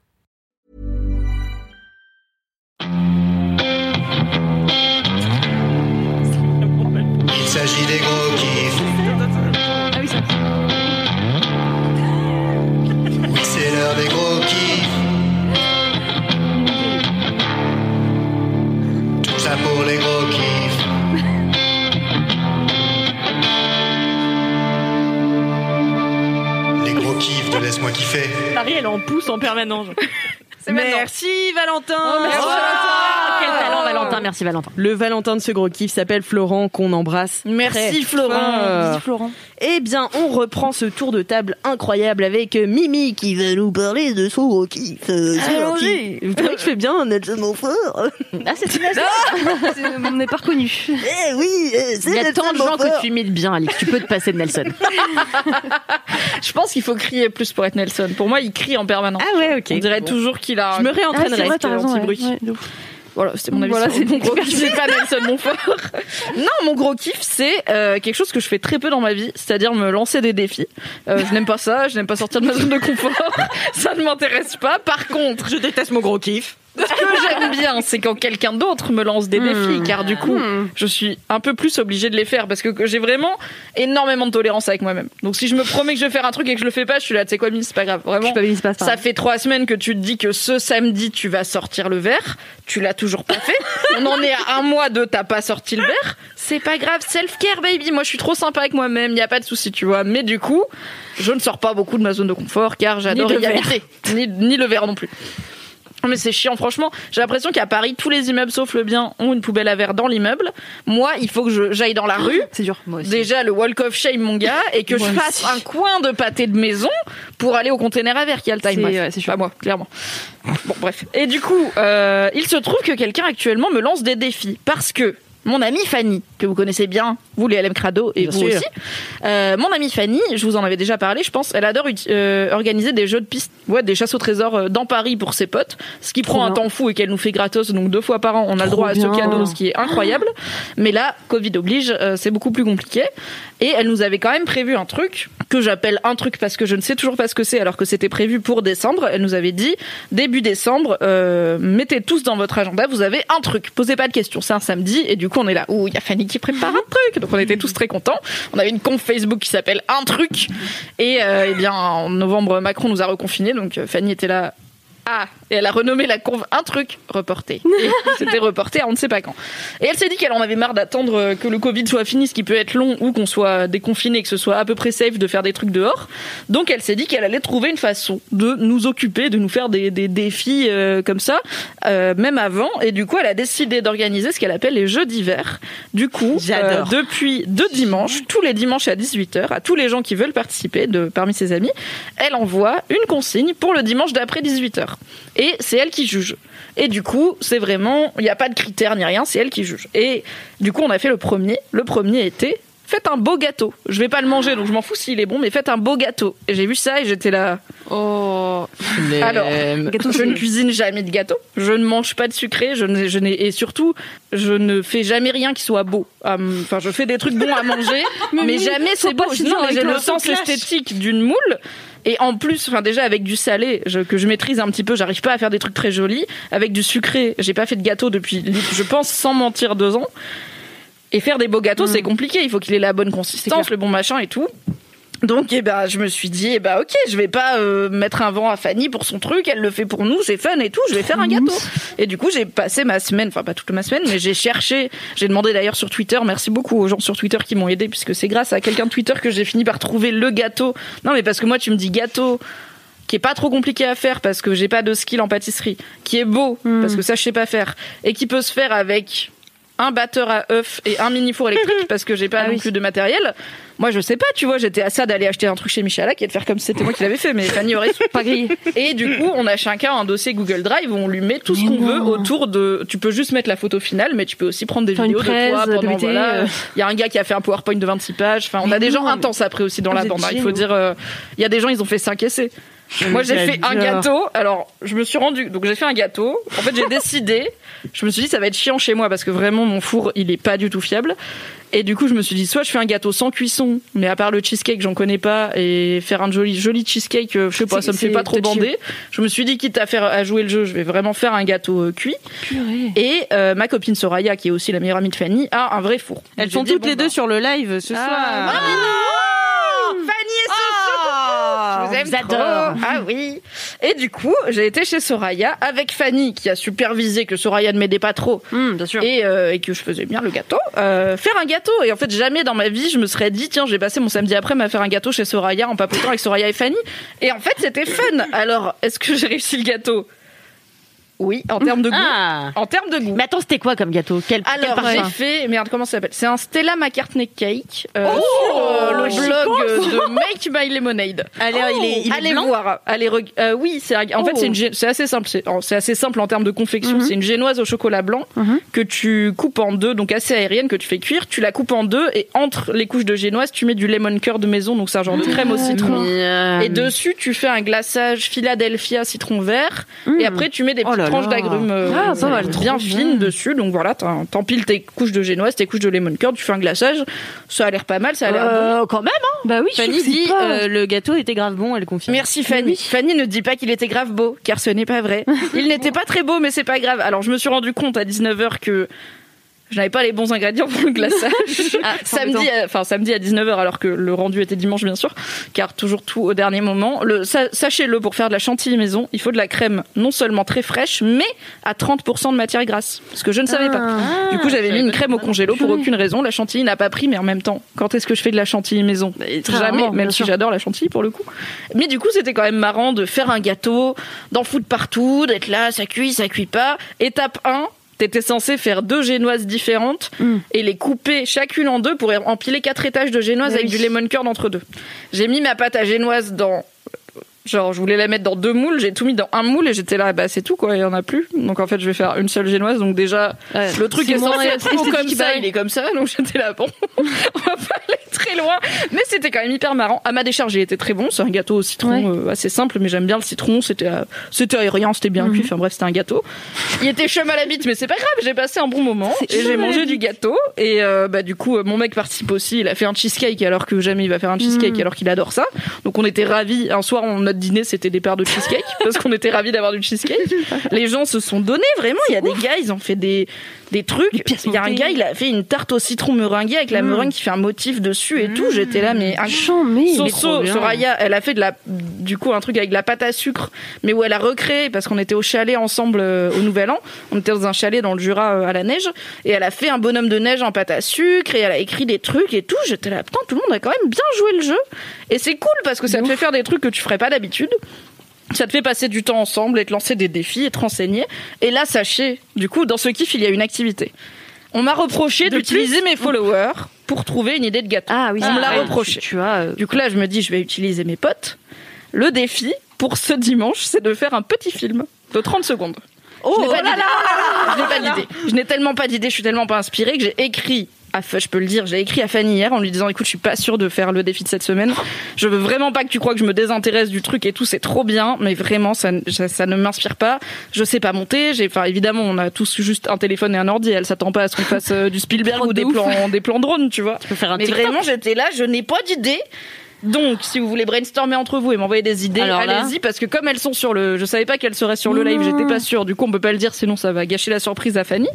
Il s'agit des gros kiffs.
Ah.
Oui, c'est l'heure des gros kiffs. Tout ça pour les gros kiffs. Les gros kiffs de Laisse-moi kiffer.
Paris, elle en pousse en permanence. Merci Valentin.
merci,
Oh,
Valentin. Quel talent, Valentin.
Merci Valentin. Le Valentin de ce gros kiff s'appelle Florent qu'on embrasse. très
Merci, Florent.
fort.
Merci, Florent.
Eh bien, on reprend ce tour de table incroyable avec Mimi qui va nous parler de son gros kiff. euh, son gros
Allons-y.
kiff. Vous trouvez que je fais bien notre mot fort
Ah, c'est une
euh, On n'est pas reconnu.
Eh oui, eh, c'est
Il y a
notre
tant de
mot
gens
fort.
que tu imites bien, Alix. Tu peux te passer de Nelson.
Je pense qu'il faut crier plus pour être Nelson. Pour moi, il crie en permanence.
Ah ouais, ok.
On dirait
Bon.
toujours qu'il a.
Je me réentraînerai.
Ah, c'est vrai, t'as
Quel
raison,
anti-bruit.
ouais. Ouais, Voilà, c'était mon avis.
Voilà,
sur
c'est
mon
ton
gros
kiff.
kiff. C'est pas Nelson Montfort. non, mon gros kiff, c'est euh, quelque chose que je fais très peu dans ma vie, c'est-à-dire me lancer des défis. Euh, je n'aime pas ça, je n'aime pas sortir de ma zone de confort. ça ne m'intéresse pas. Par contre,
je déteste mon gros kiff.
Ce que j'aime bien, c'est quand quelqu'un d'autre me lance des défis, car du coup, je suis un peu plus obligée de les faire parce que que j'ai vraiment énormément de tolérance avec moi-même. Donc si je me promets que je vais faire un truc et que je le fais pas, je suis là, tu sais quoi, Mimi, c'est pas grave, vraiment.
culpabilise pas, ça.
Ça fait trois semaines que tu te dis que ce samedi tu vas sortir le verre, tu l'as toujours pas fait. On en est à un mois de t'as pas sorti le verre, c'est pas grave, self care baby. Moi je suis trop sympa avec moi-même, y a pas de souci, tu vois. Mais du coup, je ne sors pas beaucoup de ma zone de confort car j'adore
Ni de
y
verre.
habiter, ni, ni le verre non plus. Ah, Mais c'est chiant, franchement. J'ai l'impression qu'à Paris, tous les immeubles sauf le bien ont une poubelle à verre dans l'immeuble. Moi, il faut que je- j'aille dans la rue.
C'est dur. Moi aussi.
Déjà le walk of shame, mon gars, et que
Moi
je fasse un coin de pâté de maison pour aller au container à verre qui a le time.
C'est-
Bref,
ouais,
pas moi, clairement. Bon, bref. Et du coup, euh, il se trouve que quelqu'un actuellement me lance des défis parce que mon amie Fanny, que vous connaissez bien, vous les LM Crado et
Bien
vous
sûr.
aussi, euh, mon amie Fanny, je vous en avais déjà parlé, je pense, elle adore uti- euh, organiser des jeux de piste, ouais, des chasses au trésor euh, dans Paris pour ses potes, ce qui
Trop
prend un
bien.
temps fou et qu'elle nous fait gratos, donc deux fois par an, on a le
Trop
droit à
bien. Ah.
ce cadeau, ce qui est incroyable. Mais là, Covid oblige, euh, c'est beaucoup plus compliqué. Et elle nous avait quand même prévu un truc, que j'appelle un truc parce que je ne sais toujours pas ce que c'est, alors que c'était prévu pour décembre. Elle nous avait dit, début décembre, euh, mettez tous dans votre agenda, vous avez un truc. Posez pas de questions, c'est un samedi. Et du coup, on est là, ouh, il y a Fanny qui prépare un truc. Donc on était tous très contents. On avait une conf Facebook qui s'appelle Un truc. Et euh, eh bien, en novembre, Macron nous a reconfinés, donc euh, Fanny était là. Ah, et elle a renommé la conf un truc reporté. Et C'était reporté à on ne sait pas quand. Et elle s'est dit qu'elle en avait marre d'attendre euh, que le Covid soit fini, ce qui peut être long, ou qu'on soit déconfiné, que ce soit à peu près safe de faire des trucs dehors. Donc elle s'est dit qu'elle allait trouver une façon de nous occuper, de nous faire des, des défis euh, comme ça, euh, même avant. Et du coup, elle a décidé d'organiser ce qu'elle appelle les jeux d'hiver. Du coup, euh,
J'adore.
depuis deux dimanches, tous les dimanches à 18h, à tous les gens qui veulent participer de, parmi ses amis, elle envoie une consigne pour le dimanche d'après 18h. Et c'est elle qui juge. Et du coup, c'est vraiment, il n'y a pas de critères ni rien, c'est elle qui juge. Et du coup, on a fait le premier. Le premier était faites un beau gâteau. Je vais pas le manger, donc je m'en fous s'il est bon, mais faites un beau gâteau. Et j'ai vu ça et j'étais là. Oh. Alors, je ne cuisine jamais de gâteau. Je ne mange pas de sucré. Je n'ai, je n'ai- et surtout, je ne fais jamais rien qui soit beau. Hum, Enfin, je fais des trucs bons à manger, mais,
Mais oui,
jamais
faut
c'est
pas
beau.
se
Non,
dire
mais
avec
j'ai
le
le sens
clash.
esthétique d'une moule. Et en plus, enfin déjà avec du salé je- que je maîtrise un petit peu, j'arrive pas à faire des trucs très jolis. Avec du sucré, j'ai pas fait de gâteau depuis, je pense sans mentir, deux ans. Et faire des beaux gâteaux, c'est compliqué. Il faut qu'il ait la bonne consistance, le bon machin et tout. Donc, eh ben, je me suis dit, eh ben, ok, je vais pas euh, mettre un vent à Fanny pour son truc. Elle le fait pour nous, c'est fun et tout. Je vais faire un gâteau. Et du coup, j'ai passé ma semaine, enfin pas toute ma semaine, mais j'ai cherché. J'ai demandé d'ailleurs sur Twitter. Merci beaucoup aux gens sur Twitter qui m'ont aidé, puisque c'est grâce à quelqu'un de Twitter que j'ai fini par trouver le gâteau. Non, mais parce que moi, tu me dis gâteau qui est pas trop compliqué à faire parce que j'ai pas de skill en pâtisserie, qui est beau parce que ça je sais pas faire et qui peut se faire avec un batteur à œufs et un mini four électrique parce que j'ai pas non plus de matériel. Moi, je sais pas, tu vois, j'étais à ça d'aller acheter un truc chez Michalak et de faire comme si c'était moi qui l'avais fait, mais Fanny aurait pas grillé. Et du coup, on a chacun un dossier Google Drive où on lui met tout ce qu'on veut autour de. Tu peux juste mettre la photo finale, mais tu peux aussi prendre des
Faire une
vidéos de toi
presse,
pendant.
PPT,
voilà,
euh.
Il y a un gars qui a fait un PowerPoint de 26 pages. Enfin, on a des gens intenses après aussi dans
Vous
la
êtes
bande. hein. Il
géniaux.
faut dire, euh, il y a des gens, ils ont fait 5 essais. Moi, j'ai fait un
J'adore.
gâteau. Alors, je me suis rendue. Donc, j'ai fait un gâteau. En fait, j'ai décidé. Je me suis dit, ça va être chiant chez moi parce que vraiment, mon four, il est pas du tout fiable. Et du coup, je me suis dit, soit je fais un gâteau sans cuisson, mais à part le cheesecake, j'en connais pas, et faire un joli, joli cheesecake, euh, je sais pas,
C'est-
ça me fait
c'est
pas trop
touchy.
bander. Je me suis dit, quitte à faire, à jouer le jeu, je vais vraiment faire un gâteau euh, cuit. Et euh, ma copine Soraya, qui est aussi la meilleure amie de Fanny, a un vrai four.
Elles sont toutes les
bah.
deux sur le live ce
Ah.
soir.
Fanny et Soso, coucou Je vous aime
vous
trop.
adore.
Ah oui. Et du coup, j'ai été chez Soraya avec Fanny, qui a supervisé que Soraya ne m'aidait pas trop.
Hum,
Et, euh, et que je faisais bien le gâteau. Euh, faire un gâteau. Et en fait, jamais dans ma vie, je me serais dit, tiens, j'ai passé mon samedi après à faire un gâteau chez Soraya en papotant avec Soraya et Fanny. Et en fait, c'était fun. Alors, est-ce que j'ai réussi le gâteau oui, en termes de goût.
Ah.
En termes de goût.
Mais attends, c'était quoi comme gâteau Quel, quel
Alors, j'ai
parfum
fait, merde, comment ça s'appelle C'est un Stella McCartney Cake euh,
Oh
sur euh, le
Je
blog euh,
pense.
de Make My Lemonade.
Allez, Ah, il est- il est
allez
blanc
voir, allez reg- euh, oui, c'est un-
Oh.
en
Mhm.
fait c'est une gé- c'est assez simple, c'est oh, c'est assez simple en termes de confection, c'est une génoise au chocolat blanc que tu coupes en deux, donc assez aérienne que tu fais cuire, tu la coupes en deux et entre les couches de génoise, tu mets du lemon curd de maison, donc c'est un genre de
Ah,
crème au citron.
Euh,
Et dessus, tu fais un glaçage Philadelphia citron vert. Et après, tu mets des petites
Hmm. Oh là
tranches
là.
d'agrumes euh,
Ah, pas mal,
bien fines dessus. Donc voilà, t'en- t'empiles tes couches de génoise, tes couches de lemon curd, tu fais un glaçage. Ça a l'air pas mal, ça a l'air
Euh,
Euh,
bon.
quand même, hein
Bah oui,
Fanny dit euh, le gâteau était grave bon, elle confirme.
Merci Fanny. Fanny ne dit pas qu'il était grave beau, car ce n'est pas vrai. Il n'était pas très beau, mais c'est pas grave. Alors je me suis rendu compte à 19h que je n'avais pas les bons ingrédients pour le glaçage. samedi, euh, enfin samedi à 19h, alors que le rendu était dimanche bien sûr, car toujours tout au dernier moment. Le, sa- Sachez-le, pour faire de la chantilly maison, il faut de la crème non seulement très fraîche, mais à 30% de matière grasse, ce que je ne savais
Ah.
pas. Du coup, j'avais mis une crème au congélo pour aucune raison. La chantilly n'a pas pris, mais en même temps, quand est-ce que je fais de la chantilly maison
Très
Jamais,
rarement, Bah, bien
même si
sûr.
j'adore la chantilly pour le coup. Mais du coup, c'était quand même marrant de faire un gâteau, d'en foutre partout, d'être là, ça cuit, ça cuit pas. Étape 1, t'étais censé faire deux génoises différentes
Mm.
et les couper chacune en deux pour empiler quatre étages de génoise
Mais
avec
Bah oui.
du lemon curd entre deux. J'ai mis ma pâte à génoise dans Genre, je voulais la mettre dans deux moules, j'ai tout mis dans un moule et j'étais là, bah c'est tout quoi, il y en a plus. Donc en fait, je vais faire une seule génoise. Donc déjà, le truc
c'est
est
moins
censé être rond
esthétique,
comme ça,
pareil.
il est comme ça. Donc j'étais là, bon, on va pas aller très loin. Mais c'était quand même hyper marrant. À ma décharge, il était très bon. C'est un gâteau au citron euh, assez simple, mais j'aime bien le citron. C'était euh, c'était aérien, c'était bien cuit. Enfin bref, c'était un gâteau. Il était chum à la bite, mais c'est pas grave, j'ai passé un bon moment et j'ai mangé du gâteau. Et euh, bah du coup, euh, mon mec participe aussi. Il a fait un cheesecake alors que jamais il va faire un cheesecake alors qu'il adore ça. Donc on était ravis. Un soir, on, notre dîner, c'était des paires de cheesecake parce qu'on était ravis d'avoir du cheesecake. Les gens se sont donnés vraiment. Il y a des gars, ils ont fait des des trucs. Il y a un gars, il a fait une tarte au citron meringuée avec la meringue qui fait un motif dessus et tout. J'étais là, mais un
mais trop
Soso,
bien.
Soraya, elle a fait de la, du coup, un truc avec de la pâte à sucre, mais où elle a recréé parce qu'on était au chalet ensemble euh, au Nouvel An. On était dans un chalet dans le Jura euh, à la neige et elle a fait un bonhomme de neige en pâte à sucre et elle a écrit des trucs et tout. J'étais là, putain, tout le monde a quand même bien joué le jeu et c'est cool parce que ça te fait faire des trucs que tu ferais pas d'habitude. Ça te fait passer du temps ensemble et te lancer des défis et te renseigner. Et là, sachez, du coup, dans ce kiff, il y a une activité. On m'a reproché d'utiliser mes followers pour trouver une idée de gâteau. Ah oui, on
Ah,
me l'a
ouais,
reproché.
euh,
Du coup, là, je me dis, je vais utiliser mes potes. Le défi pour ce dimanche, c'est de faire un petit film de 30 secondes. je n'ai pas d'idée. Je n'ai pas d'idée. Je n'ai tellement pas d'idée, je suis tellement pas inspirée que j'ai écrit. À, Fa- je peux le dire, j'ai écrit à Fanny hier en lui disant écoute, je suis pas sûre de faire le défi de cette semaine. Je veux vraiment pas que tu crois que je me désintéresse du truc et tout, c'est trop bien, mais vraiment ça, ne- ça, ça ne m'inspire pas. Je sais pas monter, j'ai enfin évidemment, on a tous juste un téléphone et un ordi, elle s'attend pas à ce qu'on fasse euh, du Spielberg ou des plans des plans drones, tu vois. mais
TikTok.
vraiment, j'étais là, je n'ai pas d'idée. Donc, si vous voulez brainstormer entre vous et m'envoyer des idées,
Alors là-
allez-y parce que comme elles sont sur le, je savais pas qu'elles seraient sur le live, j'étais pas sûre. Du coup, on peut pas le dire, sinon ça va gâcher la surprise à Fanny.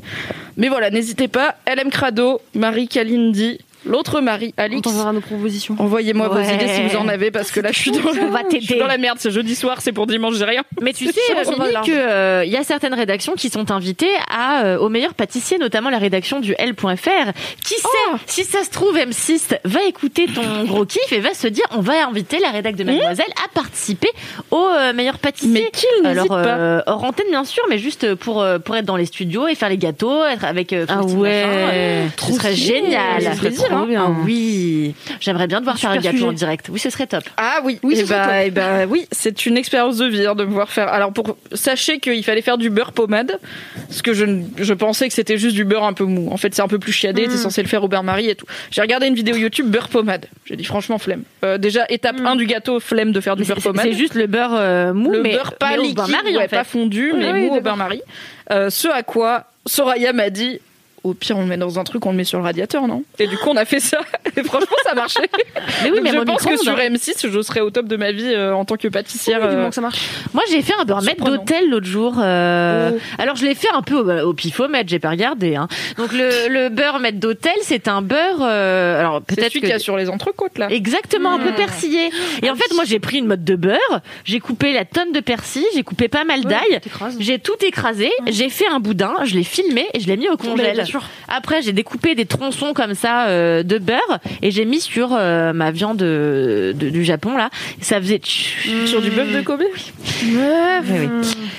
Mais voilà, n'hésitez pas. LM Crado, Marie Kalindi, L'autre mari, Alix.
On verra nos propositions.
Envoyez-moi vos
Ouais.
idées si vous en avez parce que là je suis dans,
On va
je suis dans la merde. C'est jeudi soir, c'est pour dimanche, j'ai rien.
Mais tu sais, euh, Mimi, que euh, il y a certaines rédactions qui sont invitées à, euh, aux meilleurs pâtissiers, notamment la rédaction du L.fr. Qui sait, si ça se trouve, M6 va écouter ton gros kiff et va se dire, on va inviter la rédac de Mademoiselle à participer aux euh, meilleurs pâtissiers. Mais qui
n'hésite
Alors,
pas.
euh, hors antenne, bien sûr, mais juste pour, euh, pour être dans les studios et faire les gâteaux, être avec euh,
Ah
Faustine
ouais.
Machin, euh, ce
Trop
serait
stylé.
génial.
Ça serait trop
Ah
bien.
oui, j'aimerais bien devoir faire
Super
un gâteau en
sujet.
direct. Oui, ce serait top.
Ah oui, oui, ben, oui, c'est une expérience de vie hein, de me voir faire. Alors pour sachez qu'il fallait faire du beurre pommade, parce que je, ne- je pensais que c'était juste du beurre un peu mou. En fait, c'est un peu plus chiadé.
Mm.
T'es censé le faire au bain-marie et tout. J'ai regardé une vidéo YouTube beurre pommade. J'ai dit franchement flemme. Euh, déjà étape 1 du gâteau flemme de faire du beurre
Mm. C'est-
pommade.
C'est juste le beurre euh, mou,
le
mais
beurre pas
mais au
liquide,
bain-marie, en
ouais,
fait.
pas fondu, mais
Oui,
mou au
d'accord.
bain-marie. Euh, ce à quoi Soraya m'a dit. Au pire, on le met dans un truc, on le met sur le radiateur, non Et du coup, on a fait ça. Et franchement, ça marchait.
Mais oui,
Donc,
mais
je
au
pense que sur
micro-ondes.
M6, je serais au top de ma vie euh, en tant que pâtissière.
Oui, du
euh,
moment que ça Moi, j'ai fait un beurre-maître
Surprenant. Oh.
d'hôtel l'autre jour. euh, Alors, je l'ai fait un peu euh, au, au pifomètre, j'ai pas regardé. hein. Donc, le, le beurre-maître d'hôtel, c'est un beurre. euh, Alors,
C'est
peut-être
celui
que-
qu'il y a sur les entrecôtes, là.
Exactement, un peu persillé. Et en fait, moi, j'ai pris une mode de beurre, j'ai coupé la tonne de persil, j'ai coupé pas mal d'ail, j'ai tout écrasé, j'ai fait un boudin, je l'ai filmé et je l'ai mis au
Mais
congèle.
bien sûr.
Après, j'ai découpé des tronçons comme ça euh, de beurre et j'ai mis sur euh, ma viande euh, de- du Japon, là. Ça faisait...
Sur du bœuf de Kobe
Oui, oui.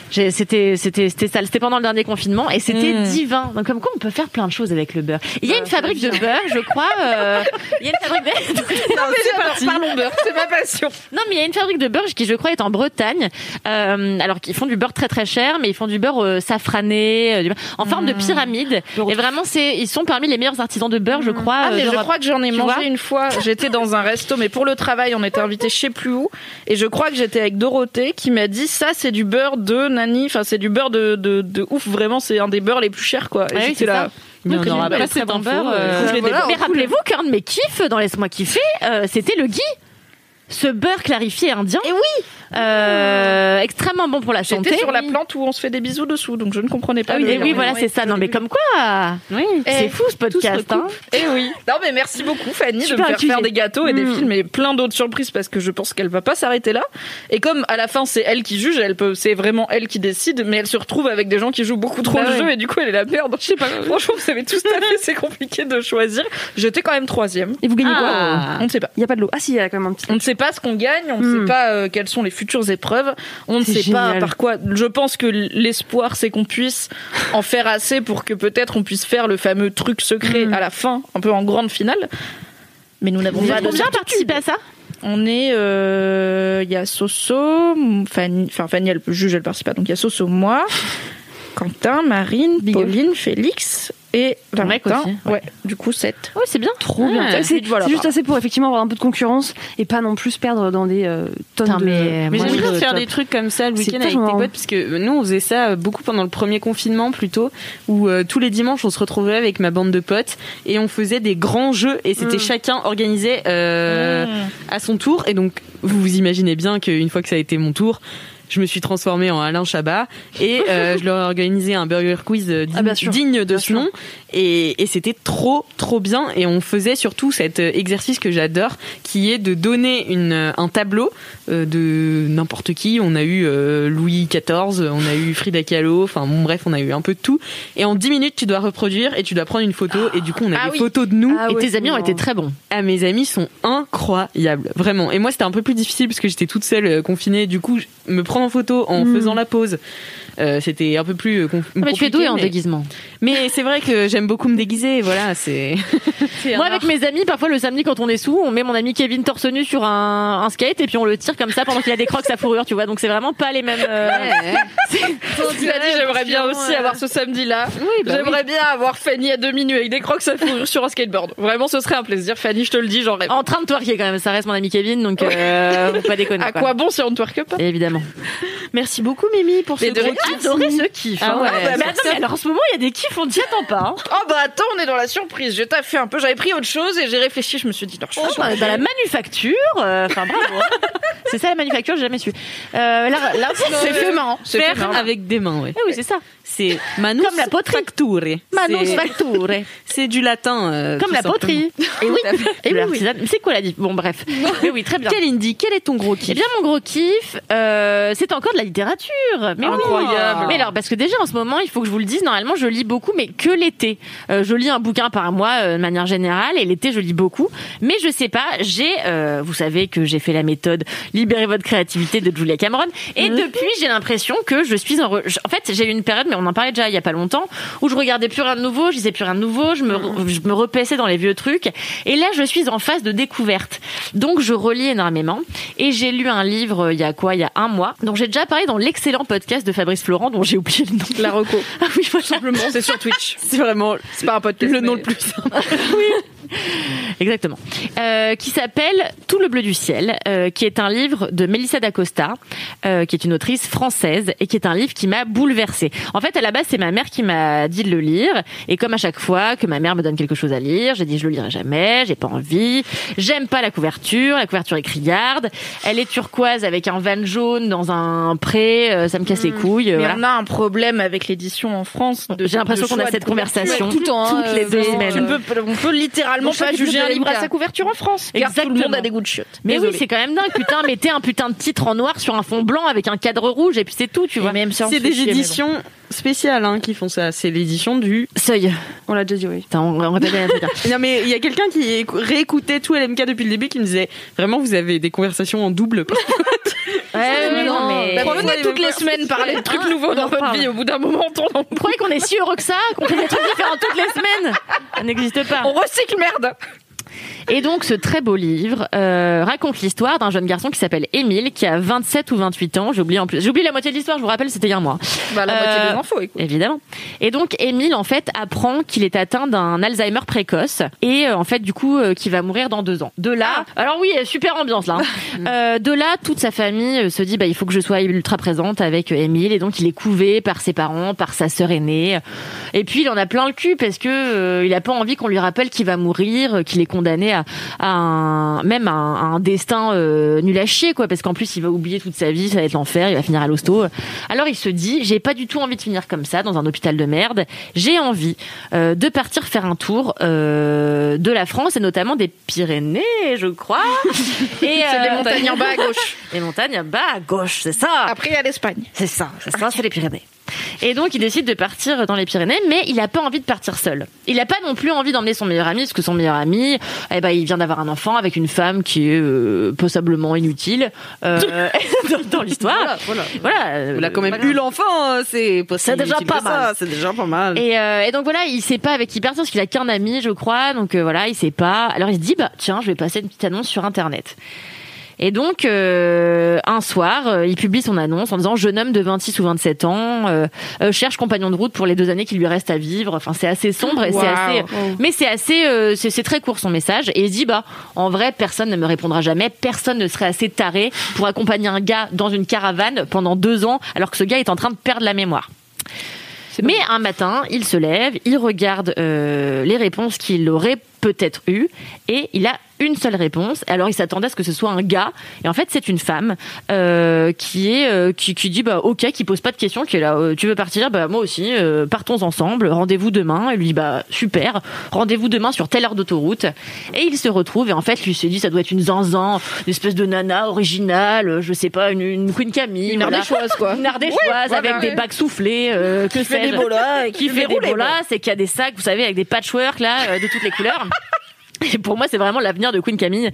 J'ai- C'était c'était c'était ça. C'était pendant le dernier confinement et c'était
Mm.
divin. Donc comme quoi on peut faire plein de choses avec le beurre. Il y
Ah,
a une fabrique de beurre, je crois. euh, Il y a une fabrique. De...
Non, mais j'adore, parlons beurre, c'est ma passion.
Non mais il y a une fabrique de beurre qui je crois est en Bretagne. Euh, alors qu'ils font du beurre très très cher, mais ils font du beurre euh, safrané, euh, du beurre- en forme de
Ah.
pyramide. Et vraiment c'est ils sont parmi les meilleurs artisans de beurre, je crois.
Ah, mais
euh,
je
d'Europe.
crois que j'en ai
Tu
mangé
vois
une fois. J'étais dans un resto, mais pour le travail, on était invité chez plus où. Et je crois que j'étais avec Dorothée qui m'a dit ça, c'est du beurre de nani. Enfin, c'est du beurre de, de, de ouf. Vraiment, c'est un des beurres les plus chers, quoi. Et
Ah oui,
j'étais
c'est
là.
ça. Mais on
Ok,
n'aura
bah,
pas
très
cet
bonne
beurre.
info,
euh,
je l'ai
voilà,
découvert.
mais rappelez-vous qu'un de mes kiffs dans Laisse-moi kiffer, euh, c'était le gui. Ce beurre clarifié indien. Et
Eh oui
Extrêmement bon pour la santé.
J'étais sur la plante où on se fait des bisous dessous, donc je ne comprenais pas.
Ah oui,
le-
et oui, voilà, c'est ça. Non, mais comme quoi Oui. C'est
Eh,
fou ce
tout se
podcast. hein.
recoupe. Eh oui. Non mais merci beaucoup Fanny de
Super
me faire
accusée.
faire des gâteaux et des
Mm.
films et plein d'autres surprises parce que je pense qu'elle va pas s'arrêter là. Et comme à la fin c'est elle qui juge, elle peut, c'est vraiment elle qui décide, mais elle se retrouve avec des gens qui jouent beaucoup trop
Bah
le
ouais.
jeu et du coup elle est la merde. Je sais pas. Franchement vous savez tous à fait, c'est compliqué de choisir. J'étais quand même troisième.
Et vous gagnez
Ah.
quoi
On ne sait pas.
Il n'y a pas de l'eau. Ah si, il y a quand même un petit.
On ne sait pas ce qu'on gagne, on ne
Mm.
sait pas euh, quelles sont les futures épreuves, on ne
C'est
sait pas
génial.
par quoi. Je pense que l'espoir, c'est qu'on puisse en faire assez pour que peut-être on puisse faire le fameux truc secret
Hmm.
à la fin, un peu en grande finale. Mais nous n'avons
Vous
pas
êtes
de
combien à
certitude.
participer à ça
On est, euh, il y a Soso, Fanny, enfin Fanny, elle juge, elle participe pas, donc il y a Soso, moi, Quentin, Marine, Pauline, Félix et
Mec
Valentin.
aussi,
ouais. du coup 7.
Oui, c'est bien.
Trop bien.
Ouais.
Ah, C'est
Et voilà,
c'est juste
pardon.
assez pour effectivement avoir un peu de concurrence et pas non plus se perdre dans des euh, tonnes
Putain,
de.
mais
Mais j'aime bien faire des trucs comme ça le
C'est
week-end avec tes
tellement marrant.
potes, parce que nous on faisait ça euh, beaucoup pendant le premier confinement plutôt, où euh, tous les dimanches on se retrouvait avec ma bande de potes et on faisait des grands jeux et c'était
Mm.
chacun organisé euh,
Mm.
à son tour. Et donc vous vous imaginez bien qu'une fois que ça a été mon tour, je me suis transformée en Alain Chabat et euh, je leur ai organisé un burger quiz euh, digne,
Ah, bien sûr.
digne de ce nom et, et c'était trop trop bien et on faisait surtout cet euh, exercice que j'adore qui est de donner une, euh, un tableau euh, de n'importe qui on a eu euh, Louis XIV on a eu Frida Kahlo enfin bon, bref on a eu un peu de tout et en 10 minutes tu dois reproduire et tu dois prendre une photo et du coup on a
Ah
des
oui.
photos de nous
Ah Et ouais, tes amis c'est ont été marrant. très bons
ah mes amis sont incroyables vraiment et moi c'était un peu plus difficile parce que j'étais toute seule euh, confinée du coup je- me prendre en photo en
Mm. Ah,
faisant la pause euh, c'était un peu plus euh, conf-
mais tu hein, es douée
compliqué,
en
mais-
déguisement.
mais c'est vrai que j'aime beaucoup me déguiser, voilà, c'est.
Moi, avec mes amis, parfois le samedi, quand on est sous, on met mon ami Kevin torse nu sur un, un skate et puis on le tire comme ça pendant qu'il a des crocs à fourrure, tu vois. Donc c'est vraiment pas les mêmes. euh,
Tu as dit j'aimerais bien aussi avoir ce samedi là.
bah
j'aimerais bien avoir Fanny à demi nue avec des crocs à fourrure sur un skateboard. Vraiment ce serait un plaisir Fanny, je te le dis, j'en rêve.
En train de twerker quand même, ça reste mon ami Kevin, donc euh, faut pas déconner.
À quoi bon si on ne twerk pas
Évidemment.
Merci beaucoup Mimi pour
Mais de rien,
J'ai adoré ce kiff.
Ah
hein.
ouais,
mais
sur
attends,
ça.
mais alors en ce moment, il y a des kiffs, on t'y attend pas. hein.
Oh bah attends, on est dans la surprise. J'ai taffé un peu, j'avais pris autre chose et j'ai réfléchi, je me suis dit non, je suis
Oh,
sûre.
bah, dans la manufacture, euh, enfin bravo. hein.
C'est ça la manufacture, j'ai jamais su. Euh, l'art- l'art-
C'est fait
hein.
marrant.
C'est
Faire
fait marrant.
avec des mains, ouais.
Eh oui, c'est ça.
C'est manus
Comme la poterie.
facture.
Manus
C'est-
facture.
C'est du latin. euh,
Comme
tout
la poterie. Et oui, et oui, oui.
L'artisanat- C'est quoi la diff Bon, bref. Mais oui, très bien.
Eh Quel indie Quel est ton gros kiff
Eh bien, mon gros kiff, euh, c'est encore de la littérature. Mais oui.
Incroyable.
Mais alors, parce que déjà en ce moment, il faut que je vous le dise, normalement, je lis beaucoup, mais que l'été. Euh, je lis un bouquin par mois euh, de manière générale, et l'été, je lis beaucoup. Mais je sais pas, j'ai, euh, vous savez que j'ai fait la méthode Libérez votre créativité de Julia Cameron, et depuis, j'ai l'impression que je suis en. re- je- En fait, j'ai eu une période, mais on en parlait déjà il y a pas longtemps, où je regardais plus rien de nouveau, je lisais plus rien de nouveau, je me, re- je me repaissais dans les vieux trucs, et là, je suis en phase de découverte. Donc, je relis énormément, et j'ai lu un livre euh, il y a quoi, il y a un mois, dont j'ai déjà parlé dans l'excellent podcast de Fabrice Florent, dont j'ai oublié le nom.
La reco.
Ah oui, voilà.
Simplement, c'est sur Twitch. C'est vraiment. C'est pas un podcast. Le nom le plus simple.
Exactement. Euh, qui s'appelle Tout le bleu du ciel, euh, qui est un livre de Melissa d'Acosta, euh, qui est une autrice française et qui est un livre qui m'a bouleversée. En fait, à la base, c'est ma mère qui m'a dit de le lire. Et comme à chaque fois que ma mère me donne quelque chose à lire, j'ai dit je le lirai jamais, j'ai pas envie, j'aime pas la couverture, la couverture est criarde, elle est turquoise avec un van jaune dans un pré, euh, ça me casse les couilles.
Hmm.
euh,
Mais
voilà.
on a un problème avec l'édition en France. de-
J'ai l'impression
de
qu'on a
choix
cette
de couverture.
conversation
tout le temps,
toutes
hein,
les deux
euh,
semaines.
tu ne peux- on peut littéralement
Mon choix
pas
du
juger
bouquin
un livre à
Limca.
sa couverture en France. Car tout le monde
Exactement.
a des goûts de chiottes.
Mais oui,
Désolée.
c'est quand même dingue. Putain, mettez un putain de titre en noir sur un fond blanc avec un cadre rouge et puis c'est tout, tu vois.
même
C'est des éditions spéciales hein, qui font ça. C'est l'édition du.
Seuil.
On l'a déjà dit, oui.
Putain, on, on répète la même chose.
Non mais il y a quelqu'un qui écou- réécoutait tout LMK depuis le début qui me disait vraiment vous avez des conversations en double.
Ouais, mais Euh, non, mais-
Bah,
Trois fois
venez
les
toutes
mêmes
les Hein semaines parler de trucs nouveaux dans votre vie. Au bout d'un moment, on tourne en
Vous croyez qu'on est si heureux que ça Qu'on fait des trucs différents toutes les semaines Ça n'existe pas.
On recycle, merde
Et donc, ce très beau livre euh, raconte l'histoire d'un jeune garçon qui s'appelle Émile, qui a 27 ou 28 ans. J'oublie en plus. J'oublie la moitié de l'histoire. Je vous rappelle, c'était il y a un mois.
Bah, la moitié
Euh,
des infos, écoute.
Évidemment. Et donc, Émile, en fait, apprend qu'il est atteint d'un Alzheimer précoce et, euh, en fait, du coup, euh, qu'il va mourir dans deux ans. De là, Ah. alors oui, super ambiance là. hein. Euh, de là, toute sa famille euh, se dit, bah, il faut que je sois ultra présente avec euh, Émile. Et donc, il est couvé par ses parents, par sa sœur aînée. Et puis, il en a plein le cul parce que euh, il a pas envie qu'on lui rappelle qu'il va mourir, euh, qu'il est condamné à, à un, même à un, à un destin euh, nul à chier, quoi. Parce qu'en plus, il va oublier toute sa vie, ça va être l'enfer, il va finir à l'hosto. Alors il se dit, j'ai pas du tout envie de finir comme ça dans un hôpital de merde. J'ai envie euh, de partir faire un tour euh, de la France et notamment des Pyrénées, je crois. et
C'est les
euh,
montagnes en bas à gauche.
Les montagnes en bas à gauche, c'est ça.
Ah. Après, il y a l'Espagne.
C'est ça, c'est ça, c'est les Pyrénées. Et donc, il décide de partir dans les Pyrénées, mais il n'a pas envie de partir seul. Il n'a pas non plus envie d'emmener son meilleur ami, parce que son meilleur ami, eh ben, il vient d'avoir un enfant avec une femme qui est euh, possiblement inutile euh, dans, dans l'histoire.
Voilà,
Voilà, euh,
On a quand même
pas
eu
grave.
l'enfant, hein, c'est
C'est déjà
inutile
pas
que ça,
mal.
C'est déjà pas mal.
Et, euh, et donc voilà, il sait pas avec qui partir parce qu'il a qu'un ami, je crois. Donc euh, voilà, il sait pas. Alors il se dit bah tiens, je vais passer une petite annonce sur internet. Et donc euh, un soir, euh, il publie son annonce en disant jeune homme de 26 ou 27 ans euh, euh, cherche compagnon de route pour les deux années qui lui restent à vivre. Enfin, c'est assez sombre et
Wow.
c'est assez
Oh.
mais c'est assez euh, c'est c'est très court son message et il se dit bah en vrai personne ne me répondra jamais, personne ne serait assez taré pour accompagner un gars dans une caravane pendant deux ans alors que ce gars est en train de perdre la mémoire. Mais un matin, il se lève, il regarde euh, les réponses qu'il aurait peut-être eues, et il a une seule réponse. Alors il s'attendait à ce que ce soit un gars, et en fait c'est une femme euh, qui est euh, qui, qui dit bah ok, qui pose pas de questions, qui est là, euh, tu veux partir, bah moi aussi, euh, partons ensemble, rendez-vous demain. Et lui dit bah super, rendez-vous demain sur telle heure d'autoroute, et il se retrouve et en fait lui se dit ça doit être une zinzin, une espèce de nana originale, euh, je sais pas, une, une Queen Camille,
Une
voilà.
Ardéchoise, quoi.
une ardéchoise
Ah. Ouais, voilà.
avec des bacs soufflés, euh, que
Qui fait
sais-je.
des bolas et
qui fait des bolas, c'est qu'il y a des sacs, vous savez, avec des patchwork là, euh, de toutes les couleurs. Et pour moi, c'est vraiment l'avenir de Queen Camille.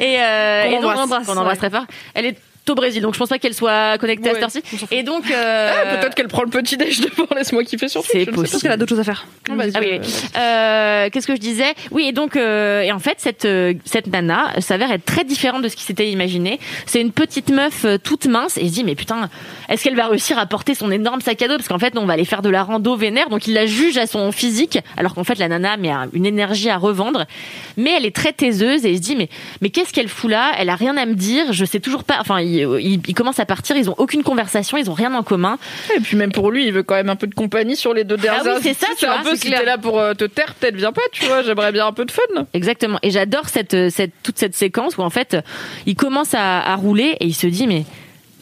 Et, euh,
Qu'on
et donc,
embrasse,
on embrasse, qu'on embrasse très fort. Elle est au Brésil, donc je pense pas qu'elle soit connectée à cette heure-ci. Et donc, euh,
Ah, Peut-être qu'elle prend le petit déj devant, laisse-moi kiffer sur Twitch,
C'est
je ne sais
possible.
pas.
a d'autres choses à faire.
Ah, vas-y,
Ah oui,
euh,
oui. Euh, Qu'est-ce que je disais Oui, et donc, euh, et en fait, cette euh, cette nana s'avère être très différente de ce qui s'était imaginé. C'est une petite meuf euh, toute mince et je dis mais putain, est-ce qu'elle va réussir à porter son énorme sac à dos parce qu'en fait, on va aller faire de la rando vénère, donc il la juge à son physique, alors qu'en fait, la nana mais a une énergie à revendre. Mais elle est très taiseuse et il se dit mais mais qu'est-ce qu'elle fout là Elle a rien à me dire. Je sais toujours pas. Enfin, il- ils, ils commencent à partir, ils ont aucune conversation, ils ont rien en commun.
Et puis même pour lui, il veut quand même un peu de compagnie sur les deux dernières.
Ah oui, c'est ça, tu
C'est un peu
vois, c'est
si
clair.
t'es là pour euh, te taire, peut-être viens pas, tu vois. J'aimerais bien un peu de fun.
Exactement. Et j'adore cette, euh, cette, toute cette séquence où en fait, il commence à, à rouler et il se dit mais.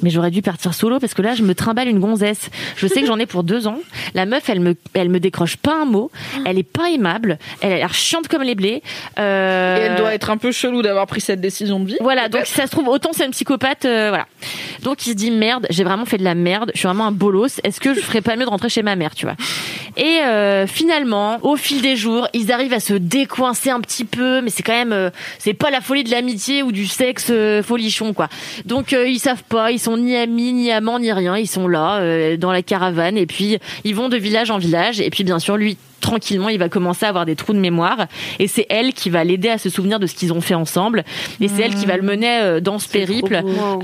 Mais j'aurais dû partir solo parce que là, je me trimballe une gonzesse. Je sais que j'en ai pour deux ans. La meuf, elle me, elle me décroche pas un mot. Elle est pas aimable. Elle a l'air chiante comme les blés. Euh,
Et elle doit être un peu chelou d'avoir pris cette décision de vie.
Voilà, donc si ça se trouve, autant c'est un psychopathe, euh, voilà. Donc il se dit merde, j'ai vraiment fait de la merde, je suis vraiment un bolos, est-ce que je ferais pas mieux de rentrer chez ma mère, tu vois Et euh, finalement, au fil des jours, ils arrivent à se décoincer un petit peu, mais c'est quand même, euh, c'est pas la folie de l'amitié ou du sexe euh, folichon, quoi. Donc euh, ils savent pas, ils sont ni amis, ni amants, ni rien, ils sont là, euh, dans la caravane, et puis ils vont de village en village, et puis bien sûr, lui, tranquillement, il va commencer à avoir des trous de mémoire. Et c'est elle qui va l'aider à se souvenir de ce qu'ils ont fait ensemble. Et c'est elle qui va le mener euh, dans ce périple.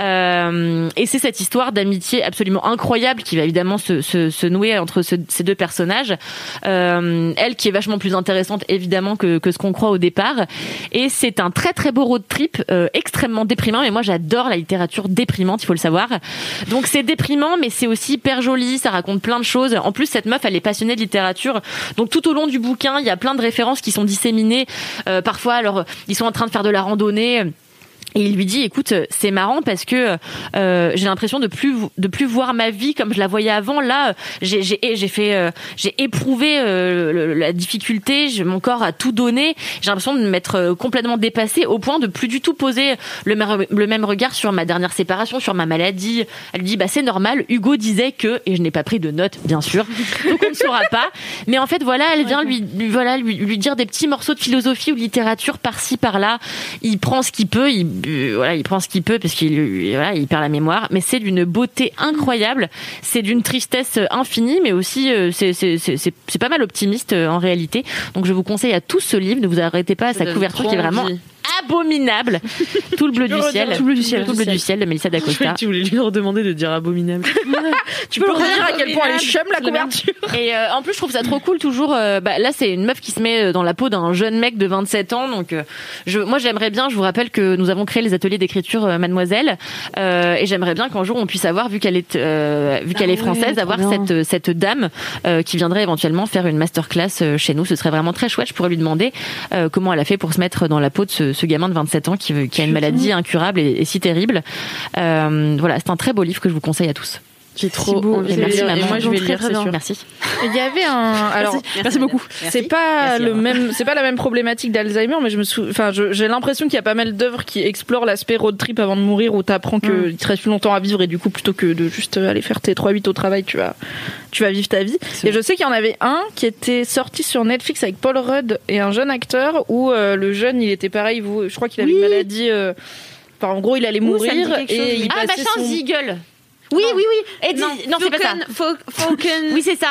Euh, et c'est cette histoire d'amitié absolument incroyable qui va évidemment se, se- se nouer entre ce- ces deux personnages. Euh, elle qui est vachement plus intéressante évidemment que, que ce qu'on croit au départ. Et c'est un très très beau road trip euh, extrêmement déprimant. Mais moi j'adore la littérature déprimante, il faut le savoir. Donc c'est déprimant, mais c'est aussi hyper joli. Ça raconte plein de choses. En plus cette meuf, elle est passionnée de littérature. Donc tout au long du bouquin, il y a plein de références qui sont disséminées. Euh, parfois, alors ils sont en train de faire de la randonnée. Et il lui dit, écoute, euh, c'est marrant parce que euh, j'ai l'impression de plus de plus voir ma vie comme je la voyais avant. Là, euh, j'ai j'ai j'ai fait euh, j'ai éprouvé euh, le- la difficulté. je- mon corps a tout donné. J'ai l'impression de m'être euh, complètement dépassée au point de plus du tout poser le, mer- le même regard sur ma dernière séparation, sur ma maladie. Elle lui dit, bah c'est normal. Hugo disait que et je n'ai pas pris de notes, bien sûr. Donc on ne saura pas. Mais en fait, voilà, elle vient lui, lui- voilà, lui, lui dire des petits morceaux de philosophie ou de littérature par-ci, par-là. Il prend ce qu'il peut, il, euh, voilà, il prend ce qu'il peut parce qu'il euh, voilà, il perd la mémoire. Mais c'est d'une beauté incroyable. C'est d'une tristesse euh, infinie, mais aussi euh, c'est- c'est c'est- c'est- c'est pas mal optimiste euh, en réalité. Donc je vous conseille à tous ce livre. Ne vous arrêtez pas à sa
donne
couverture
trop
qui est vraiment
envie.
abominable. Tout le bleu
peux
du
redire
ciel.
Tout le bleu du ciel.
Tout le bleu du ciel de Melissa D'Acosta.
Tu voulais lui redemander de dire abominable.
tu peux redire à quel point elle est chum, la
C'est bien.
couverture.
Et euh, en plus, je trouve ça trop cool toujours. euh, bah, là, c'est une meuf qui se met euh, dans la peau d'un jeune mec de 27 ans. Donc, euh, je, moi, j'aimerais bien. Je vous rappelle que nous avons créé les ateliers d'écriture euh, Mademoiselle, euh, et j'aimerais bien qu'un jour on puisse avoir, vu qu'elle est, euh, vu
Ah
qu'elle est française, avoir cette cette dame euh, qui viendrait éventuellement faire une masterclass euh, chez nous. Ce serait vraiment très chouette. Je pourrais lui demander euh, comment elle a fait pour se mettre dans la peau de ce, ce gamin de 27 ans qui, veut- qui a une maladie incurable et, et si terrible. Euh, voilà, c'est un très beau livre que je vous conseille à tous.
J'ai trop envie
et
de le
merci
lire, et
maman.
moi, je vais le lire, c'est sûr.
Merci.
Il y avait un. Alors,
Merci. Merci beaucoup.
C'est pas le même, c'est pas la même problématique d'Alzheimer, mais je me sou... enfin, je- j'ai l'impression qu'il y a pas mal d'œuvres qui explorent l'aspect road trip avant de mourir, où t'apprends qu'il
Mm.
te reste plus longtemps à vivre et du coup, plutôt que de juste aller faire tes 3-8 au travail, tu vas, tu vas vivre ta vie. Et je sais qu'il y en avait un qui était sorti sur Netflix avec Paul Rudd et un jeune acteur où euh, le jeune, il était pareil, vous, je crois qu'il avait une maladie. euh, Enfin, en gros, il allait
Ouh, ça me dit
mourir
quelque chose.
et il
Ah,
passait
machin,
son-
Ziegel. Oui, oui, oui. Et dis- non, c'est pas ça. oui, c'est ça.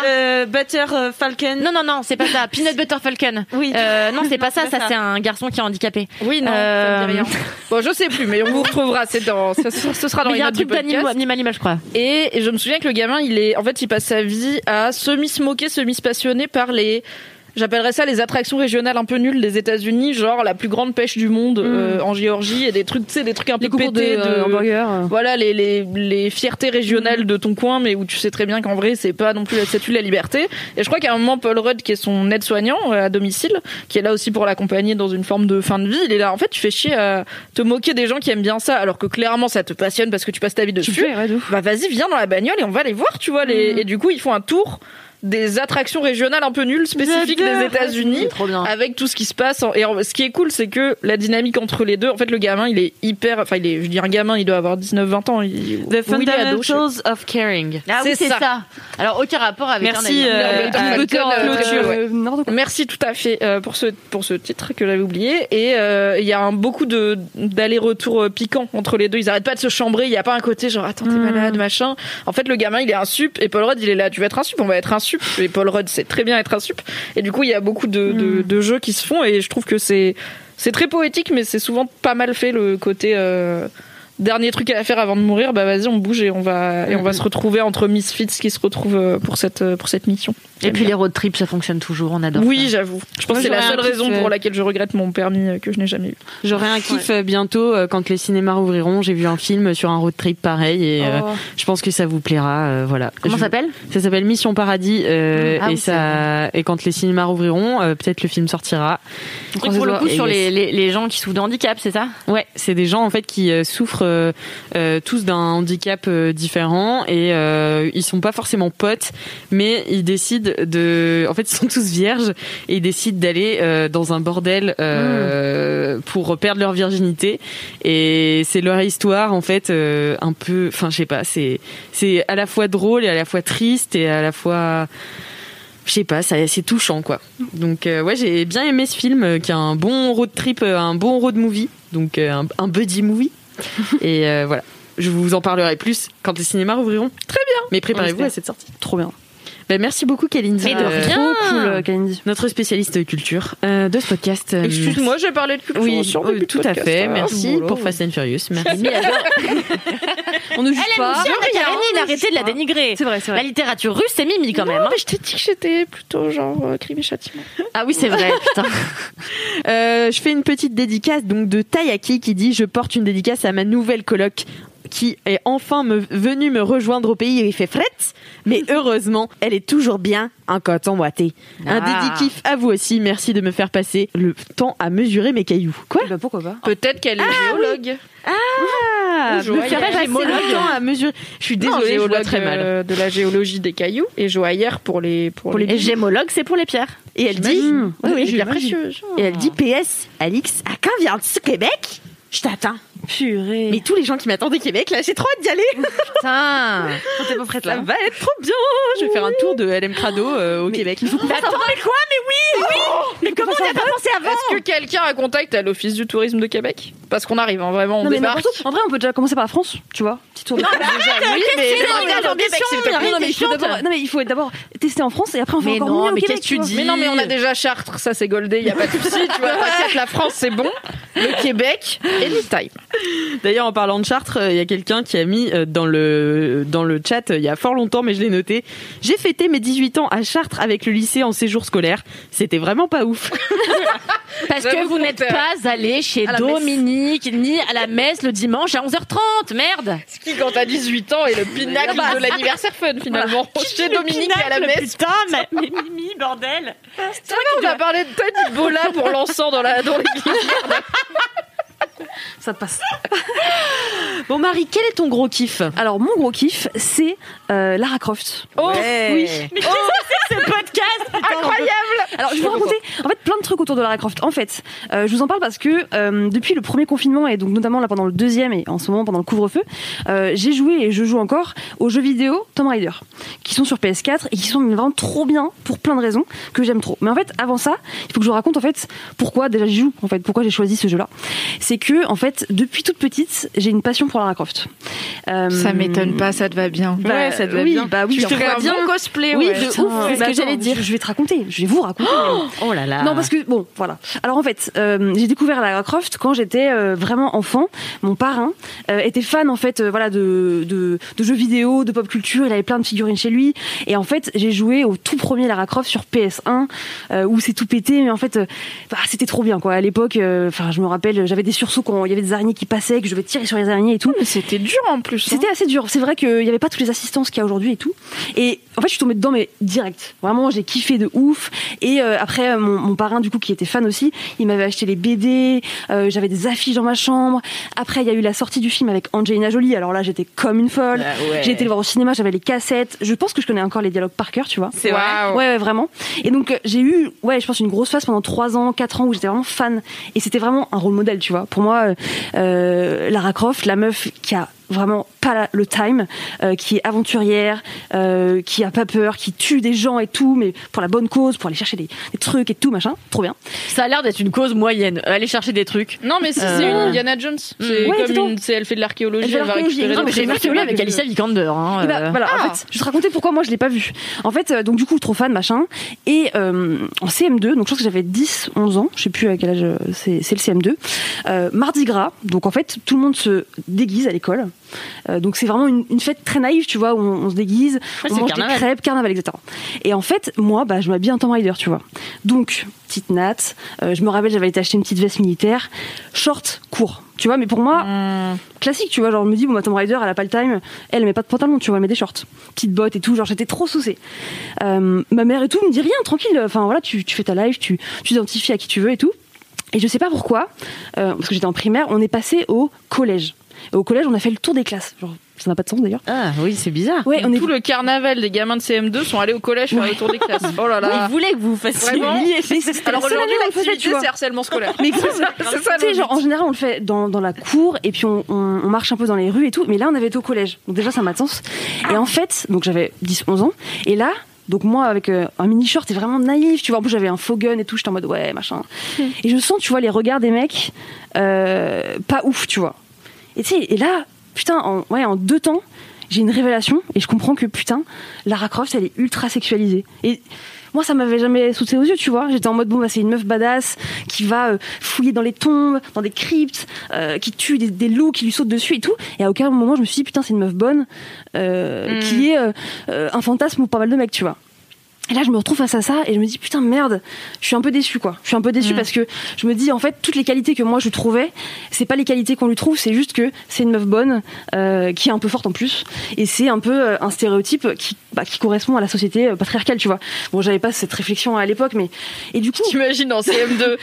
butter euh, Falcon.
Non, non, non, c'est pas ça. Peanut Butter Falcon.
Oui.
Euh, non, c'est pas ça.
c'est
Ça,
pas
c'est un garçon qui est handicapé. Euh,
Oui, non, ça me dit rien. Bon, je sais plus, mais on vous retrouvera. C'est dans, ce ce sera dans
Mais
les
il y a un
notes du
truc
podcast.
d'animal, je crois.
Et je me souviens que le gamin, il est, en fait, il passe sa vie à semi se moquer, semi se passionner par les, j'appellerais ça les attractions régionales un peu nulles des États-Unis, genre la plus grande pêche du monde euh, en Géorgie et des trucs, tu sais, des euh, trucs un peu pétés de,
euh,
voilà les, les, les fiertés régionales de ton coin, mais où tu sais très bien qu'en vrai, c'est pas non plus la statue de la liberté. Et je crois qu'à un moment, Paul Rudd, qui est son aide-soignant euh, à domicile, qui est là aussi pour l'accompagner dans une forme de fin de vie, il est là. En fait, tu fais chier à te moquer des gens qui aiment bien ça, alors que clairement, ça te passionne parce que tu passes ta vie dessus. bah vas-y, viens dans la bagnole et on va les voir, tu vois.
Mm.
Les... Et du coup, ils font un tour des attractions régionales un peu nulles spécifiques des
J'adore.
États-Unis
C'est trop bien.
avec tout ce qui se passe en- et en- ce qui est cool c'est que la dynamique entre les deux en fait le gamin il est hyper enfin il est je dis un gamin il doit avoir 19 20 ans il,
The
ou il est ado, je sais pas.
Fundamentals of Caring.
Ah oui, c'est ça. Alors, aucun rapport avec
Merci,
un animal.
euh,
Avec un
Butter,
Falcon, euh,
Clôture.
ouais. Merci tout à fait euh, pour ce pour ce titre que j'avais oublié et euh, il y a un, beaucoup de d'allers-retours euh, piquants entre les deux ils arrêtent pas de se chambrer il y a pas un côté genre attends t'es malade machin en fait le gamin il est un sup et Paul Rudd il est là tu vas être un sup on va être un sup et Paul Rudd sait très bien être un sup et du coup il y a beaucoup de de, de jeux qui se font et je trouve que c'est c'est très poétique mais c'est souvent pas mal fait le côté euh, Dernier truc à faire avant de mourir, bah vas-y, on bouge et on va, et on va se retrouver entre Misfits qui se retrouvent euh, pour cette, euh, pour cette mission.
Et puis les road trips, ça fonctionne toujours, on adore.
Oui, j'avoue. Je pense
Moi,
que c'est la
j'aurais
seule
un kiff,
raison
euh,
pour laquelle je regrette mon permis euh, que je n'ai jamais eu.
J'aurai un kiff euh, bientôt euh, quand les cinémas rouvriront. J'ai vu un film sur un road trip pareil et euh,
Oh.
je pense que ça vous plaira. euh, voilà.
Comment
Je-
ça s'appelle
Ça s'appelle Mission Paradis euh,
Ah
et
oui,
ça et quand les cinémas rouvriront, euh, peut-être le film sortira.
Truc pour le coup sur les, les, les gens qui souffrent de handicap, c'est ça
Ouais, c'est des gens en fait qui euh, souffrent euh, euh, tous d'un handicap euh, différent et euh, ils sont pas forcément potes, mais ils décident de, en fait, ils sont tous vierges et ils décident d'aller euh, dans un bordel euh, pour perdre leur virginité et c'est leur histoire en fait euh, un peu, enfin je sais pas, c'est c'est à la fois drôle et à la fois triste et à la fois je sais pas, ça- c'est touchant quoi. Donc euh, ouais, j'ai bien aimé ce film euh, qui a un bon road trip, euh, un bon road movie, donc euh, un, un buddy movie. Et euh, voilà, je vous en parlerai plus quand les cinémas rouvriront. Très bien. Mais préparez-vous
On espère.
à cette sortie. Trop bien. merci beaucoup Kalindi.
Mais de rien. Trop cool, euh,
Notre spécialiste culture euh, de ce podcast. Euh,
Excuse-moi, j'ai parlé de culture.
Oui,
sur
euh,
le
tout à
podcast,
fait.
hein.
Merci pour Fast and Furious. Merci.
On ne
juge pas.
Elle est
Je regarde,
d'arrêter de la dénigrer. C'est vrai, c'est vrai. Hein La littérature russe, c'est mimi quand même. hein.
Non, mais je t'ai dit que j'étais plutôt genre euh, crime et châtiment.
Ah oui, c'est vrai, putain.
Euh, je fais une petite dédicace donc de Tayaki qui dit je porte une dédicace à ma nouvelle coloc qui est enfin me- venue me rejoindre au pays où il fait fret, mais heureusement, elle est toujours bien en coton boité. Un
Ah.
dédikiff à vous aussi, merci de me faire passer le temps à mesurer mes cailloux. Quoi
Bah, Pourquoi pas
Peut-être qu'elle est géologue.
Ah
Bonjour,
Me faire
elle est
passer
gémologue.
le temps à mesurer... Je suis
Non,
désolée, je vois
géologue,
très mal.
euh, de la géologie des cailloux et joaillère pour les pour,
Pour les
les
bijoux. Et
gémologue, c'est pour les pierres.
Et elle dit,
Oui, oui,
Oui,
j'ai
j'imagine. Et elle dit PS, Alix, à quand viens-tu Québec Je t'attends. Purée. Mais tous les gens qui m'attendent au Québec, là, j'ai trop hâte d'y aller.
Putain.
Ça va être trop bien. Je vais faire un tour de LM Crado euh, au Québec.
Mais attends, mais quoi Mais oui, oui. Mais comment on n'y a pas pensé avant
Est-ce que quelqu'un a contact à l'Office du tourisme de Québec Parce qu'on arrive, hein, vraiment, on
Non, mais
débarque.
n'importe où. En vrai, on peut déjà commencer par la France, tu vois. Petit tour de
Non, mais arrête,
Déjà, oui,
qu'est-ce
mais-
que c'est,
Non, mais
regarde,
attends,
Québec, s'il te plaît.
Non, mais il faut
Chiante.
d'abord- non, mais il faut être d'abord tester en France et après on fait
Mais
encore
non,
mieux au
mais
Québec,
qu'est-ce que tu
vois.
dis Mais non, mais on a déjà Chartres, ça c'est goldé, il n'y a pas de souci, tu vois. T'inquiète, la France c'est bon, le Québec, anytime.
D'ailleurs, en parlant de Chartres, euh, il y a quelqu'un qui a mis euh, dans le, dans le chat, euh, il y a fort longtemps, mais je l'ai noté, j'ai fêté mes 18 ans à Chartres avec le lycée en séjour scolaire. C'était vraiment pas ouf.
Parce que vous n'êtes pas allé chez
À la
Dominique ni à la messe le dimanche à 11h30, merde.
Ce qui, quand t'as 18 ans, est le
Ah
pinacle
bah.
de l'anniversaire fun finalement. Chez Dominique et à la
pinacle,
messe.
putain, mais- mais
Mimi, bordel
C'est vrai qu'on a parlé de Tony Bola pour l'encens dans la- dans l'église.
Ça passe.
Bon, Marie, quel est ton gros kiff
Alors, mon gros kiff, c'est euh, Lara Croft.
Oh,
Eh.
oui.
Mais qu'est-ce que c'est que ce podcast putain, on peut-
Alors, je vais vous raconter en fait plein de trucs autour de Lara Croft. En fait, euh, je vous en parle parce que euh, depuis le premier confinement et donc notamment là pendant le deuxième et en ce moment pendant le couvre-feu, euh, j'ai joué et je joue encore aux jeux vidéo Tomb Raider qui sont sur PS4 et qui sont vraiment trop bien pour plein de raisons que j'aime trop. Mais en fait, avant ça, il faut que je vous raconte en fait pourquoi déjà j'y joue en fait, pourquoi j'ai choisi ce jeu-là. C'est que en fait, depuis toute petite, j'ai une passion pour Lara Croft. Euh,
Ça m'étonne pas, ça te va bien.
bah, oui, Bah oui,
je te
enfin,
vois
un
bien
bon
cosplay.
Oui, de ouf. C'est ce que j'allais dire. Je vais te raconter. Je vais vous raconter. même.
Oh là là.
Non, parce que bon, voilà. Alors en fait, euh, j'ai découvert Lara Croft quand j'étais euh, vraiment enfant. Mon parrain euh, était fan en fait, euh, voilà, de, de de jeux vidéo, de pop culture. Il avait plein de figurines chez lui. Et en fait, j'ai joué au tout premier Lara Croft sur PS1 euh, où c'est tout pété. Mais en fait, euh, bah, c'était trop bien quoi. À l'époque, euh, enfin, je me rappelle, j'avais des sursauts quand il y avait des araignées qui passaient, que je devais tirer sur les araignées et tout.
Mais c'était dur en plus. hein.
C'était assez dur. C'est vrai qu'il n'y avait pas toutes les assistances qu'il y a aujourd'hui et tout. Et en fait, je suis tombée dedans, mais direct. Vraiment, j'ai kiffé de ouf. Et euh, après, euh, mon, mon parrain, du coup, qui était fan aussi, il m'avait acheté les BD. euh, J'avais des affiches dans ma chambre. Après, il y a eu la sortie du film avec Angelina Jolie. Alors là, j'étais comme une folle.
Ah ouais.
J'ai été le voir au cinéma. J'avais les cassettes. Je pense que je connais encore les dialogues par cœur, tu vois.
C'est vrai Waouh.
Ouais, ouais, vraiment. Et donc, euh, j'ai eu, ouais, je pense, une grosse phase pendant 3 ans, 4 ans où j'étais vraiment fan. Et c'était vraiment un rôle modèle, tu vois. Pour moi, euh, euh, Lara Croft, la meuf qui a vraiment pas la- le time, euh, qui est aventurière, euh, qui a pas peur, qui tue des gens et tout, mais pour la bonne cause, pour aller chercher des, des trucs et tout, machin. Trop bien.
Ça a l'air d'être une cause moyenne. Euh, Aller chercher des trucs.
Non, mais si c'est une Indiana Jones, c'est
Ouais, dis
comme
donc.
une, c'est- elle fait de l'archéologie, elle,
Elle fait de
va
l'archéologie,
récupérer.
non, mais
des
j'ai une
trésors
archéologie avec
que-
Alicia Vikander. hein,
Eh ben,
euh.
voilà, en fait, je vais te racontais pourquoi moi je l'ai pas vu. En fait, euh, donc du coup, trop fan, machin. Et euh, en CM2, donc je pense que j'avais 10, 11 ans, je sais plus à quel âge euh, c'est c'est le CM2, euh, Mardi Gras, donc en fait, tout le monde se déguise à l'école. Euh, donc c'est vraiment une, une fête très naïve, tu vois, où on, on se déguise, on
c'est
mange
carnaval.
des crêpes, carnaval, etc. Et en fait, moi, bah, je m'habille en Tomb Raider, tu vois. Donc, petite natte, euh, je me rappelle, j'avais été acheter une petite veste militaire, short, court. Tu vois, mais pour moi,
Hmm.
classique, tu vois. Genre, je me dis, bon, ma Tomb Raider, elle a pas le time, elle met pas de pantalon, tu vois, elle met des shorts, petites bottes et tout. Genre, j'étais trop saucée. Euh, ma mère et tout me dit rien, tranquille. Enfin, voilà, tu, tu fais ta live, tu tu t'identifies à qui tu veux et tout. Et je sais pas pourquoi, euh, parce que j'étais en primaire, on est passé au collège. Et au collège, on a fait le tour des classes. Genre, ça n'a pas de sens d'ailleurs.
Ah oui, c'est bizarre.
Ouais, on est
Tout le carnaval des gamins de CM2 sont allés au collège faire le tour des classes. Oh là là.
Ils voulaient que vous vous fassiez
Vraiment.
humilier.
Mais c'est- c'était la
Alors
seule
aujourd'hui,
année où on le faisait, tu
l'activité,
vois.
c'est harcèlement scolaire.
Mais grave,
c'est ça.
tu sais,
le
genre, en
but.
général, on le fait dans, dans la cour et puis on, on- on marche un peu dans les rues et tout. Mais là, on avait été au collège. Donc, déjà, ça m'a de sens. Et en fait, donc j'avais 10, 11 ans. Et là, donc moi, avec euh, un mini short, et vraiment naïf, tu vois. En plus, j'avais un faux gun et tout. J'étais en mode ouais, machin.
Hmm.
Et je sens, tu vois, les regards des mecs euh, pas ouf, tu vois. Et tu sais, et là, putain, en, ouais, en deux temps, j'ai une révélation et je comprends que putain, Lara Croft, elle est ultra sexualisée. Et moi, ça m'avait jamais sauté aux yeux, tu vois. J'étais en mode, bon, bah, c'est une meuf badass qui va euh, fouiller dans les tombes, dans des cryptes, euh, qui tue des, des loups, qui lui sautent dessus et tout. Et à aucun moment, je me suis dit, putain, c'est une meuf bonne euh,
Mm.
qui est euh, euh, un fantasme pour pas mal de mecs, tu vois. Et là, je me retrouve face à ça et je me dis putain merde, je suis un peu déçue quoi. Je suis un peu
Mm.
déçue parce que je me dis en fait toutes les qualités que moi je trouvais, c'est pas les qualités qu'on lui trouve, c'est juste que c'est une meuf bonne euh, qui est un peu forte en plus et c'est un peu euh, un stéréotype qui, bah, qui correspond à la société euh, patriarcale, tu vois. Bon, j'avais pas cette réflexion à l'époque, mais et du coup,
T'imagines en CM2.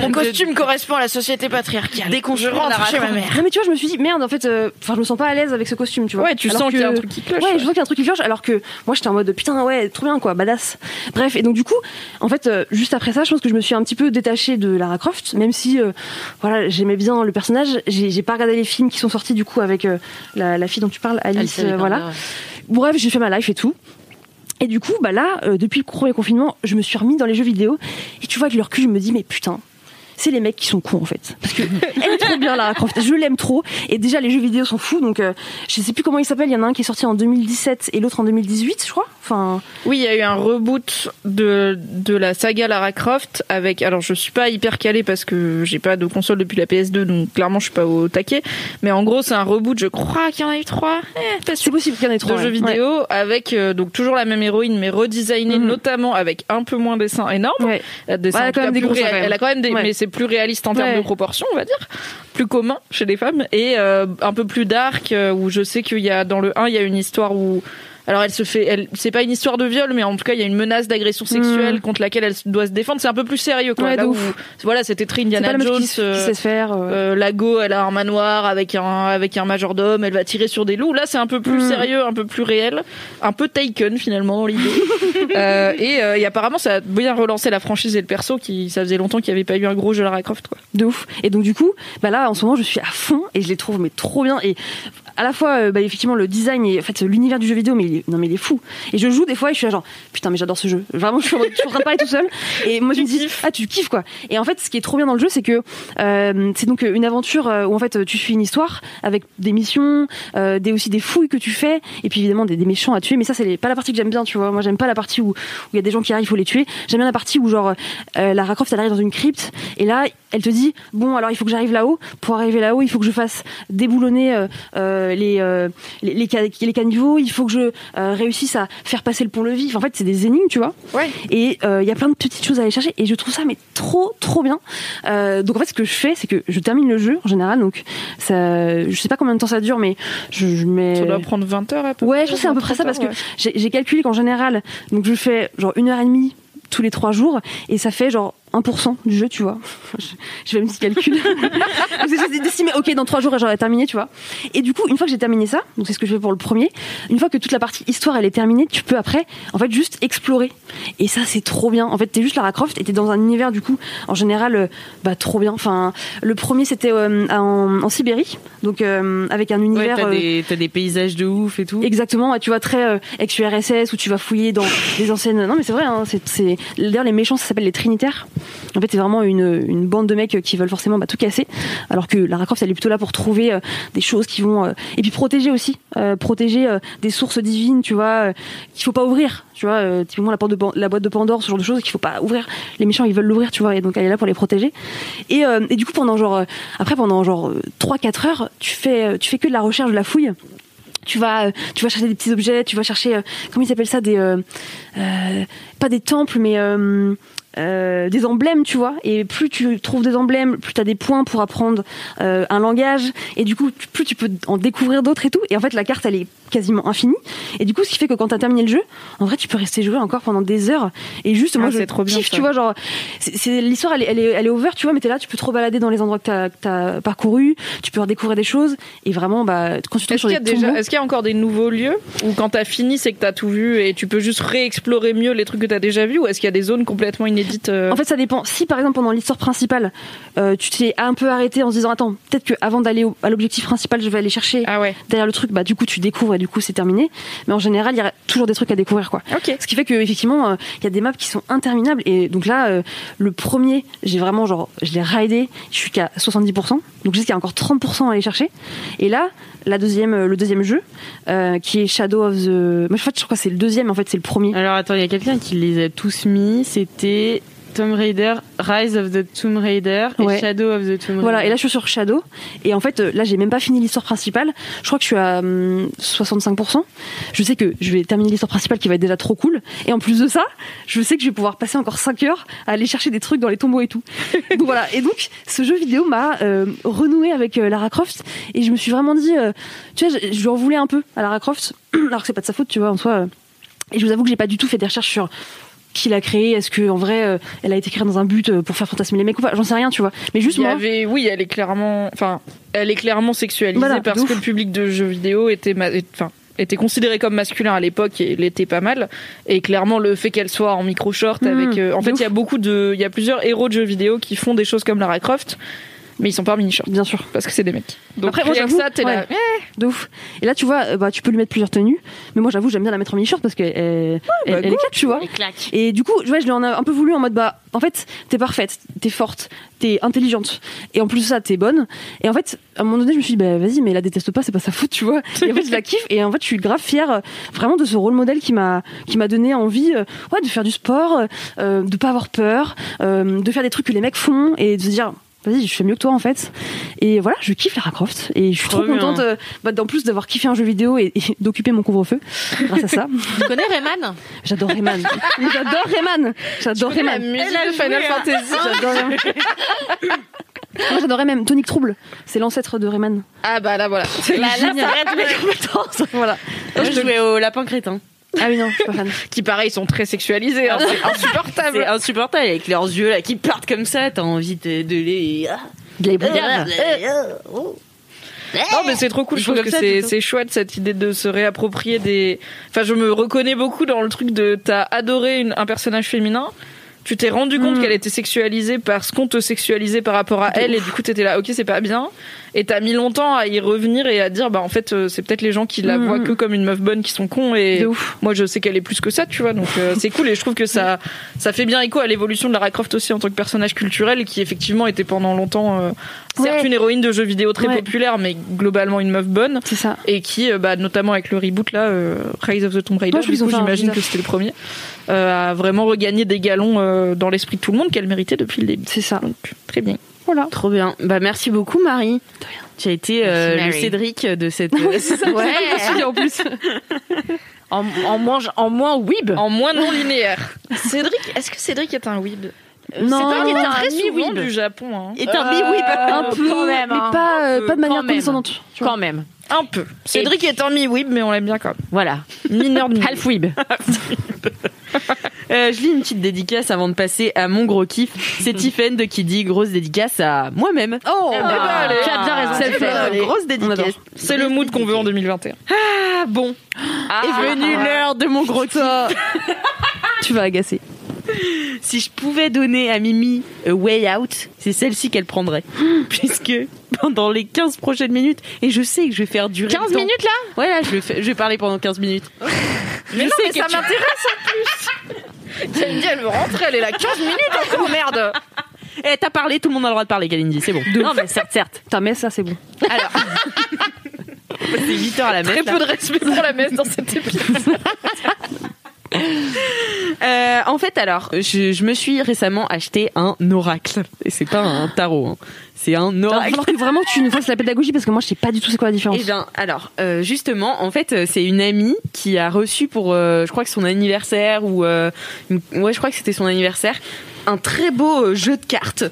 Mon costume
Mon costume
correspond à la société patriarcale. Dès qu'on se rentre chez ma mère.
Non mais tu vois, je me suis dit merde en fait, euh, enfin je me sens pas à l'aise avec ce costume, tu vois.
Ouais, tu sens qu'il y a un truc qui cloche,
Ouais,
ouais.
je sens qu'il y a un truc qui cloche alors que moi j'étais en mode putain ouais, trop bien quoi, badass. Bref, et donc du coup, en fait euh, juste après ça, je pense que je me suis un petit peu détachée de Lara Croft, même si euh, voilà, j'aimais bien le personnage, j'ai j'ai pas regardé les films qui sont sortis du coup avec euh, la, la fille dont tu parles, Alice,
Alicia
euh, voilà.
Vikander.
Bref, j'ai fait ma life et tout. Et du coup, bah là, euh, depuis le premier confinement, je me suis remis dans les jeux vidéo. Et tu vois, avec le recul, je me dis, mais putain, c'est les mecs qui sont cons en fait. Parce que elle est trop bien Lara Croft, je l'aime trop. Et déjà, les jeux vidéo sont fous, donc euh, je sais plus comment il s'appelle. Il y en a un qui est sorti en 2017 et l'autre en 2018, je crois. Enfin,
Oui, il y a eu un reboot de, de la saga Lara Croft avec. Alors, je suis pas hyper calée parce que j'ai pas de console depuis la PS2, donc clairement, je suis pas au taquet. Mais en gros, c'est un reboot, je crois qu'il y en a eu trois. Eh, pas
c'est
sûr.
possible qu'il y en ait
de
trois.
jeux
ouais.
vidéo avec euh, donc toujours la même héroïne mais redesignée
Mhm.
notamment avec un peu moins de dessins énormes
Ouais.
Euh, dessins
Ouais, elle a
en
quand
tout cas
même des
plus
gros seins,
réa-
quand même.
elle a quand même des
Ouais.
mais c'est plus réaliste en termes
Ouais.
de proportions on va dire plus commun chez les femmes et euh, un peu plus dark euh, où je sais qu'il y a dans le 1 il y a une histoire où alors elle se fait elle c'est pas une histoire de viol mais en tout cas il y a une menace d'agression sexuelle contre laquelle elle doit se défendre c'est un peu plus sérieux quoi
Hmm. Ouais,
là
de
où
bah ouf.
voilà c'était très
C'est pas
Indiana
la meuf
Jones
qui, s- qui
euh,
sait se faire. euh,
euh, Lago, elle a un manoir avec un avec un majordome, elle va tirer sur des loups. Là, c'est un peu plus
Mm.
sérieux, un peu plus réel, un peu Taken finalement dans l'idée. Euh, et, euh, et apparemment, ça a bien relancé la franchise et le perso qui ça faisait longtemps qu'il n'y avait pas eu un gros jeu Lara Croft quoi.
De ouf. Et donc du coup, bah là en ce moment je suis à fond et je les trouve mais trop bien et à la fois euh, bah, effectivement le design et en fait l'univers du jeu vidéo mais il est, non mais il est fou. Et je joue des fois et je suis là, genre putain mais j'adore ce jeu. Vraiment je suis en je suis en train de parler tout seul et moi je me dis ah tu kiffes quoi. Et en fait ce qui est trop bien dans le jeu c'est que euh, c'est donc une aventure euh, où en fait euh, tu suis une histoire avec des missions, euh, des aussi des fouilles que tu fais et puis évidemment des, des méchants à tuer mais ça c'est les- pas la partie que j'aime bien tu vois. Moi j'aime pas la partie où où il y a des gens qui arrivent faut les tuer. J'aime bien la partie où genre euh, Lara Croft elle arrive dans une crypte et là elle te dit bon alors il faut que j'arrive là-haut pour arriver là-haut il faut que je fasse déboulonner euh, euh, les, euh, les, les, ca- les caniveaux il faut que je euh, réussisse à faire passer le pont-levis Enfin, en fait c'est des énigmes tu vois
Ouais.
et euh, il y a plein de petites choses à aller chercher et je trouve ça mais trop trop bien Euh, donc en fait ce que je fais c'est que je termine le jeu en général donc ça, je sais pas combien de temps ça dure mais je, je mets
Ça doit prendre 20 heures à peu
Ouais,
près,
je pense que c'est à peu près ça
30
parce que
heures, ouais.
j'ai j'ai calculé qu'en général, donc je fais genre une heure et demie tous les trois jours et ça fait genre 1 1% du jeu, tu vois. Je, je fais un petit calcul. Donc, c'est- j'ai décimé, ok, dans 3 jours, j'aurai terminé, tu vois. Et du coup, une fois que j'ai terminé ça, donc c'est ce que je fais pour le premier, une fois que toute la partie histoire, elle est terminée, tu peux après, en fait, juste explorer. Et ça, c'est trop bien. En fait, t'es juste Lara Croft et t'es dans un univers, du coup, en général, euh, bah, trop bien. Enfin, le premier, c'était euh, en, en Sibérie, donc euh, avec un
Ouais,
univers.
t'as
euh,
des, t'as des paysages de ouf et tout.
Exactement, ouais, tu vois, très euh, ex-URSS où tu vas fouiller dans les anciennes. Non, mais c'est vrai, hein, c'est, c'est- d'ailleurs, les méchants, ça s'appelle les Trinitaires. En fait, c'est vraiment une, une bande de mecs qui veulent forcément bah, tout casser, alors que Lara Croft, elle est plutôt là pour trouver euh, des choses qui vont. euh, Et puis protéger aussi, euh, protéger euh, des sources divines, tu vois, euh, qu'il faut pas ouvrir. Tu vois, euh, typiquement la, porte de Pan- la boîte de Pandore, ce genre de choses qu'il faut pas ouvrir. Les méchants, ils veulent l'ouvrir, tu vois, et donc elle est là pour les protéger. Et, euh, et du coup, pendant genre. euh, après, pendant genre euh, 3-4 heures, tu fais, euh, tu fais que de la recherche, de la fouille tu vas euh, tu vas chercher des petits objets tu vas chercher euh, comment ils appellent ça des euh, euh, pas des temples mais euh, euh, des emblèmes tu vois et plus tu trouves des emblèmes plus tu as des points pour apprendre euh, un langage et du coup tu- plus tu peux en découvrir d'autres et tout et en fait la carte elle est quasiment infinie et du coup ce qui fait que quand tu as terminé le jeu en vrai tu peux rester jouer encore pendant des heures et juste moi
Ah,
je
c'est trop bien,
kiffe,
ça.
tu vois genre c'est- c'est l'histoire elle, est- elle est elle est over tu vois mais t'es là tu peux trop balader dans les endroits que t'as- que t'as parcouru tu peux redécouvrir des choses et vraiment bah quand tu tombes
Est-ce
sur
qu'il y, a
des
déjà-
tombeaux-
est-ce qu'il y a encore des nouveaux lieux Ou quand t'as fini, c'est que t'as tout vu et tu peux juste réexplorer mieux les trucs que t'as déjà vus Ou est-ce qu'il y a des zones complètement inédites euh,
En fait, ça dépend. Si par exemple pendant l'histoire principale, euh, tu t'es un peu arrêté en se disant attends, peut-être que avant d'aller au- à l'objectif principal, je vais aller chercher
Ah
derrière le truc, bah du coup tu découvres et du coup c'est terminé. Mais en général, il y a toujours des trucs à découvrir quoi. Ce qui fait que effectivement, euh, il y a des maps qui sont interminables et donc là, euh, le premier, j'ai vraiment genre, je l'ai raidé, je suis qu'à 70%, donc je sais qu'il y a encore 30% à aller chercher. Et là, la deuxième, euh, le deuxième jeu, euh, qui est Shadow of the, mais je crois je crois que c'est le deuxième en fait, c'est le premier.
Alors attends, il y a quelqu'un qui les a tous mis. C'était Tomb Raider, Rise of the Tomb Raider
Ouais.
et Shadow of the Tomb Raider.
Voilà, et là je suis sur Shadow. Et en fait, euh, là j'ai même pas fini l'histoire principale. Je crois que je suis à hum, 65%. Je sais que je vais terminer l'histoire principale qui va être déjà trop cool. Et en plus de ça, je sais que je vais pouvoir passer encore 5 heures à aller chercher des trucs dans les tombeaux et tout. donc voilà, et donc ce jeu vidéo m'a euh, renoué avec euh, Lara Croft. Et je me suis vraiment dit, euh, tu vois, je, je lui en voulais un peu à Lara Croft. Alors que c'est pas de sa faute, tu vois, en soi. euh. Et je vous avoue que j'ai pas du tout fait des recherches sur qui l'a créé, est-ce que en vrai euh, elle a été créée dans un but euh, pour faire fantasmer les mecs ou pas, j'en sais rien, tu vois. Mais juste
il y
moi.
avait- oui, elle est clairement, enfin, elle est clairement sexualisée
Voilà,
parce
de
que
ouf.
le public de jeux vidéo était, ma- et- enfin, était considéré comme masculin à l'époque et l'était pas mal. Et clairement, le fait qu'elle soit en micro short
Mhm,
avec, euh, en
de
fait, il y a
ouf.
beaucoup de, il y a plusieurs héros de jeux vidéo qui font des choses comme Lara Croft, mais ils sont pas en mini short.
Bien sûr,
parce que c'est des mecs. Donc
Après, moi,
rien que
j'avoue,
ça, t'es là.
ouais. De ouf. Et là, tu vois, euh, bah, tu peux lui mettre plusieurs tenues. Mais moi, j'avoue, j'aime bien la mettre en mini-shirt parce que euh, elle,
bah,
elle est
cool.
claque, tu vois.
Elle claque.
Et du coup, ouais, je lui en ai un peu voulu en mode, bah, en fait, t'es parfaite, t'es forte, t'es intelligente. Et en plus de ça, t'es bonne. Et en fait, à un moment donné, je me suis dit, bah, vas-y, mais la déteste pas, c'est pas sa faute, tu vois. Et en fait, je la kiffe. Et en fait, je suis grave fière euh, vraiment de ce rôle modèle qui m'a, qui m'a donné envie, euh, ouais, de faire du sport, euh, de pas avoir peur, euh, de faire des trucs que les mecs font et de se dire, Vas-y, je fais mieux que toi en fait. Et voilà, je kiffe Lara Croft. Et je suis
Trop
trop,
bien.
contente, euh, bah, en plus d'avoir kiffé un jeu vidéo et, et d'occuper mon couvre-feu grâce à Ah, ça.
Tu connais Rayman
J'adore Rayman. Mais J'adore Rayman. J'adore
connais la
Rayman.
musique Elle a de Final joué à Fantasy. un.
J'adore Rayman. Moi, j'adorais même Tonic Trouble. C'est l'ancêtre de Rayman.
Ah bah là voilà.
Là, là, ça arrête
les
compétences. Voilà.
Ah,
Moi, je jouais au lapin crétin.
Ah oui, non, je suis pas fan.
Qui, pareil, sont très sexualisés. hein, c'est insupportable.
C'est insupportable avec leurs yeux là qui partent comme ça. T'as envie de, de les.
ah.
De les Ah.
Non, mais c'est trop cool.
Ils
Je
font
trouve que
comme ça,
c'est
plutôt.
c'est chouette cette idée de se réapproprier des. Enfin, je me reconnais beaucoup dans le truc de t'as adoré une- un personnage féminin. Tu t'es rendu compte
Mm.
qu'elle était sexualisée parce qu'on te sexualisait par rapport à elle et du coup t'étais là, ok c'est pas bien. Et t'as mis longtemps à y revenir et à dire bah en fait euh, c'est peut-être les gens qui la
Mm.
voient que comme une meuf bonne qui sont cons et
De ouf.
moi je sais qu'elle est plus que ça tu vois donc euh, c'est cool et je trouve que ça ça fait bien écho à l'évolution de Lara Croft aussi en tant que personnage culturel qui effectivement était pendant longtemps euh, certes
Ouais.
une héroïne de jeux vidéo très populaire, mais globalement une meuf bonne.
C'est ça.
Et qui, euh, bah, notamment avec le reboot là, euh, Rise of the Tomb Raider,
Ouais, je trouve
du
qu'ils ont
coup,
fait un
j'imagine
bizarre.
que c'était le premier, euh, a vraiment regagné des galons euh, dans l'esprit de tout le monde qu'elle méritait depuis le début.
C'est ça.
Donc, très bien.
Voilà.
Trop bien. Bah merci beaucoup Marie. Tu as été euh,
Merci,
le
Marie.
Cédric de cette. euh,
Ouais, c'est ça, c'est ce que je me suis dit en
plus. en, en moins, en moins weeb.
En moins non linéaire. Cédric, est-ce que Cédric est un weeb
Non,
c'est toi qui
non,
est
non,
très
un
souvent
mi-weeb.
du Japon. Hein.
Est un mi-weeb.
Euh,
Un peu,
quand
mais
hein.
pas, euh, pas de manière
Quand même.
condescendante, tu vois. Quand même.
Un peu. Cédric est un mi-weeb, mais on l'aime bien quand même.
Voilà.
Mineur de
Half weeb.
Euh, je lis une petite dédicace avant de passer à mon gros kiff. C'est Tiffen de qui dit grosse dédicace à moi-même.
Oh, eh ben, allez.
tu as bien raison.
Eh
Ça fait
ben, allez.
une grosse
On
dédicace.
adore. C'est le mood qu'on veut en 2021.
Ah bon. est venue l'heure de mon gros kiff.
tu vas agacer.
Si je pouvais donner à Mimi a way out, c'est celle-ci qu'elle prendrait. Puisque pendant les 15 prochaines minutes, et je sais que je vais faire durer.
15 minutes, là
Ouais, là, je vais, fa- je vais parler pendant 15 minutes.
Mais non,
sais
mais
que
ça
tu-
m'intéresse en plus. Elle me dit, elle me rentre, elle est là 15 minutes encore, merde.
Eh, t'as parlé, tout le monde a le droit de parler, Kalindi, c'est bon.
Non, mais certes, certes. T'as mais ça, c'est bon.
C'est 8 heures à la messe.
Très
là.
peu de respect pour la messe dans cet épisode.
Euh, en fait, alors, je, je me suis récemment acheté un oracle. Et c'est pas un tarot, hein. c'est un
Il va
oracle.
falloir que vraiment tu nous fasses la pédagogie parce que moi je sais pas du tout c'est quoi la différence.
Eh bien, alors, euh, justement, en fait, euh, c'est une amie qui a reçu pour, euh, je crois que son anniversaire ou, euh, une- ouais, je crois que c'était son anniversaire, un très beau euh, jeu de cartes.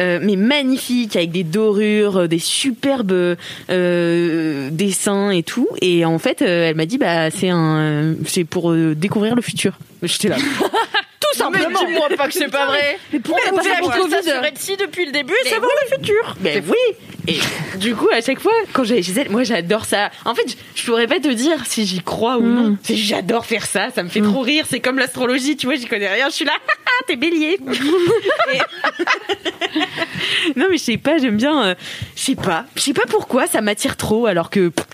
euh, mais magnifique avec des dorures, euh, des superbes euh, dessins et tout. Et en fait, euh, elle m'a dit bah c'est un, euh, c'est pour euh, découvrir le futur. J'étais là.
Tout
simplement.
Mais dis-moi pas que c'est pas vrai.
Mais pourquoi
On
t'as pas fait
pouvait
pour
acheter ça sur
Covid
Etsy depuis le début et
Mais
savoir le futur.
Ben oui Et du coup, à chaque fois, quand j'allais chez elle, moi j'adore ça. En fait, je- je pourrais pas te dire si j'y crois ou non. C'est juste, J'adore faire ça, ça me fait trop rire. C'est comme l'astrologie, tu vois, j'y connais rien. Je suis là, Ah, ah, t'es bélier Et- Non, mais je sais pas, j'aime bien. euh, je sais pas. Je sais pas pourquoi ça m'attire trop alors que. pff,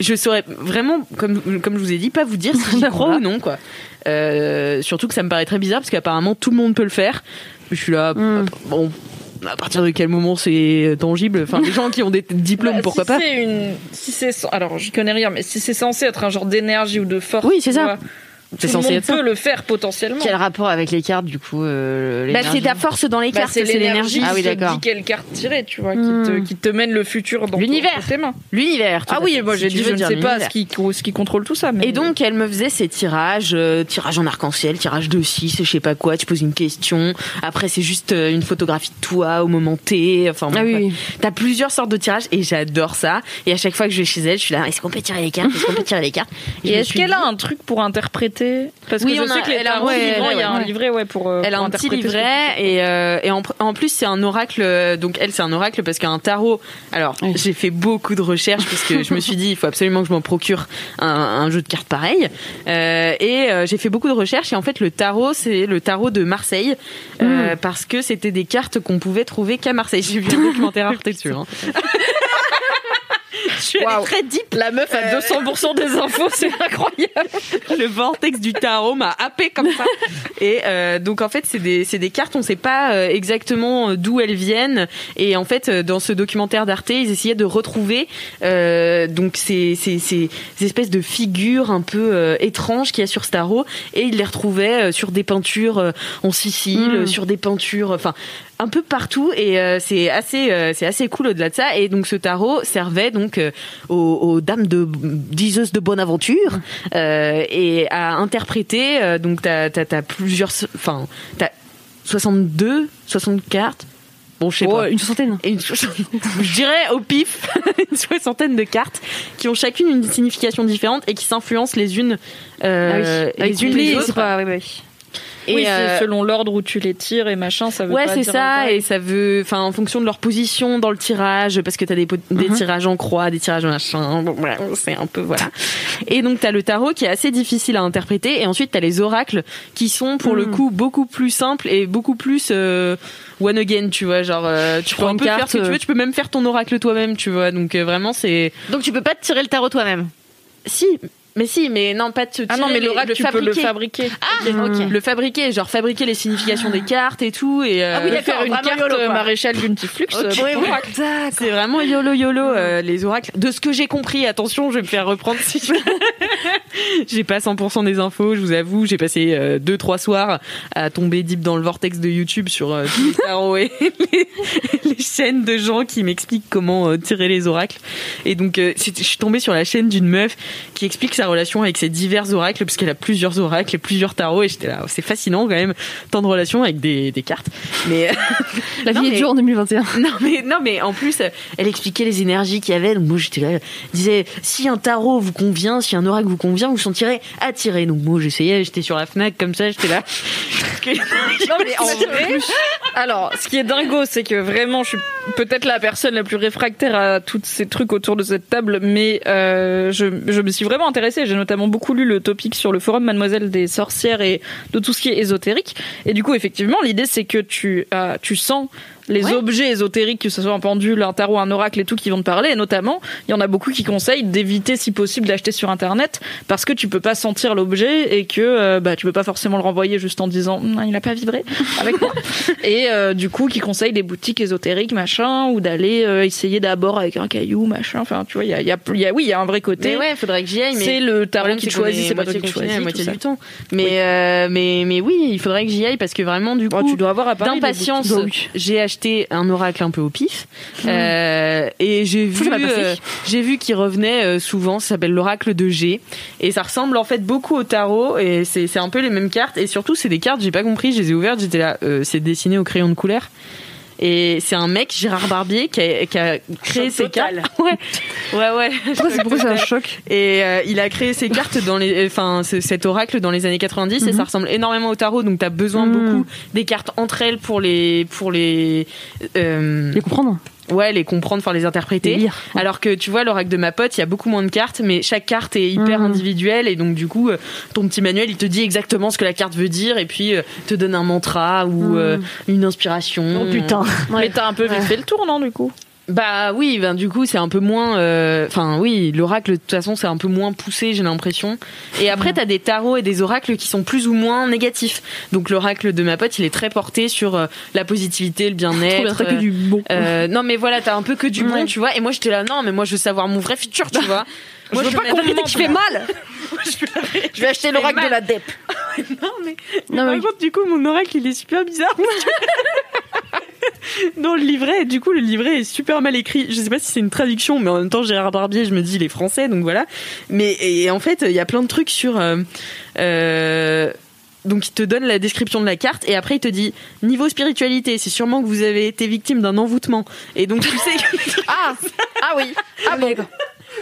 je saurais vraiment, comme, comme je vous ai dit, pas vous dire si j'y
Ben
crois
voilà.
ou non, quoi. Euh, surtout que ça me paraît très bizarre parce qu'apparemment tout le monde peut le faire. Je suis là, ah,
Mm.
bon, à partir de quel moment c'est tangible Enfin, les gens qui ont des t- diplômes,
Bah,
pourquoi
si
pas
c'est Une... Si c'est cen- alors je connais rien, mais si c'est censé être un genre d'énergie ou de force,
Oui, c'est
tu
ça.
vois,
C'est
tout
censé
le monde
être ça.
peut le faire potentiellement.
Quel rapport avec les cartes, du coup euh, l'énergie
force dans les
Bah, c'est l'énergie.
Ah oui,
qui te
d'accord.
Dit quelle carte tirer, tu vois,
Hmm.
qui, te, qui te mène le futur dans
L'univers.
entre tes mains.
L'univers. tout
Ah
à
oui,
fait,
moi
si
j'ai
tu
dit,
veux
je ne
dire
sais pas
l'univers.
ce qui, ce qui contrôle tout ça. Mais
Et donc, elle me faisait ces tirages, euh, tirage en arc-en-ciel, tirage de 6, je sais pas quoi, tu poses une question. Après, c'est juste euh, une photographie de toi au moment T. Enfin, bon,
Ah oui,
quoi.
oui.
T'as plusieurs sortes de tirages et j'adore ça. Et à chaque fois que je vais chez elle, je suis là, est-ce qu'on peut tirer les cartes Est-ce qu'on peut tirer les cartes
Et
je me
est-ce
suis
qu'elle
dit-
a un truc pour interpréter Parce
Oui,
que
on
je
a-
sais que les
elle a un
tarots
ouais,
vivants, il y a
ouais,
un
ouais.
livret ouais, pour. euh,
Elle a
pour
un petit
interpréter ce que
livret
tu fais.
et, euh, et en, pr- en plus c'est un oracle. euh, Donc elle c'est un oracle parce qu'un tarot. Alors
Oui.
j'ai fait beaucoup de recherches parce que je me suis dit il faut absolument que je m'en procure un, un jeu de cartes pareil. Euh, et euh, j'ai fait beaucoup de recherches et en fait le tarot c'est le tarot de Marseille
Mm.
euh, parce que c'était des cartes qu'on pouvait trouver qu'à Marseille. J'ai vu un documentaire Arte dessus. hein. je suis allée
Waouh.
très deep.
La meuf a 200% des infos, c'est incroyable.
le vortex du tarot m'a happé comme ça. Et euh, donc en fait, c'est des, c'est des cartes, on sait pas euh, exactement euh, d'où elles viennent. Et en fait, euh, dans ce documentaire d'Arte, ils essayaient de retrouver euh, donc ces, ces, ces, ces espèces de figures un peu euh, étranges qu'il y a sur ce tarot. Et ils les retrouvaient euh, sur des peintures euh, en Sicile,
Mm.
sur des peintures, euh, enfin un peu partout et euh, c'est assez euh, c'est assez cool au-delà de ça et donc ce tarot servait donc euh, aux, aux dames de diseuses de bonne aventure euh, et à interpréter euh, donc t'as t'as t'as plusieurs enfin t'as 62 60 cartes bon je sais
Oh,
pas
une soixantaine.
et une soixantaine- je dirais au pif une soixantaine de cartes qui ont chacune une signification différente et qui s'influencent les unes euh,
Ah Avec
les unes les
Pli, c'est
autres
pas. ouais, ouais.
Et,
oui, c'est
euh,
selon l'ordre où tu les tires et machin, ça veut
Ouais,
pas
c'est ça,
dire pareil.
et ça veut, enfin, en fonction de leur position dans le tirage, parce que t'as des, po- des
Mm-hmm.
tirages en croix, des tirages en machin, bon, voilà, c'est un peu, voilà. Et donc, t'as le tarot qui est assez difficile à interpréter, et ensuite, t'as les oracles qui sont, pour
Mm.
le coup, beaucoup plus simples et beaucoup plus euh, one again, tu vois, genre, euh, tu peux
prends
un
une
peu faire
carte,
ce que tu
euh.
veux, tu peux même faire ton oracle toi-même, tu vois, donc euh, vraiment, c'est.
Donc tu peux pas te tirer le tarot toi-même.
Si, mais si, mais non, pas de
Ah non, mais l'oracle, tu peux le fabriquer.
Ah, ok.
Le fabriquer, genre fabriquer les significations des cartes et tout, et. euh,
Tu peux faire une
Ah vraiment
carte
YOLO, quoi.
maréchal Guntiflux. euh, pour ton oracle.
C'est vraiment yolo yolo euh, les oracles. De ce que j'ai compris, attention, je vais me faire reprendre si je... j'ai pas 100% des infos, je vous avoue, j'ai passé 2 trois soirs à tomber deep dans le vortex de YouTube sur euh, tous les tarots et les, les chaînes de gens qui m'expliquent comment euh, tirer les oracles. Et donc euh, c'est- je suis tombée sur la chaîne d'une meuf qui explique ça
sa relation avec ses divers oracles, parce qu'elle a plusieurs oracles et plusieurs tarots, et j'étais là,
oh,
c'est fascinant quand même, tant de relations avec des, des cartes. Mais
La vie est dure en 2021.
Non mais, non, mais en plus, euh, elle expliquait les énergies qu'il y avait, donc moi j'étais là, elle disait, si un tarot vous convient, si un oracle vous convient, vous sentirez attiré. Donc moi j'essayais, j'étais sur la FNAC comme ça, j'étais là.
Non, mais en vrai, alors, ce qui est dingo, c'est que vraiment, je suis peut-être la personne la plus réfractaire à tous ces trucs autour de cette table, mais euh, je, je me suis vraiment intéressée. J'ai notamment beaucoup lu le topic sur le forum Mademoiselle des sorcières et de tout ce qui est ésotérique. Et du coup, effectivement, l'idée, c'est que tu, euh, tu sens les objets ésotériques, que ce soit un pendule, un tarot, un oracle et tout, qui vont te parler. Et notamment, il y en a beaucoup qui conseillent d'éviter, si possible, d'acheter sur Internet parce que tu peux pas sentir l'objet et que euh, bah, tu peux pas forcément le renvoyer juste en disant Hum, il n'a pas vibré avec moi. et euh, du coup, qui conseillent des boutiques ésotériques, machin, ou d'aller euh, essayer d'abord avec un caillou, machin. Enfin, tu vois, il y a, il y a- il y a- oui, il y a un vrai côté.
Mais ouais, faudrait que j'y aille. mais
C'est le tarot
problème,
qui
qu'on
choisit,
est
c'est pas toi
moitié
qui
confiné la
choisis, tout
moitié
ça.
du temps. Mais, euh, mais, mais oui, il faudrait que j'y aille parce que vraiment, du coup,
Oh, tu dois avoir à Paris des
d'impatience,
boutiques. Bah oui.
j'ai acheté un oracle un peu au pif.
Hmm.
Euh, et j'ai
Faut
vu,
que je m'apprécie.
euh, j'ai vu qu'il revenait euh, souvent, ça s'appelle l'oracle de G. Et ça ressemble en fait beaucoup au tarot et c'est c'est un peu les mêmes cartes. Et surtout, c'est des cartes, j'ai pas compris, je les ai ouvertes, j'étais là, euh, c'est dessiné au crayon de couleur. Et c'est un mec, Gérard Barbier, qui a, qui a créé ces cartes. Ouais, ouais, ouais.
Pourquoi c'est- pourquoi c'est un choc
Et euh, il a créé ces cartes dans les, euh, enfin ce- cet oracle dans les années 90 et
Mhm.
ça ressemble énormément au tarot, donc t'as besoin beaucoup des cartes entre elles pour les, pour les, euh,
Les comprendre.
Ouais, les comprendre, enfin les interpréter.
Les lire,
Alors que tu vois, l'oracle de ma pote, il y a beaucoup moins de cartes, mais chaque carte est hyper
Mhm.
individuelle et donc du coup, euh, ton petit manuel, il te dit exactement ce que la carte veut dire et puis euh, te donne un mantra ou
Mhm.
euh, une inspiration.
Oh, putain.
Mais t'as un peu
vite fait
le tour, non, du coup Bah oui, ben du coup, c'est un peu moins. euh, Enfin oui, l'oracle, de toute façon, c'est un peu moins poussé, j'ai l'impression. Et après, t'as des tarots et des oracles qui sont plus ou moins négatifs. Donc l'oracle de ma pote, il est très porté sur euh, la positivité, le
Trop bien,
bien-être.
t'as que
euh,
du bon.
euh, non mais voilà, t'as un peu que du bon,
Ouais.
tu vois. Et moi j'étais là, non mais moi je veux savoir mon vrai futur, tu vois. Moi
veux pas qu'on me mente, là.
je vais acheter l'oracle de la DEP. non mais, mais par contre du coup mon oracle il est super bizarre. Non, le livret, du coup, le livret est super mal écrit. Je sais pas si c'est une traduction, mais en même temps, Gérard Barbier, je me dis, il est français, donc voilà. Mais et en fait, il y a plein de trucs sur. euh, euh, donc, il te donne la description de la carte, et après, il te dit niveau spiritualité, c'est sûrement que vous avez été victime d'un envoûtement. Et donc, tu sais que. ah Ah oui Ah bon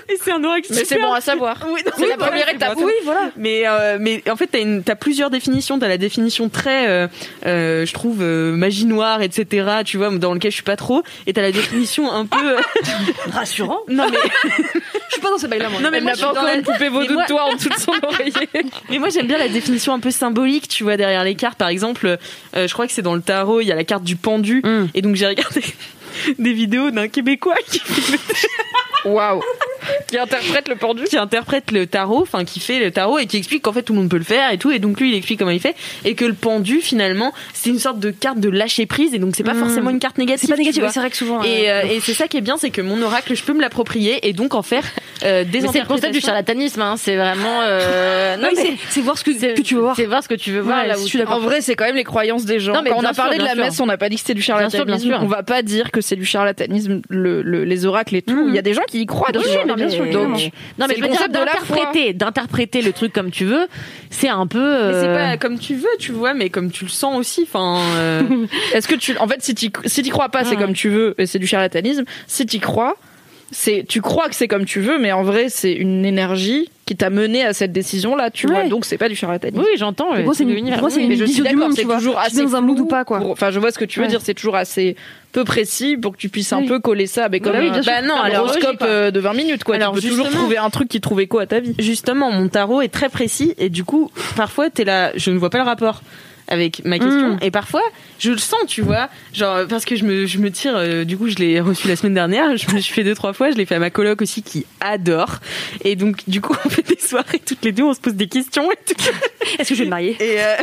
Et c'est un oracle
Mais c'est
super
bon à savoir.
Oui, non,
C'est
oui, voilà,
la première
c'est bon à
étape.
savoir.
Oui, voilà.
Mais, euh, mais en fait, t'as une- t'as plusieurs définitions. T'as la définition très, euh, euh, je trouve, euh, magie noire, etc. Tu vois, dans lequel je suis pas trop. Et t'as la définition un peu rassurant. Non mais je suis pas dans ce bail-là. Non mais
Elle
moi,
n'a
je
pas
suis dans
encore
la-
une poupée vaudou
Mais moi-
de toi en dessous de son oreiller.
mais moi j'aime bien la définition un peu symbolique, tu vois, derrière les cartes. Par exemple, euh, je crois que c'est dans le tarot, il y a la carte du pendu. Et donc j'ai regardé des vidéos d'un Québécois qui Waouh Qui interprète le pendu Qui interprète le tarot, enfin qui fait le tarot et qui explique qu'en fait tout le monde peut le faire et tout. Et donc lui il explique comment il fait. Et que le pendu finalement c'est une sorte de carte de lâcher prise et donc c'est pas
Mm.
forcément une carte négative.
C'est pas
tu
négatif,
vois.
oui, c'est vrai que souvent,
Et,
euh,
euh, et c'est ça qui est bien, c'est que mon oracle je peux me l'approprier et donc en faire euh, des
Mais c'est le concept du
interprétations.
charlatanisme, hein, c'est vraiment. euh, non,
Oui,
mais
c'est- c'est voir ce que, que tu veux voir.
c'est voir ce que tu veux voir.
Ouais,
là
je
où
suis d'accord.
En vrai, c'est quand même les croyances des gens.
Non, mais
quand on
bien
a parlé
sûr,
de la
bien
messe,
sûr.
on n'a pas dit que c'était du charlatanisme.
Bien sûr, bien sûr.
On va pas dire que c'est du charlatanisme, le, le- les oracles et tout. Il y a des gens qui y croient. tu
Oui,
vois.
mais bien sûr,
Donc,
évidemment. non, mais
c'est
je
le
veux dire,
concept de la foi.
d'interpréter, d'interpréter le truc comme tu veux, c'est un peu.
Mais c'est
euh,
pas comme tu veux, tu vois, mais comme tu le sens aussi. Enfin, euh,
Est-ce que tu, en fait, si tu si t'y crois pas, c'est comme tu veux et c'est du charlatanisme. Si tu crois, c'est tu crois que c'est comme tu veux, mais en vrai, c'est une énergie qui t'a mené à cette décision là. Tu vois,
Ouais.
donc c'est pas du charlatanisme.
Oui, j'entends.
Pour moi, c'est
de
une-
l'univers.
pour moi, c'est
Oui,
une
mais je-
Je suis
vision du
d'accord,
monde,
c'est
tu vois.
toujours
Je suis
assez
dans un mood
flou
ou pas, quoi.
pour- Enfin, je vois ce que tu veux
Ouais.
dire. C'est toujours assez peu précis pour que tu puisses un
Oui.
peu coller ça avec
Bah
comme
oui,
un,
bien sûr.
bah non,
Non,
un
alors,
horoscope
j'ai pas-
euh, de 20 minutes quoi.
Alors,
tu peux toujours
justement-
trouver un truc qui trouve écho à ta vie.
justement, mon tarot est très précis et du coup, parfois, t'es là, je ne vois pas le rapport avec ma question
Mm.
et parfois, je le sens, tu vois, genre parce que je me, je me tire. euh, du coup, je l'ai reçu la semaine dernière, je me suis fait deux trois fois, je l'ai fait à ma coloc aussi qui adore et donc du coup, on fait des soirées toutes les deux, on se pose des questions. et tout.
Est-ce que je vais me marier
Et, euh,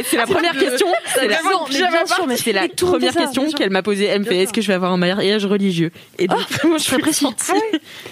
et c'est la première question. C'est la,
vraiment une
c'est la
pyjama party.
mais c'est la
Tout le monde
première
fait ça,
question
bien sûr. Ah,
qu'elle m'a posée. Elle me fait Est-ce que je vais avoir un mariage religieux Et donc, moi, je, suis sortie-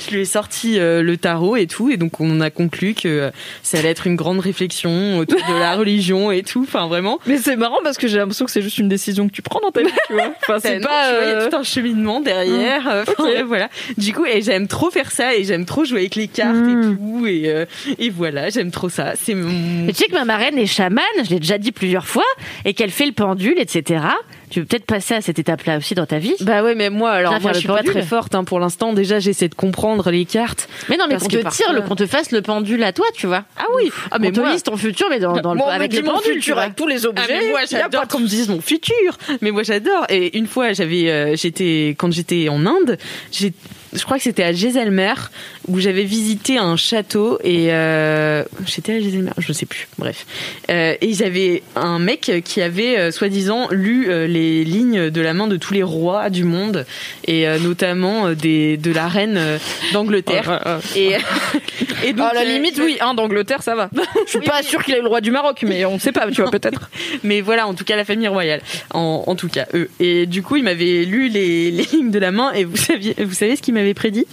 je lui ai sorti euh, le tarot et tout. Et donc, on a conclu que euh, ça allait être une grande réflexion autour de la religion et tout. Enfin, vraiment.
Mais c'est marrant parce que j'ai l'impression que c'est juste une décision que tu prends dans ta vie, tu vois. Enfin, c'est
Ben Non,
pas.
tu vois, Il y
euh, Mmh.
a tout un cheminement derrière. euh, enfin,
Ok.
voilà. Du coup, et j'aime trop faire ça et j'aime trop jouer avec les cartes
Hmm.
et tout. Et, euh, et voilà, j'aime trop ça. C'est mon.
Mais tu sais que ma marraine est chamane, je l'ai déjà dit plusieurs fois, et qu'elle fait le pendule, etc. Tu veux peut-être passer à cette étape-là aussi dans ta vie
Bah ouais, mais moi, alors
Faire
moi,
le
je suis pas
pendule.
très forte hein, pour l'instant. Déjà, j'essaie de comprendre les cartes.
Mais non, mais
Parce
qu'on
que
te
parfois-
tire, le, qu'on te fasse le pendule à toi, tu vois. Ah oui, ah, mais
mais
on te
moi-
lise ton futur, mais dans, dans le,
Moi, on me
avec
dit
les
mon
pendules, tu
futur
vois.
avec tous les
Ah,
objets.
mais moi,
moi, j'adore qu'on me dise mon futur. Mais moi, j'adore. Et une fois, j'avais, euh, j'étais, quand j'étais en Inde, j'ai, je crois que c'était à Jaisalmer où j'avais visité un château et euh, j'étais à Jaisalmer, je sais plus. Bref, Euh, et j'avais un mec qui avait euh, soi-disant lu euh, les lignes de la main de tous les rois du monde et euh, notamment euh, des de la reine euh, d'Angleterre.
Oh
Et, et donc,
à la
euh,
limite, oui, hein, d'Angleterre, ça va. Je suis pas sûre qu'il ait le roi du Maroc, mais on sait pas, tu vois, peut-être.
Mais voilà, en tout cas, la famille royale. En, en tout cas, eux. Et du coup, il m'avait lu les, les lignes de la main et vous, saviez, vous savez ce qu'il m'avait prédit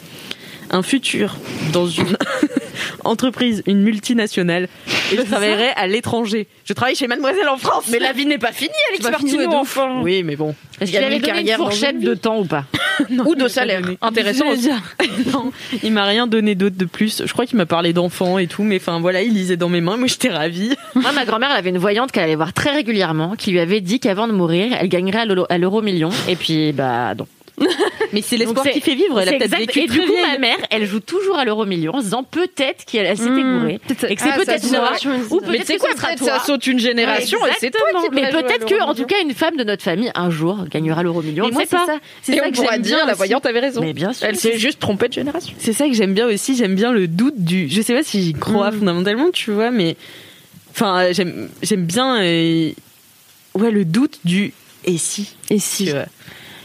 Un futur dans une entreprise, une multinationale. Et je travaillerai à l'étranger. Je travaille chez Mademoiselle en France.
Mais la vie n'est pas finie, Alex
C'est pas fini,
Martineau,
de ouf.
enfin.
hein. Oui, mais bon.
Est-ce qu'il
Il y a
avait
une
donné une
carrière dans
fourchette
une
de temps ou pas
Ou de salaire. Intéressant
Je
aussi.
voulais dire. non, il m'a rien donné d'autre de plus. Je crois qu'il m'a parlé d'enfants et tout, mais enfin voilà, il lisait dans mes mains. Moi, j'étais ravie.
Moi, ma grand-mère, elle avait une voyante qu'elle allait voir très régulièrement, qui lui avait dit qu'avant de mourir, elle gagnerait à l'euro- à l'euro million. Et puis, bah, non.
Mais c'est
Donc,
l'espoir
c'est-
qui fait vivre. Elle a
c'est
peut-être
exact.
vécu
Et du
très
coup,
vieille.
ma mère, elle joue toujours à l'euro million en se disant peut-être qu'elle elle s'était
Mmh.
gourée. Et que c'est
Ah, ça
peut-être
se
moi.
voit.
Ou
Mais
peut-être
tu sais
que
quoi,
ce sera
peut-être
toi.
ça saute une génération et c'est toi
Exactement.
qui
Mais
devrais jouer
peut-être
à
que,
l'euro
en tout cas, une femme de notre famille, un jour, gagnera l'euro million.
Mais
On
moi,
sait
c'est
pas.
ça.
C'est
Et
ça
on
que
pourra
j'aime bien
dire, la
aussi.
voyante avait raison.
Mais bien sûr.
Elle s'est juste trompée de génération.
C'est ça que j'aime bien aussi, j'aime bien le doute du. Je sais pas si j'y
Mm.
crois fondamentalement, tu vois, mais. Enfin, euh, j'aime j'aime bien. euh, Ouais, le doute du. Et si
Et si
tu vois.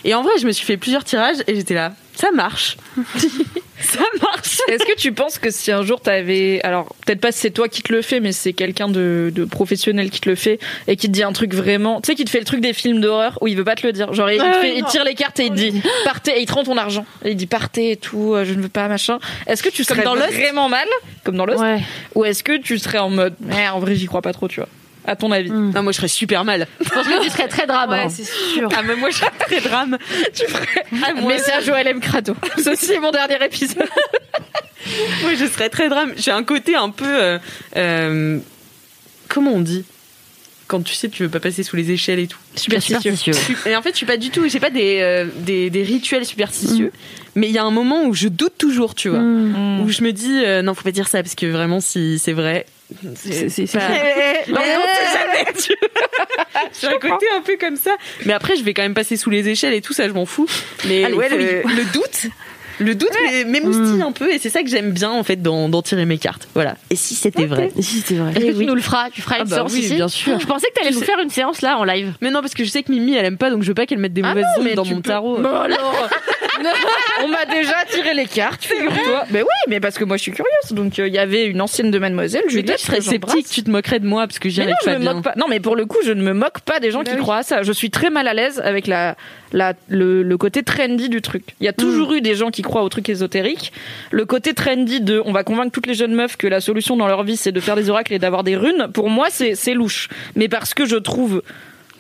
Et en vrai, je me suis fait plusieurs tirages et j'étais là. Ça marche Ça marche
Est-ce que tu penses que si un jour t'avais, alors peut-être pas c'est toi qui te le fais, mais c'est quelqu'un de, de professionnel qui te le fait et qui te dit un truc vraiment, tu sais, qui te fait le truc des films d'horreur où il veut pas te le dire, genre il,
Ah
te
oui,
fait- il
non.
tire les cartes et il te dit partez et il te rend ton argent et il dit partez et tout, euh, je ne veux pas machin. Est-ce que tu serais
dans Lost
vraiment mal, comme dans Lost,
Ouais.
ou est-ce que tu serais en mode, eh, en vrai j'y crois pas trop, tu vois, à ton avis
Mm.
Non, moi je serais super mal.
Je pense que tu serais très drame. hein.
sûr.
Ah, mais moi je serais très drame.
Tu ferais
moi,
message Joël M Crado. Ceci est mon dernier épisode.
Moi je serais très drame. J'ai un côté un peu. euh, euh, comment on dit Quand tu sais, tu veux pas passer sous les échelles et tout.
Superstitieux.
Et en fait, je suis pas du tout, j'ai pas des, euh, des, des rituels superstitieux,
Mm.
mais il y a un moment où je doute toujours, tu vois.
Mm.
Où je me dis, euh, non, faut pas dire ça, parce que vraiment, si c'est vrai.
C'est- c'est- c'est-
pas- Non, mais on sait jamais, tu vois. J'ai un côté un peu comme ça. Mais après, je vais quand même passer sous les échelles et tout ça, je m'en fous. Mais
Allez, Mm.
ouais, le,
fouille.
le doute. Le doute mais m'émoustille un peu et c'est ça que j'aime bien en fait d'en d'en tirer mes cartes. Voilà. Et si c'était vrai
Et si c'était vrai Eh
Est-ce que tu
Eh oui.
nous le feras Tu feras
Ah
une
bah
séance
oui,
ici
bien sûr.
Je pensais que t'allais
Tu
nous
sais-
faire une séance là en live.
Mais non parce que je sais que Mimi elle aime pas donc je veux pas qu'elle mette des mauvaises ondes dans mon tarot.
Bon alors On m'a déjà tiré les cartes, figure-toi. Mais oui, mais parce que moi je suis curieuse. Donc euh, il y avait une ancienne de Mademoiselle,
Je
Juliette,
serais
que j'embrasse.
sceptique, tu te moquerais de moi parce que j'y
Mais non,
arrive
je
pas
me
bien. Bah
moque pas. Non, mais pour le coup, je ne me moque pas des gens qui croient à ça. Je suis très mal à l'aise avec la, la, le, le côté trendy du truc. Il y a
Hmm.
toujours eu des gens qui croient aux trucs ésotériques. Le côté trendy de on va convaincre toutes les jeunes meufs que la solution dans leur vie c'est de faire des oracles et d'avoir des runes, pour moi c'est c'est louche. Mais parce que je trouve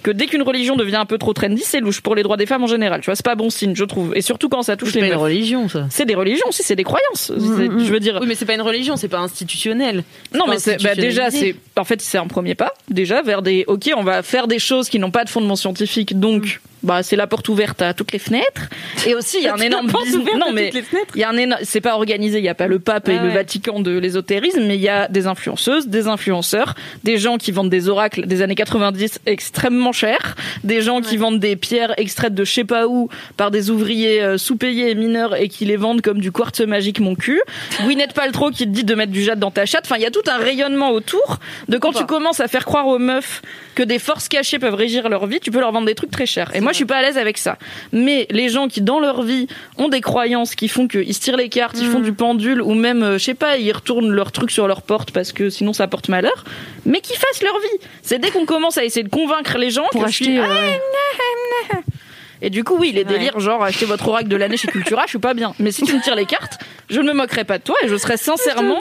que dès qu'une religion devient un peu trop trendy, c'est louche pour les droits des femmes en général. Tu vois, c'est pas bon signe, je trouve. Et surtout quand ça touche les meufs.
religion, ça.
C'est des religions, si c'est des croyances. C'est- Je veux dire,
Oui, mais c'est pas une religion, c'est pas institutionnel.
non, mais
pas
c'est bah, déjà, c'est
institutionnalisé.
en fait, c'est un premier pas déjà vers des. Ok, on va faire des choses qui n'ont pas de fondement scientifique, donc bah c'est la porte ouverte à toutes les fenêtres. Et aussi, il y a un énorme business. Non, mais il y a un énorme. C'est pas organisé. Il y a pas le pape et
Ah
le
ouais.
Vatican de l'ésotérisme, mais il y a des influenceuses, des influenceurs, des gens qui vendent des oracles des années 90 extrêmement chers, des gens qui vendent des pierres extraites de je sais pas où par des ouvriers euh, sous-payés et mineurs et qui les vendent comme du quartz magique mon cul. Gwyneth Paltrow qui te dit de mettre du jade dans ta chatte. Enfin, il y a tout un rayonnement autour de quand tu commences à faire croire aux meufs que des forces cachées peuvent régir leur vie, tu peux leur vendre des trucs très chers. Et moi, je suis pas à l'aise avec ça. Mais les gens qui, dans leur vie, ont des croyances qui font qu'ils se tirent les cartes,
Mm.
ils font du pendule, ou même, euh, je sais pas, ils retournent leur truc sur leur porte parce que sinon ça porte malheur, mais qu'ils fassent leur vie. C'est dès qu'on commence à essayer de convaincre les gens
Pour
que je suis-
acheter. euh,
et du coup, oui, les délires, genre acheter votre oracle de l'année chez Cultura, je suis pas bien. Mais si tu me tires les cartes, je ne me moquerai pas de toi et je serai sincèrement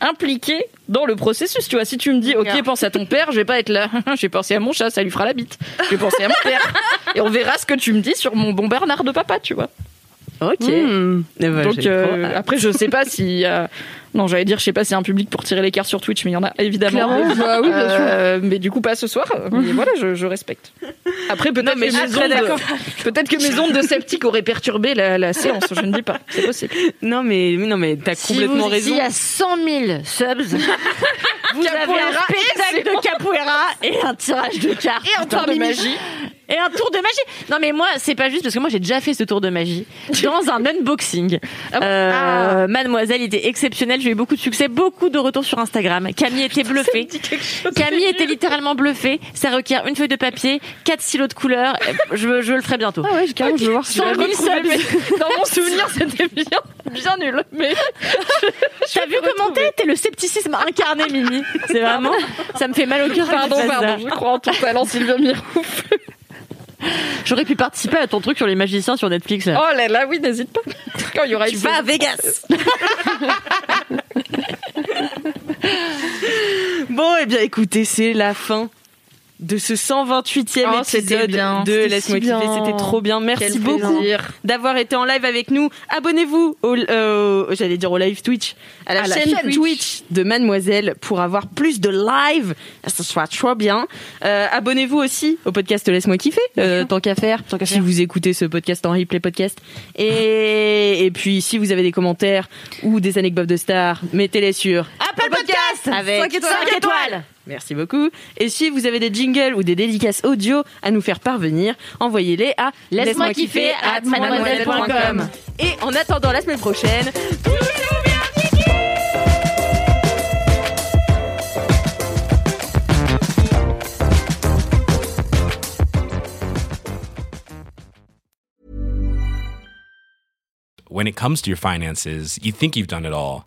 impliquée dans le processus. Tu vois, si tu me dis, ok,
D'accord.
pense à ton père, je vais pas être là. je vais penser à mon chat, ça lui fera la bite. Je vais penser à mon père. Et on verra ce que tu me dis sur mon bon Bernard de papa, tu vois.
Ok. Eh ben,
Donc
j'ai
euh,
trop hâte.
après, je sais pas si. euh, non, j'allais dire, je sais pas s'il y a un public pour tirer l'écart sur Twitch, mais il y en a évidemment.
Clairement, bah oui, bien sûr.
Euh, mais du coup, pas ce soir. Mais voilà, je, je respecte. Après, peut-être que,
mais je
mes
suis très
ondes-
d'accord.
peut-être que mes ondes de sceptique auraient perturbé la, la séance, je ne dis pas. C'est possible.
Non, mais, mais non, mais t'as complètement
vous-
raison.
s'il y a 100 000 subs, vous avez un
Capoeira,
spectacle de capoeira et un tirage de cartes.
Et un
Putain,
tour de
mini-
magie.
Et un tour de magie. Non, mais moi, c'est pas juste parce que moi, j'ai déjà fait ce tour de magie dans un unboxing. Euh, Mademoiselle était exceptionnelle. J'ai eu beaucoup de succès, beaucoup de retours sur Instagram. Camille était bluffée. Camille était littéralement bluffée. Ça requiert une feuille de papier, quatre stylos de couleurs. Je, je le ferai bientôt.
Ah ouais, carrément, je veux voir
si je vais retrouver
Dans mon souvenir, c'était bien, bien nul. Mais
T'as vu comment t'es T'es le scepticisme incarné, Mimi. C'est vraiment. Ça me fait mal au cœur.
Pardon,
que tu fasses
pardon,
ça.
je crois en ton talent, Sylvain Miron.
J'aurais pu participer à ton truc sur les magiciens sur Netflix. là.
Oh là là, oui, n'hésite pas. Quand il y aura
tu
une
vas à
saison-
Vegas.
Bon, eh bien, écoutez, c'est la fin de ce 128e
Oh, c'était
épisode
bien.
de
C'était
Laisse-moi
si
kiffer.
bien.
C'était trop bien. Merci
Quel
beaucoup
plaisir.
d'avoir été en live avec nous. Abonnez-vous au, euh, au- j'allais dire au live Twitch, à la,
À la
chaîne,
chaîne
Twitch. de Mademoiselle pour avoir plus de live. Ça sera trop bien. Euh, Abonnez-vous aussi au podcast Laisse-moi kiffer, euh, tant qu'à faire. si vous écoutez ce podcast en replay podcast. Et, et puis, si vous avez des commentaires ou des anecdotes de stars, mettez-les sur
Apple Podcast
avec
cinq étoiles.
cinq Merci beaucoup. Et si vous avez des jingles ou des dédicaces audio à nous faire parvenir, envoyez-les à
Laisse-moi kiffer at mademoiselle.com.
Et en attendant la semaine prochaine,
When it comes to your finances, you think you've done it all.